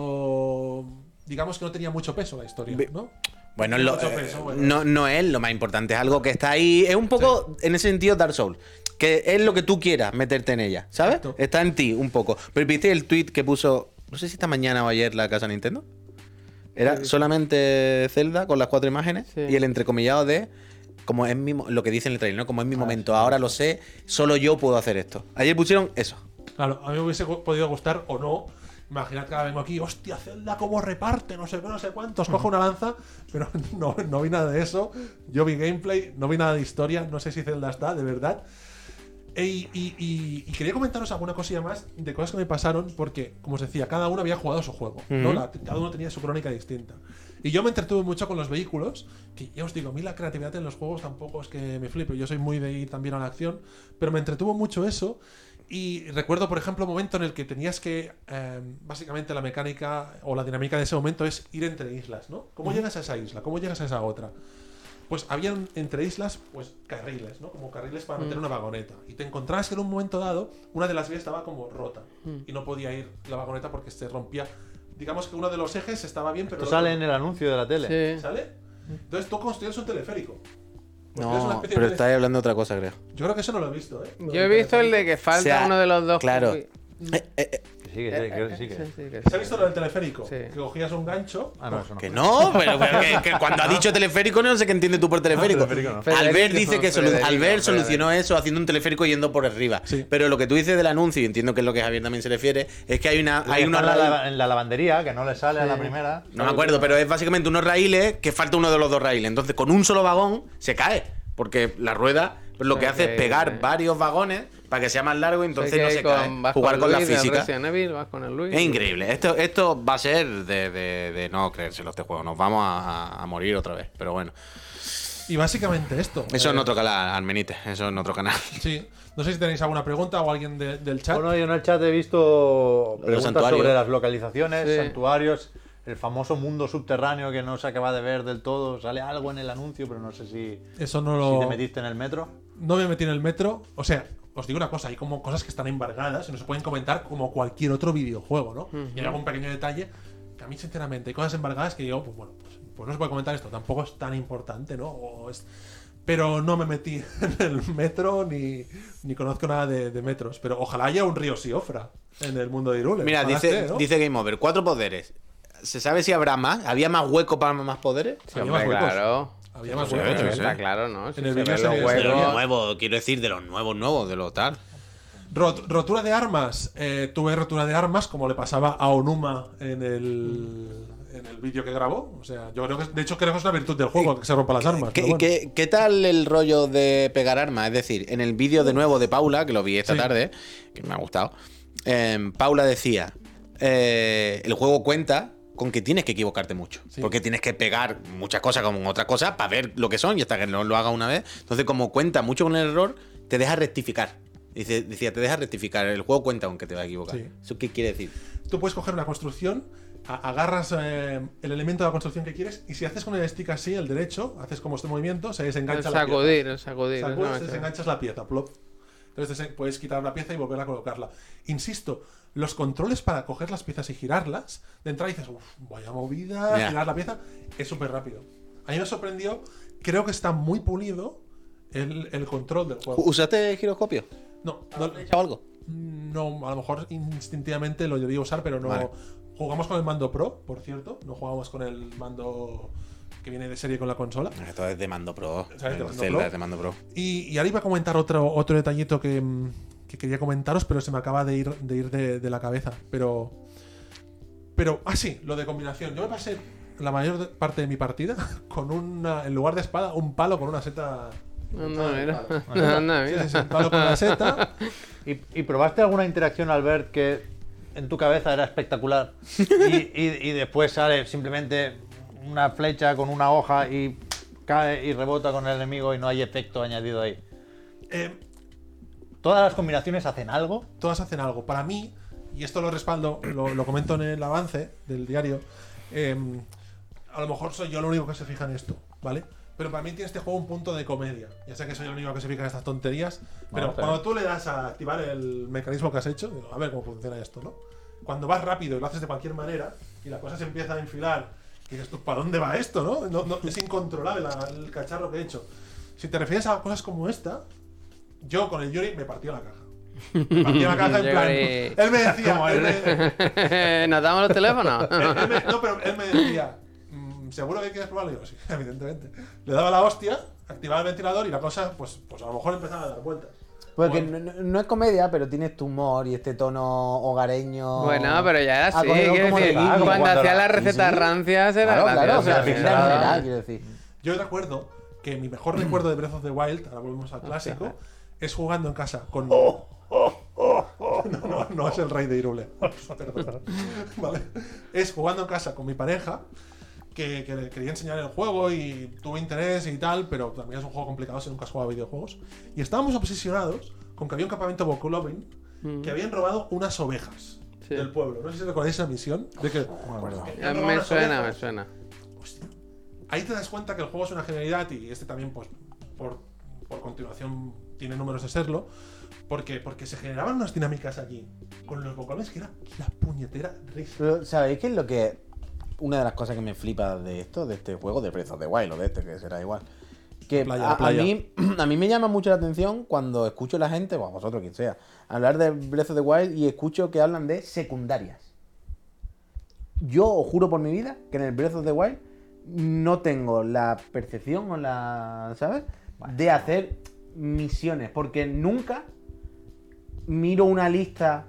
S4: demasiado... Digamos que no tenía mucho peso la historia, ¿no?
S5: Bueno, lo-
S4: Mucho
S5: eh,
S4: peso, bueno.
S5: no, no es lo más importante, es algo que está ahí. Es un poco, en ese sentido, Dark Souls. Que es lo que tú quieras meterte en ella, ¿sabes?
S4: Exacto.
S5: Está en ti un poco. Pero viste el tweet que puso, no sé si esta mañana o ayer, la casa Nintendo. Era solamente Zelda con las cuatro imágenes
S3: Sí.
S5: y el entrecomillado de. Como es mi, mo- lo que dice en el trailer, ¿no? Como es
S4: Ah,
S5: mi momento, ahora lo sé, solo yo puedo hacer esto. Ayer pusieron eso.
S4: Claro, a mí me hubiese gu- podido gustar o no. Imaginad que ahora vengo aquí, hostia, Zelda, cómo reparte, no sé qué, no sé cuántos, coge una lanza, pero no, no vi nada de eso. Yo vi gameplay, no vi nada de historia, no sé si Zelda está, de verdad. E- y, y- y- y quería comentaros alguna cosilla más de cosas que me pasaron, porque, como os decía, cada uno había jugado su juego, ¿no? La- cada uno tenía su crónica distinta. Y yo me entretuve mucho con los vehículos, que ya os digo, a mí la creatividad en los juegos tampoco es que me flipe, yo soy muy de ir también a la acción, pero me entretuvo mucho eso. Y recuerdo, por ejemplo, un momento en el que tenías que, eh, básicamente la mecánica o la dinámica de ese momento es ir entre islas, ¿no? ¿Cómo llegas a esa isla? ¿Cómo llegas a esa otra? pues habían entre islas pues carriles, ¿no? Como carriles para meter una vagoneta. Y te encontrabas que en un momento dado una de las vías estaba como rota y no podía ir la vagoneta porque se rompía. Digamos que uno de los ejes estaba bien, pero
S1: Esto
S4: el
S1: sale
S4: otro-
S1: en el anuncio de la tele.
S3: Sí.
S4: ¿Sale? Entonces tú construyes un teleférico. Construyes Pues
S5: No,
S4: una especie de
S5: pero
S4: tele-
S5: estáis hablando de otra cosa, creo.
S4: Yo creo que eso no lo he visto, ¿eh?
S3: Yo he visto el de que falta
S5: O sea,
S3: uno de los dos.
S5: Claro.
S3: Sí,
S5: Eh, eh, eh,
S1: Que sí, que sí, creo que sí. que-
S3: sí, que
S4: ¿Se ha visto lo del teleférico?
S3: Sí.
S4: Que cogías un gancho.
S1: Ah, no, eso no.
S5: Que no, pero, pero que, que cuando ha dicho teleférico no sé qué entiende tú por teleférico.
S1: teleférico no.
S5: Albert
S3: Federico,
S5: dice que solu-
S3: Federico,
S5: Albert
S3: Federico.
S5: solucionó eso haciendo un teleférico yendo por arriba.
S4: Sí.
S5: Pero lo que tú dices del anuncio, y entiendo que es lo que Javier también se refiere, es que hay una hay
S1: Hay
S5: unos
S1: en,
S5: raíles-
S1: la, en la lavandería, que no le sale a la primera.
S5: no me acuerdo, pero es básicamente unos raíles que falta uno de los dos raíles. Entonces, con un solo vagón se cae, porque la rueda lo que
S3: Ok,
S5: hace es pegar
S3: ok.
S5: varios vagones para que sea más largo y entonces no
S3: que
S5: se
S3: con-
S5: cae.
S3: vas
S5: Jugar con la
S3: Luis del
S5: física.
S3: Resident Evil, vas con el Luis.
S5: Es increíble. Esto, esto va a ser de, de- de no creérselo este juego. Nos vamos a- a morir otra vez. Pero bueno.
S4: Y básicamente esto.
S5: Eso
S4: Eh,
S5: en otro canal, Armenite. Eso en otro canal.
S4: Sí. No sé si tenéis alguna pregunta o alguien de- del chat.
S1: Bueno, yo en el chat he visto
S5: del
S1: preguntas
S5: santuario.
S1: sobre las localizaciones,
S3: Sí.
S1: santuarios, el famoso mundo subterráneo que no se acaba de ver del todo. Sale algo en el anuncio, pero no sé si,
S4: Eso no
S1: si
S4: lo.
S1: te metiste en el metro.
S4: no me metí en el metro. O sea, os digo una cosa, hay como cosas que están embargadas y no se pueden comentar como cualquier otro videojuego, ¿no? Y hay algún pequeño detalle que a mí, sinceramente, hay cosas embargadas que digo, pues bueno, pues, pues no se puede comentar esto, tampoco es tan importante, ¿no? O es- Pero no me metí en el metro ni, ni conozco nada de, de metros. Pero ojalá haya un río Siofra en el mundo de Irule.
S5: Mira, dice, dice Game Over, cuatro poderes. ¿Se sabe si habrá más? ¿Había más hueco para más poderes?
S3: Sí, hombre, claro.
S4: Había más
S5: Sí,
S4: huecos. ¿eh?
S5: sí, sí.
S3: Está claro, ¿no? Si
S4: En el
S3: se
S4: vídeo
S3: ven
S4: se
S3: los
S4: ve- se
S5: De los
S4: veía.
S3: huecos.
S5: nuevos, quiero decir, de los nuevos nuevos, de los tal.
S4: Rot- rotura de armas. Eh, tuve rotura de armas como le pasaba a Onuma en el, en el vídeo que grabó. O sea, yo creo que, es- de hecho, creo que es una virtud del juego Eh, que se rompan las armas.
S5: ¿Qué,
S4: pero bueno.
S5: qué- qué tal el rollo de pegar armas? Es decir, en el vídeo de nuevo de Paula, que lo vi esta
S4: Sí.
S5: tarde, que me ha gustado, em, Paula decía, eh, el juego cuenta con que tienes que equivocarte mucho,
S4: Sí.
S5: porque tienes que pegar muchas cosas como otras cosas para ver lo que son y hasta que no lo haga una vez. Entonces, como cuenta mucho con el error, te deja rectificar. Dice, decía, te deja rectificar, el juego cuenta con que te va a equivocar.
S4: Sí.
S5: ¿Eso qué quiere decir?
S4: Tú puedes coger una construcción, a- agarras eh, el elemento de la construcción que quieres y si haces con el stick así, el derecho, haces como este movimiento, se
S3: El
S4: desengancha la pieza.
S3: sacudir, el sacudir.
S4: Sacudes,
S3: no, eso-
S4: desenganchas la pieza, plop. Entonces desen- puedes quitar la pieza y volver a colocarla. Insisto, los controles para coger las piezas y girarlas, de entrada dices, uff, vaya movida,
S5: Ya.
S4: girar la pieza, es súper rápido. A mí me sorprendió, creo que está muy pulido el, el control del juego.
S5: ¿Usaste giroscopio?
S4: No, no,
S5: ¿O algo?
S4: no, a lo mejor instintivamente lo debía usar, pero no.
S5: Vale.
S4: Jugamos con el mando Pro, por cierto, no jugamos con el mando que viene de serie con la consola.
S5: Esto es de mando pro.
S4: ¿Sabes de
S5: El
S4: mando
S5: Zelda
S4: pro?
S5: es de mando pro.
S4: Y, y ahora iba a comentar otro, otro detallito que, mm, que quería comentaros, pero se me acaba de ir de, ir de, de la cabeza. Pero. Pero, ah, sí, lo de combinación. Yo me pasé la mayor de- parte de mi partida con una. En lugar de espada, un palo con una seta.
S3: Anda, mira. Anda, Ah,
S4: Sí,
S3: mira.
S4: sí, sí, un palo con una seta.
S1: ¿Y, y probaste alguna interacción, Albert, que en tu cabeza era espectacular y, y- y después sale simplemente una flecha con una hoja y cae y rebota con el enemigo y no hay efecto añadido ahí?
S4: Eh,
S1: ¿Todas las combinaciones hacen algo?
S4: todas hacen algo. Para mí, y esto lo respaldo, lo, lo comento en el avance del diario, eh, a lo mejor soy yo lo único que se fija en esto, ¿vale? Pero para mí tiene este juego un punto de comedia. Ya sé que soy el único que se fija en estas tonterías,
S1: Vamos
S4: pero
S1: a ver.
S4: cuando tú le das a activar el mecanismo que has hecho, digo, a ver cómo funciona esto, ¿no? Cuando vas rápido y lo haces de cualquier manera y la cosa se empieza a enfilar, y dices, tú, ¿para dónde va esto, no? No- no- es incontrolable la- el cacharro que he hecho. Si te refieres a cosas como esta, yo con el Yuri me partió la caja. Me partió la caja en plan.
S3: Yuri.
S4: Él me decía. él me-
S3: Nos damos los teléfonos.
S4: él- él me- no, pero él me decía. "Mm, ¿Seguro que quieres probarlo? Y yo, sí, evidentemente. Le daba la hostia, activaba el ventilador y la cosa, pues, pues a lo mejor empezaba a dar vueltas.
S7: Porque
S4: Bueno.
S7: no, no- no es comedia, pero tienes tu humor y este tono hogareño.
S3: Bueno, Pues pero ya era así.
S7: acogedor
S3: quiero
S7: como de
S3: decir,
S7: guiño.
S3: cuando,
S1: cuando
S3: hacía
S1: la-
S3: las recetas rancias era
S7: Claro, claro, o
S3: gracioso,
S7: sea, la
S1: sí, sí,
S7: vida en
S1: sí.
S7: general, quiero decir.
S4: Yo recuerdo que mi mejor recuerdo de Breath of the Wild, ahora volvemos al clásico, es jugando en casa con. No, no, no es el rey de Irule. Perdón. Vale. Es jugando en casa con mi pareja, que, que le quería enseñar el juego y tuve interés y tal, pero también es un juego complicado si nunca has jugado a videojuegos. Y estábamos obsesionados con que había un campamento Bokulovin
S3: Mm.
S4: que habían robado unas ovejas
S3: Sí.
S4: del pueblo. No sé si recordáis esa misión. De que, que
S3: Ya
S4: han robado
S3: Me
S4: unas
S3: suena, me
S4: ovejas.
S3: suena.
S4: Hostia. Ahí te das cuenta que el juego es una genialidad y este también, pues, por, por continuación tiene números de serlo. Porque, porque se generaban unas dinámicas allí con los vocales que era la puñetera risa.
S5: Pero, ¿sabéis qué es lo que.? Una de las cosas que me flipa de esto, de este juego, de Breath de Wild o de este, que será igual. Que
S4: Playa,
S5: a, a
S4: playa.
S5: mí, a mí me llama mucho la atención cuando escucho a la gente, o a vosotros, quien sea, hablar de Breath of the Wild y escucho que hablan de secundarias. Yo os juro por mi vida que en el Breath of the Wild no tengo la percepción o la. ¿Sabes?
S7: De hacer misiones, porque nunca miro una lista,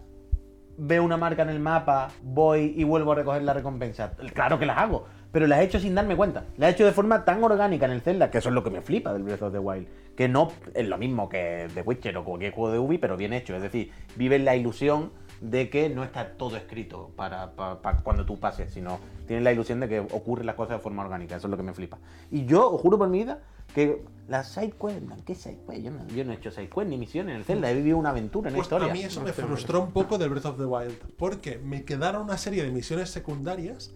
S7: veo una marca en el mapa, voy y vuelvo a recoger la recompensa. Claro que las hago, pero las he hecho sin darme cuenta. Las he hecho de forma tan orgánica en el Zelda, que eso es lo que me flipa del Breath of the Wild. Que no es lo mismo que The Witcher o cualquier juego de Ubi, pero bien hecho. Es decir, vives la ilusión de que no está todo escrito para, pa- pa cuando tú pases, sino tienes la ilusión de que ocurren las cosas de forma orgánica. Eso es lo que me flipa. Y yo os juro por mi vida que las sidequests, ¿qué sidequests? Yo no, yo no he hecho sidequests ni misiones en el Zelda, he vivido una aventura en la
S4: Pues
S7: historia.
S4: a mí eso me frustró un poco del Breath of the Wild, porque me quedaron una serie de misiones secundarias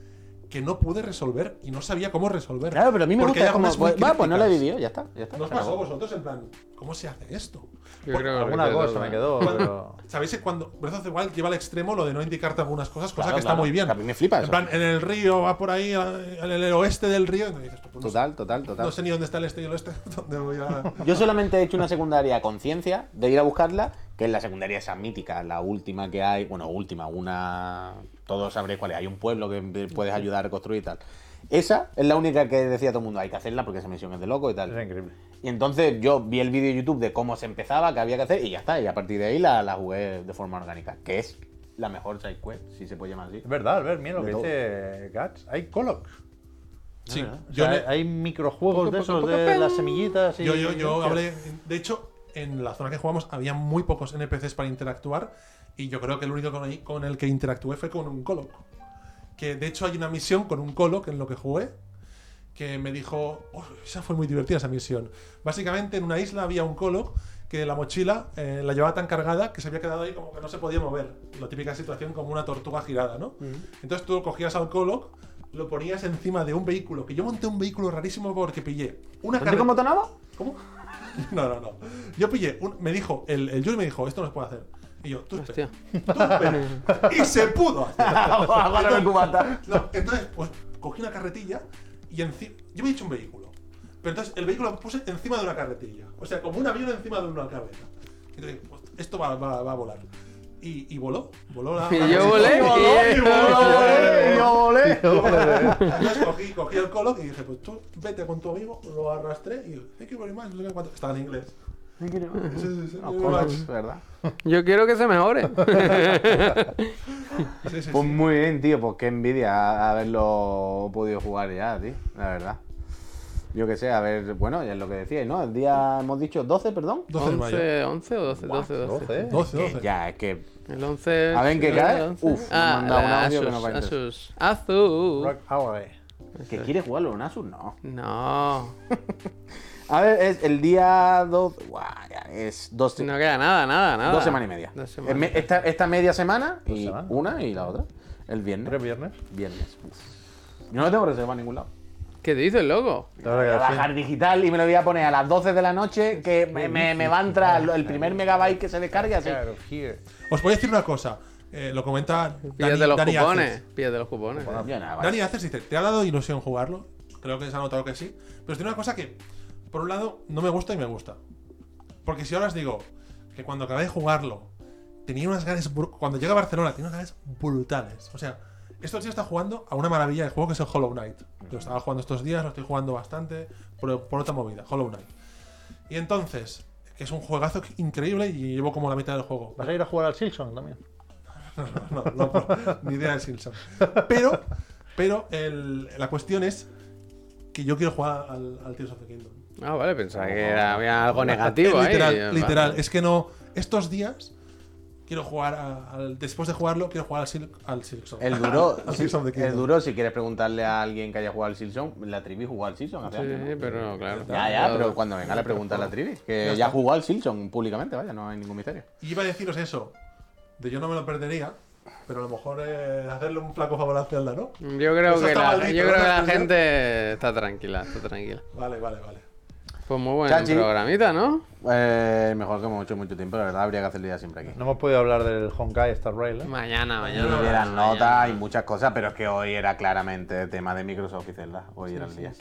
S4: que no pude resolver y no sabía cómo resolver.
S7: Claro, pero a mí me
S4: Porque
S7: gusta
S4: hay
S7: como,
S4: algunas muy
S7: pues, va, pues no la he
S4: críticas.
S7: vivido, ya está, ya está.
S4: ¿No os
S7: se acabó.
S4: pasó a vosotros en plan? ¿Cómo se hace esto?
S3: Yo
S4: Por-
S3: creo que
S1: Alguna
S3: recuerdo,
S1: cosa me
S3: ¿no?
S1: quedó, pero.
S4: ¿Sabéis que cuando Breath of the Wild lleva al extremo lo de no indicarte algunas cosas, cosa
S6: Claro,
S4: que está
S6: claro.
S4: muy bien?
S6: A mí me flipa
S4: En
S6: eso.
S4: plan, en el río, va por ahí, al- en el oeste del río, y me dices, pues, no, sé,
S6: Total, total, total.
S4: no sé ni dónde está el este y el oeste. ¿Dónde voy a...?
S5: Yo solamente he hecho una secundaria a conciencia de ir a buscarla, que es la secundaria esa mítica, la última que hay. Bueno, última, una. Todos sabréis cuál es. Hay un pueblo que puedes ayudar a reconstruir y tal. Esa es la única que decía todo el mundo, hay que hacerla porque esa misión es de loco y tal.
S1: Es increíble.
S5: Y entonces yo vi el vídeo de YouTube de cómo se empezaba, qué había que hacer, y ya está. Y a partir de ahí la, la jugué de forma orgánica, que es la mejor side quest, si se puede llamar así.
S1: Es verdad, Albert, mira lo
S5: De
S1: que
S5: todo.
S1: dice Gats. Hay Coloc.
S4: Sí,
S1: O
S4: yo,
S1: sea,
S4: ne-
S1: hay microjuegos de esos de las semillitas. Y...
S4: yo, yo, yo hablé. De hecho, en la zona que jugamos había muy pocos NPCs para interactuar. Y yo creo que el único con, ahí- con el que interactué fue con un Coloc. Que de hecho hay una misión con un Coloc en lo que jugué. Que me dijo. "Oh, esa fue muy divertida esa misión. Básicamente en una isla había un Coloc que la mochila eh, la llevaba tan cargada que se había quedado ahí como que no se podía mover. La típica situación como una tortuga girada, ¿no? Entonces tú cogías al Coloc, lo ponías encima de un vehículo. Que yo monté un vehículo rarísimo porque pillé una
S5: ¿Así
S4: carretera.
S5: como tonaba?
S4: ¿Cómo? No, no, no. Yo pillé, un- me dijo, el, el Yuri me dijo, esto no se puede hacer. Y yo, tú
S3: Hostia.
S4: espera, tú espera. Y se pudo hacer.
S5: Agárrame el cubata.
S4: No, entonces, pues cogí una carretilla y encima. Yo me he hecho un vehículo. Pero entonces el vehículo lo puse encima de una carretilla. O sea, como un avión encima de una carreta. Entonces, pues, esto va, va- va a volar. Y, y voló, voló la.
S3: Y
S4: la-
S3: yo volé,
S4: y voló,
S3: y-
S4: y voló.
S1: ¡Yo volé!
S4: Entonces cogí, cogí el colo y dije, pues tú vete con tu amigo, lo arrastré y thank you very much, no sé qué cuánto. Estaba en inglés. Sí, sí, sí, very much.
S5: ¿Verdad?
S3: Yo quiero que se mejore.
S4: Sí, sí,
S5: Pues
S4: sí.
S5: muy bien, tío. Pues qué envidia haberlo podido jugar ya, tío. La verdad. Yo qué sé, a ver, bueno, ya es lo que decíais, ¿no? El día, hemos dicho 12, perdón.
S4: 12 de mayo.
S3: 11, 11 o 12, 12, 12.
S1: 12, ¿eh?
S4: 12,
S5: Que
S4: 12.
S5: Ya, es que.
S3: El 11.
S5: A ver, ¿en qué
S3: sí,
S5: cae?
S3: el 11.
S5: Uf, me
S3: ah,
S5: han mandado un
S3: la
S5: audio que
S3: Asus,
S5: no va a interesar.
S3: Asus. Asus.
S1: Rock
S5: eh.
S1: Hour.
S5: ¿Que quiere jugarlo en Asus? No.
S3: No,
S5: A ver, es el día 2. Guau, ya, es dos,
S3: no queda nada, nada, nada.
S5: dos semanas y media.
S3: Dos
S5: Eh,
S3: semanas.
S5: me- Esta, esta media semana, y
S1: semanas.
S5: una y la otra. El viernes.
S1: ¿Tres viernes?
S5: Viernes. Uf. Yo no lo tengo reservado a ningún lado.
S3: ¿Qué dices, loco?
S1: Te vas a
S5: Voy a
S1: quedar sin-
S5: bajar digital y me lo voy a poner a las 12 de la noche que me, me- me va a entrar el primer megabyte que se descargue así.
S4: Os voy a decir una cosa. eh, lo comenta Dani,
S3: Pídate los
S4: Dani
S3: cupones.
S4: Aces.
S3: Pídate los cupones.
S5: Yo nada, vale.
S4: Dani Aces dice, ¿te ha dado ilusión jugarlo? Creo que se ha notado que sí. Pero os digo una cosa que, por un lado, no me gusta y me gusta. Porque si ahora os digo que cuando acabé de jugarlo, tenía unas ganas... bru- Cuando llegué a Barcelona, tenía unas ganas brutales. O sea, estos días está jugando a una maravilla de juego que es el Hollow Knight. Lo estaba jugando estos días, lo estoy jugando bastante por, por otra movida, Hollow Knight. Y entonces, que es un juegazo increíble y llevo como la mitad del juego.
S1: ¿Vas a ir a jugar al Silson también?
S4: no, no, por- ni idea de Simpson. Pero, pero el- la cuestión es que yo quiero jugar al, al Tears of the Kingdom.
S3: Ah, vale, pensaba que era, había algo negativo ahí.
S4: Es
S3: eh,
S4: literal,
S3: Vale.
S4: literal. Es que no. Estos días quiero jugar a- al. Después de jugarlo, quiero jugar al, Sil- al Silksong.
S5: El duro,
S4: Al
S5: si,
S4: Tears of the
S5: el
S4: Kingdom.
S5: duro, si quieres preguntarle a alguien que haya jugado al Silson, la trivi jugó al Silson hace años, ¿no?
S3: Sí, pero claro.
S5: Ya, ya, pero cuando venga le pregunta a la trivi, que ya jugó al Silson públicamente, vaya, no hay ningún misterio.
S4: Y iba a deciros eso. De yo no me lo perdería. Pero a lo mejor eh, hacerle un flaco favor a Zelda, ¿no?
S3: Yo creo
S4: Eso
S3: que
S4: está
S3: la,
S4: maldito,
S3: yo creo que
S4: ¿verdad,
S3: la
S4: Julio?
S3: gente está tranquila, está tranquila.
S4: Vale, vale, vale.
S3: Pues muy buen
S5: Chachi.
S3: programita, ¿no?
S5: Eh, mejor que hemos hecho mucho tiempo, la verdad, habría que hacerle ya siempre aquí.
S1: No hemos podido hablar del Honkai Star Rail, ¿eh?
S3: Mañana,
S5: Y
S3: mañana.
S5: de las
S3: mañana.
S5: notas y muchas cosas, pero es que hoy era claramente tema de Microsoft y Zelda. Hoy era el día.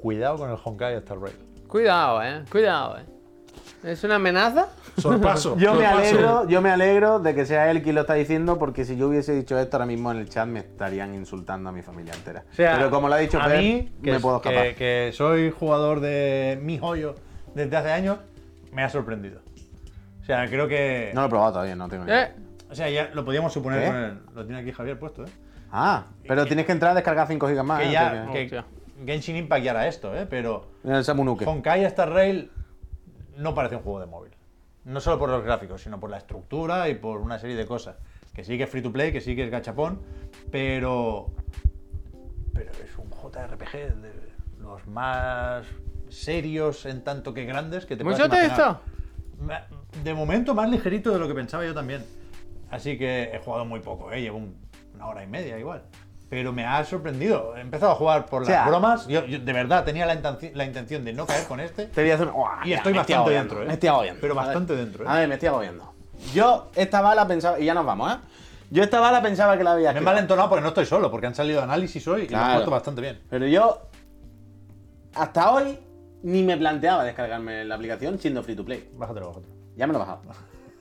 S1: Cuidado con el Honkai Star Rail.
S3: Cuidado, eh. Cuidado, eh. ¿Es una amenaza?
S4: Sorpaso.
S8: Yo me
S4: sorpaso.
S8: alegro-
S5: Yo me alegro de que sea él quien lo está diciendo, porque si yo hubiese dicho esto ahora mismo en el chat me estarían insultando a mi familia entera.
S1: O sea,
S5: Pero como lo ha dicho
S1: a
S5: Fer,
S1: mí, que,
S5: me puedo escapar.
S1: que- que soy jugador de mi joyo desde hace años, me ha sorprendido. O sea, creo que.
S5: No lo he probado todavía, no tengo ni idea.
S3: Eh.
S1: O sea, ya lo podíamos suponer.
S5: ¿Qué?
S1: con el- lo tiene aquí Javier puesto, ¿eh?
S5: Ah, pero tienes que entrar a descargar 5 gigas más.
S1: que
S5: ¿eh?
S1: ya.
S5: Porque-
S1: que
S3: Hostia.
S1: Genshin Impact ya era esto, ¿eh? Pero.
S5: Mira el Samunuke.
S1: Honkai Star Rail no parece un juego de móvil. No solo por los gráficos, sino por la estructura y por una serie de cosas. Que sí que es free to play, que sí que es gachapón, pero. Pero es un JRPG de los más serios en tanto que grandes que te
S3: ¿Mucho
S1: puedas imaginar.
S3: texto?
S1: Ma- De momento más ligerito de lo que pensaba yo también. Así que he jugado muy poco, ¿eh? llevo un- una hora y media igual. pero me ha sorprendido. He empezado a jugar por las
S8: O sea,
S1: bromas. Yo, yo de verdad tenía la, intenci- la intención de no caer con este.
S8: Te voy a hacer una- ¡Uah!
S1: Y estoy
S5: me
S1: bastante
S5: agobiando,
S1: dentro, ¿eh?
S5: Me estoy agobiando.
S1: Pero
S5: A ver.
S1: bastante dentro, ¿eh?
S5: A ver, me estoy agobiando. Yo esta bala pensaba. Y ya nos vamos, ¿eh? Yo esta bala pensaba que la
S1: Me
S5: había.
S1: he
S5: esquivado.
S1: malentonado porque no estoy solo, porque han salido análisis hoy y lo han
S5: Claro.
S1: puesto bastante bien.
S5: Pero yo. Hasta hoy. Ni me planteaba descargarme la aplicación siendo free to play.
S1: Bájatelo, bájatelo.
S5: Ya me lo he bajado.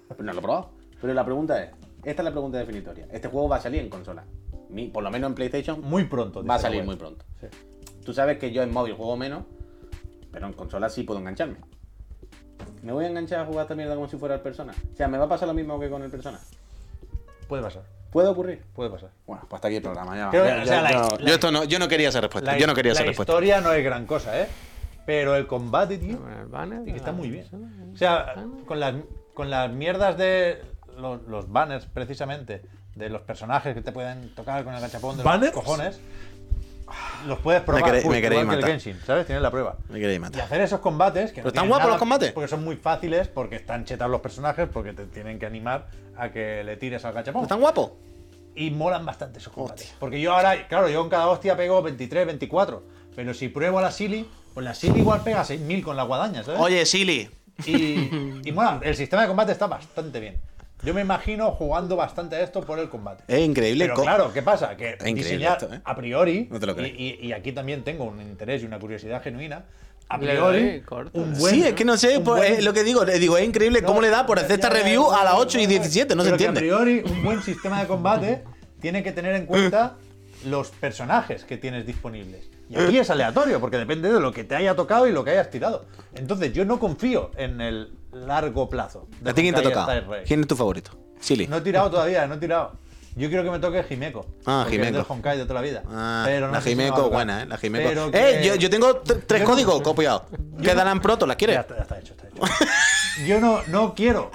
S5: Pero no lo he probado. Pero la pregunta es: esta es la pregunta definitoria. Este juego va a salir en consola. Mi- por lo menos en PlayStation.
S1: Muy pronto.
S5: va a
S1: dice
S5: salir
S1: la
S5: muy
S1: web.
S5: pronto.
S1: Sí.
S5: Tú sabes que yo en móvil juego menos, pero en consola sí puedo engancharme. ¿Me voy a enganchar a jugar esta mierda como si fuera el Persona? O sea, ¿me va a pasar lo mismo que con el Persona?
S1: Puede pasar,
S5: ¿Puede ocurrir?
S1: puede pasar.
S5: Bueno, pues hasta aquí el programa. Ya
S1: Creo que,
S5: Ya-
S1: o sea,
S5: ya-
S1: la-
S5: ya-
S1: la-
S6: Yo, esto no, yo no quería esa respuesta.
S1: La-
S6: yo no quería
S1: la
S6: esa respuesta.
S1: historia no es gran cosa, ¿eh? Pero el combate, tío,
S3: Con el banner
S1: y que
S3: de
S1: está
S3: la
S1: muy bien.
S3: persona.
S1: O sea, con las, con las mierdas de los, los banners, precisamente, de los personajes que te pueden tocar con el gachapón de
S4: ¿Banners?
S1: los cojones, los puedes probar.
S6: queréis-
S1: justo,
S6: me queréis
S1: igual que
S6: matar.
S1: el Genshin, ¿sabes? Tienes la prueba.
S6: Me queréis
S1: Y
S6: matar.
S1: hacer esos combates. Que
S6: Pero
S1: no
S6: están
S1: tienen
S6: guapos
S1: nada-
S6: los combates.
S1: Porque son muy fáciles, porque están chetados los personajes, porque te tienen que animar a que le tires al gachapón.
S6: ¿Están guapos?
S1: Y molan bastante esos combates. Porque yo ahora, claro, yo en cada hostia pego 23, 24. Pero si pruebo a la Silly, pues la Silly igual pega 6.000 con la guadaña, ¿sabes?
S6: Oye, Silly.
S1: ¿Eh? Y, y mola, el sistema de combate está bastante bien. Yo me imagino jugando bastante a esto por el combate.
S6: Es increíble.
S1: Pero
S6: co-
S1: claro, ¿qué pasa? Que
S6: increíble
S1: diseñar
S6: esto, ¿eh?
S1: a priori,
S6: No te lo
S1: y,
S6: crees.
S1: y- y aquí también tengo un interés y una curiosidad genuina, a
S3: Le doy
S1: priori,
S3: corto,
S1: un
S3: ¿eh?
S1: buen...
S6: sí, es que no sé,
S1: un
S6: pues,
S1: buen-
S6: es lo que digo, eh, digo, es increíble cómo
S1: no,
S6: le da por
S1: ya,
S6: hacer esta
S1: ya, ya,
S6: review
S1: ya,
S6: a las
S1: ya,
S6: 8 y
S1: ya,
S6: 17, no se
S1: pero que
S6: entiende.
S1: a priori, un buen sistema de combate tiene que tener en cuenta los personajes que tienes disponibles. Y aquí es aleatorio, porque depende de lo que te haya tocado y lo que hayas tirado. Entonces, yo no confío en el largo plazo. de
S6: ¿A ti quién te ha
S1: Honkai
S6: tocado?
S1: Star Rail.
S6: ¿Quién es tu favorito? Silly.
S1: No he tirado todavía, no he tirado. Yo quiero que me toque Jimeco.
S6: Ah,
S1: porque es
S6: Himeko.
S1: del Honkai de toda la vida.
S6: Ah,
S1: Pero no
S6: la
S1: sé si me va a
S6: Jimeco,
S1: tocar.
S6: buena, ¿eh? La Jimeco.
S1: Pero
S6: Eh,
S1: que-
S6: yo, yo tengo t- tres
S1: Yo no-
S6: códigos copiados. Que darán proto, ¿las quieres?
S1: Ya está, ya está hecho, está hecho. Yo no, no quiero.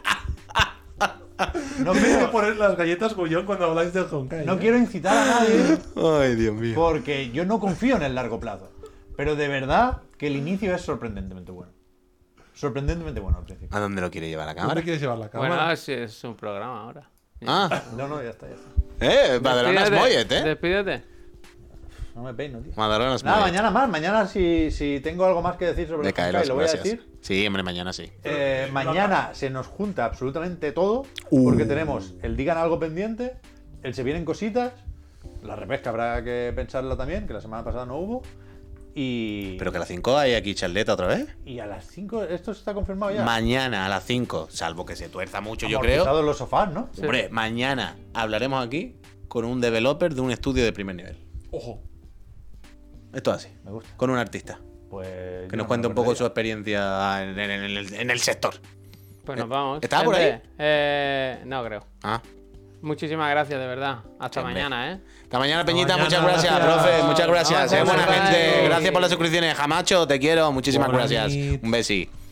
S1: No quiero,
S4: poner las galletas gullón cuando habláis del Honkai. ¿eh?
S1: no quiero incitar a nadie
S6: Ay, Dios mío.
S1: porque yo no confío en el largo plazo. Pero de verdad que el inicio es sorprendentemente bueno. Sorprendentemente bueno al principio.
S6: ¿A dónde lo quiere llevar la
S4: ¿Dónde
S6: cámara?
S4: quieres llevar la cámara?
S3: Bueno, sí, es un programa ahora.
S6: Ah,
S1: No, no, ya está, ya está.
S6: eh, Madalona
S3: Despídete,
S6: Smoyet, eh.
S3: Despídete.
S1: No me peino, tío.
S6: Madalona
S1: Nada,
S6: Smoyet.
S1: mañana más. Mañana si, si tengo algo más que decir sobre
S6: De
S1: el Honkai,
S6: caeros,
S1: lo voy a
S6: gracias.
S1: decir.
S6: Sí, hombre, mañana sí.
S1: Eh, mañana se nos junta absolutamente todo
S6: Uh.
S1: porque tenemos el digan algo pendiente, el se vienen cositas, la repesca habrá que pensarla también, que la semana pasada no hubo, y,
S6: Pero que a las 5 hay aquí charleta otra vez.
S1: y a las 5, esto está confirmado Oh, ya.
S6: Mañana a las 5, salvo que se tuerza mucho, yo creo.
S1: Amortizados los sofás, ¿no?
S6: Hombre, mañana hablaremos aquí con un developer de un estudio de primer nivel.
S4: Ojo.
S6: Esto es así.
S1: Me gusta.
S6: Con un artista.
S1: Pues, yo
S6: Que nos
S1: no me
S6: cuente un poco su
S1: perdería.
S6: experiencia en, en- en el- en el sector.
S3: Pues
S6: Eh,
S3: nos vamos.
S6: ¿estaba por
S3: Gente,
S6: ahí?
S3: Eh, no creo.
S6: Ah.
S3: Muchísimas gracias, de verdad. Hasta
S6: Hombre.
S3: mañana, ¿eh?
S6: Hasta mañana, Peñita.
S4: mañana,
S6: muchas gracias,
S4: gracias.
S6: profe. Muchas gracias.
S3: Nos
S6: Sé buena
S3: vemos, bye.
S6: gente. Gracias por las suscripciones. Jamacho, te quiero. Muchísimas
S4: Bonito.
S6: gracias. Un besi.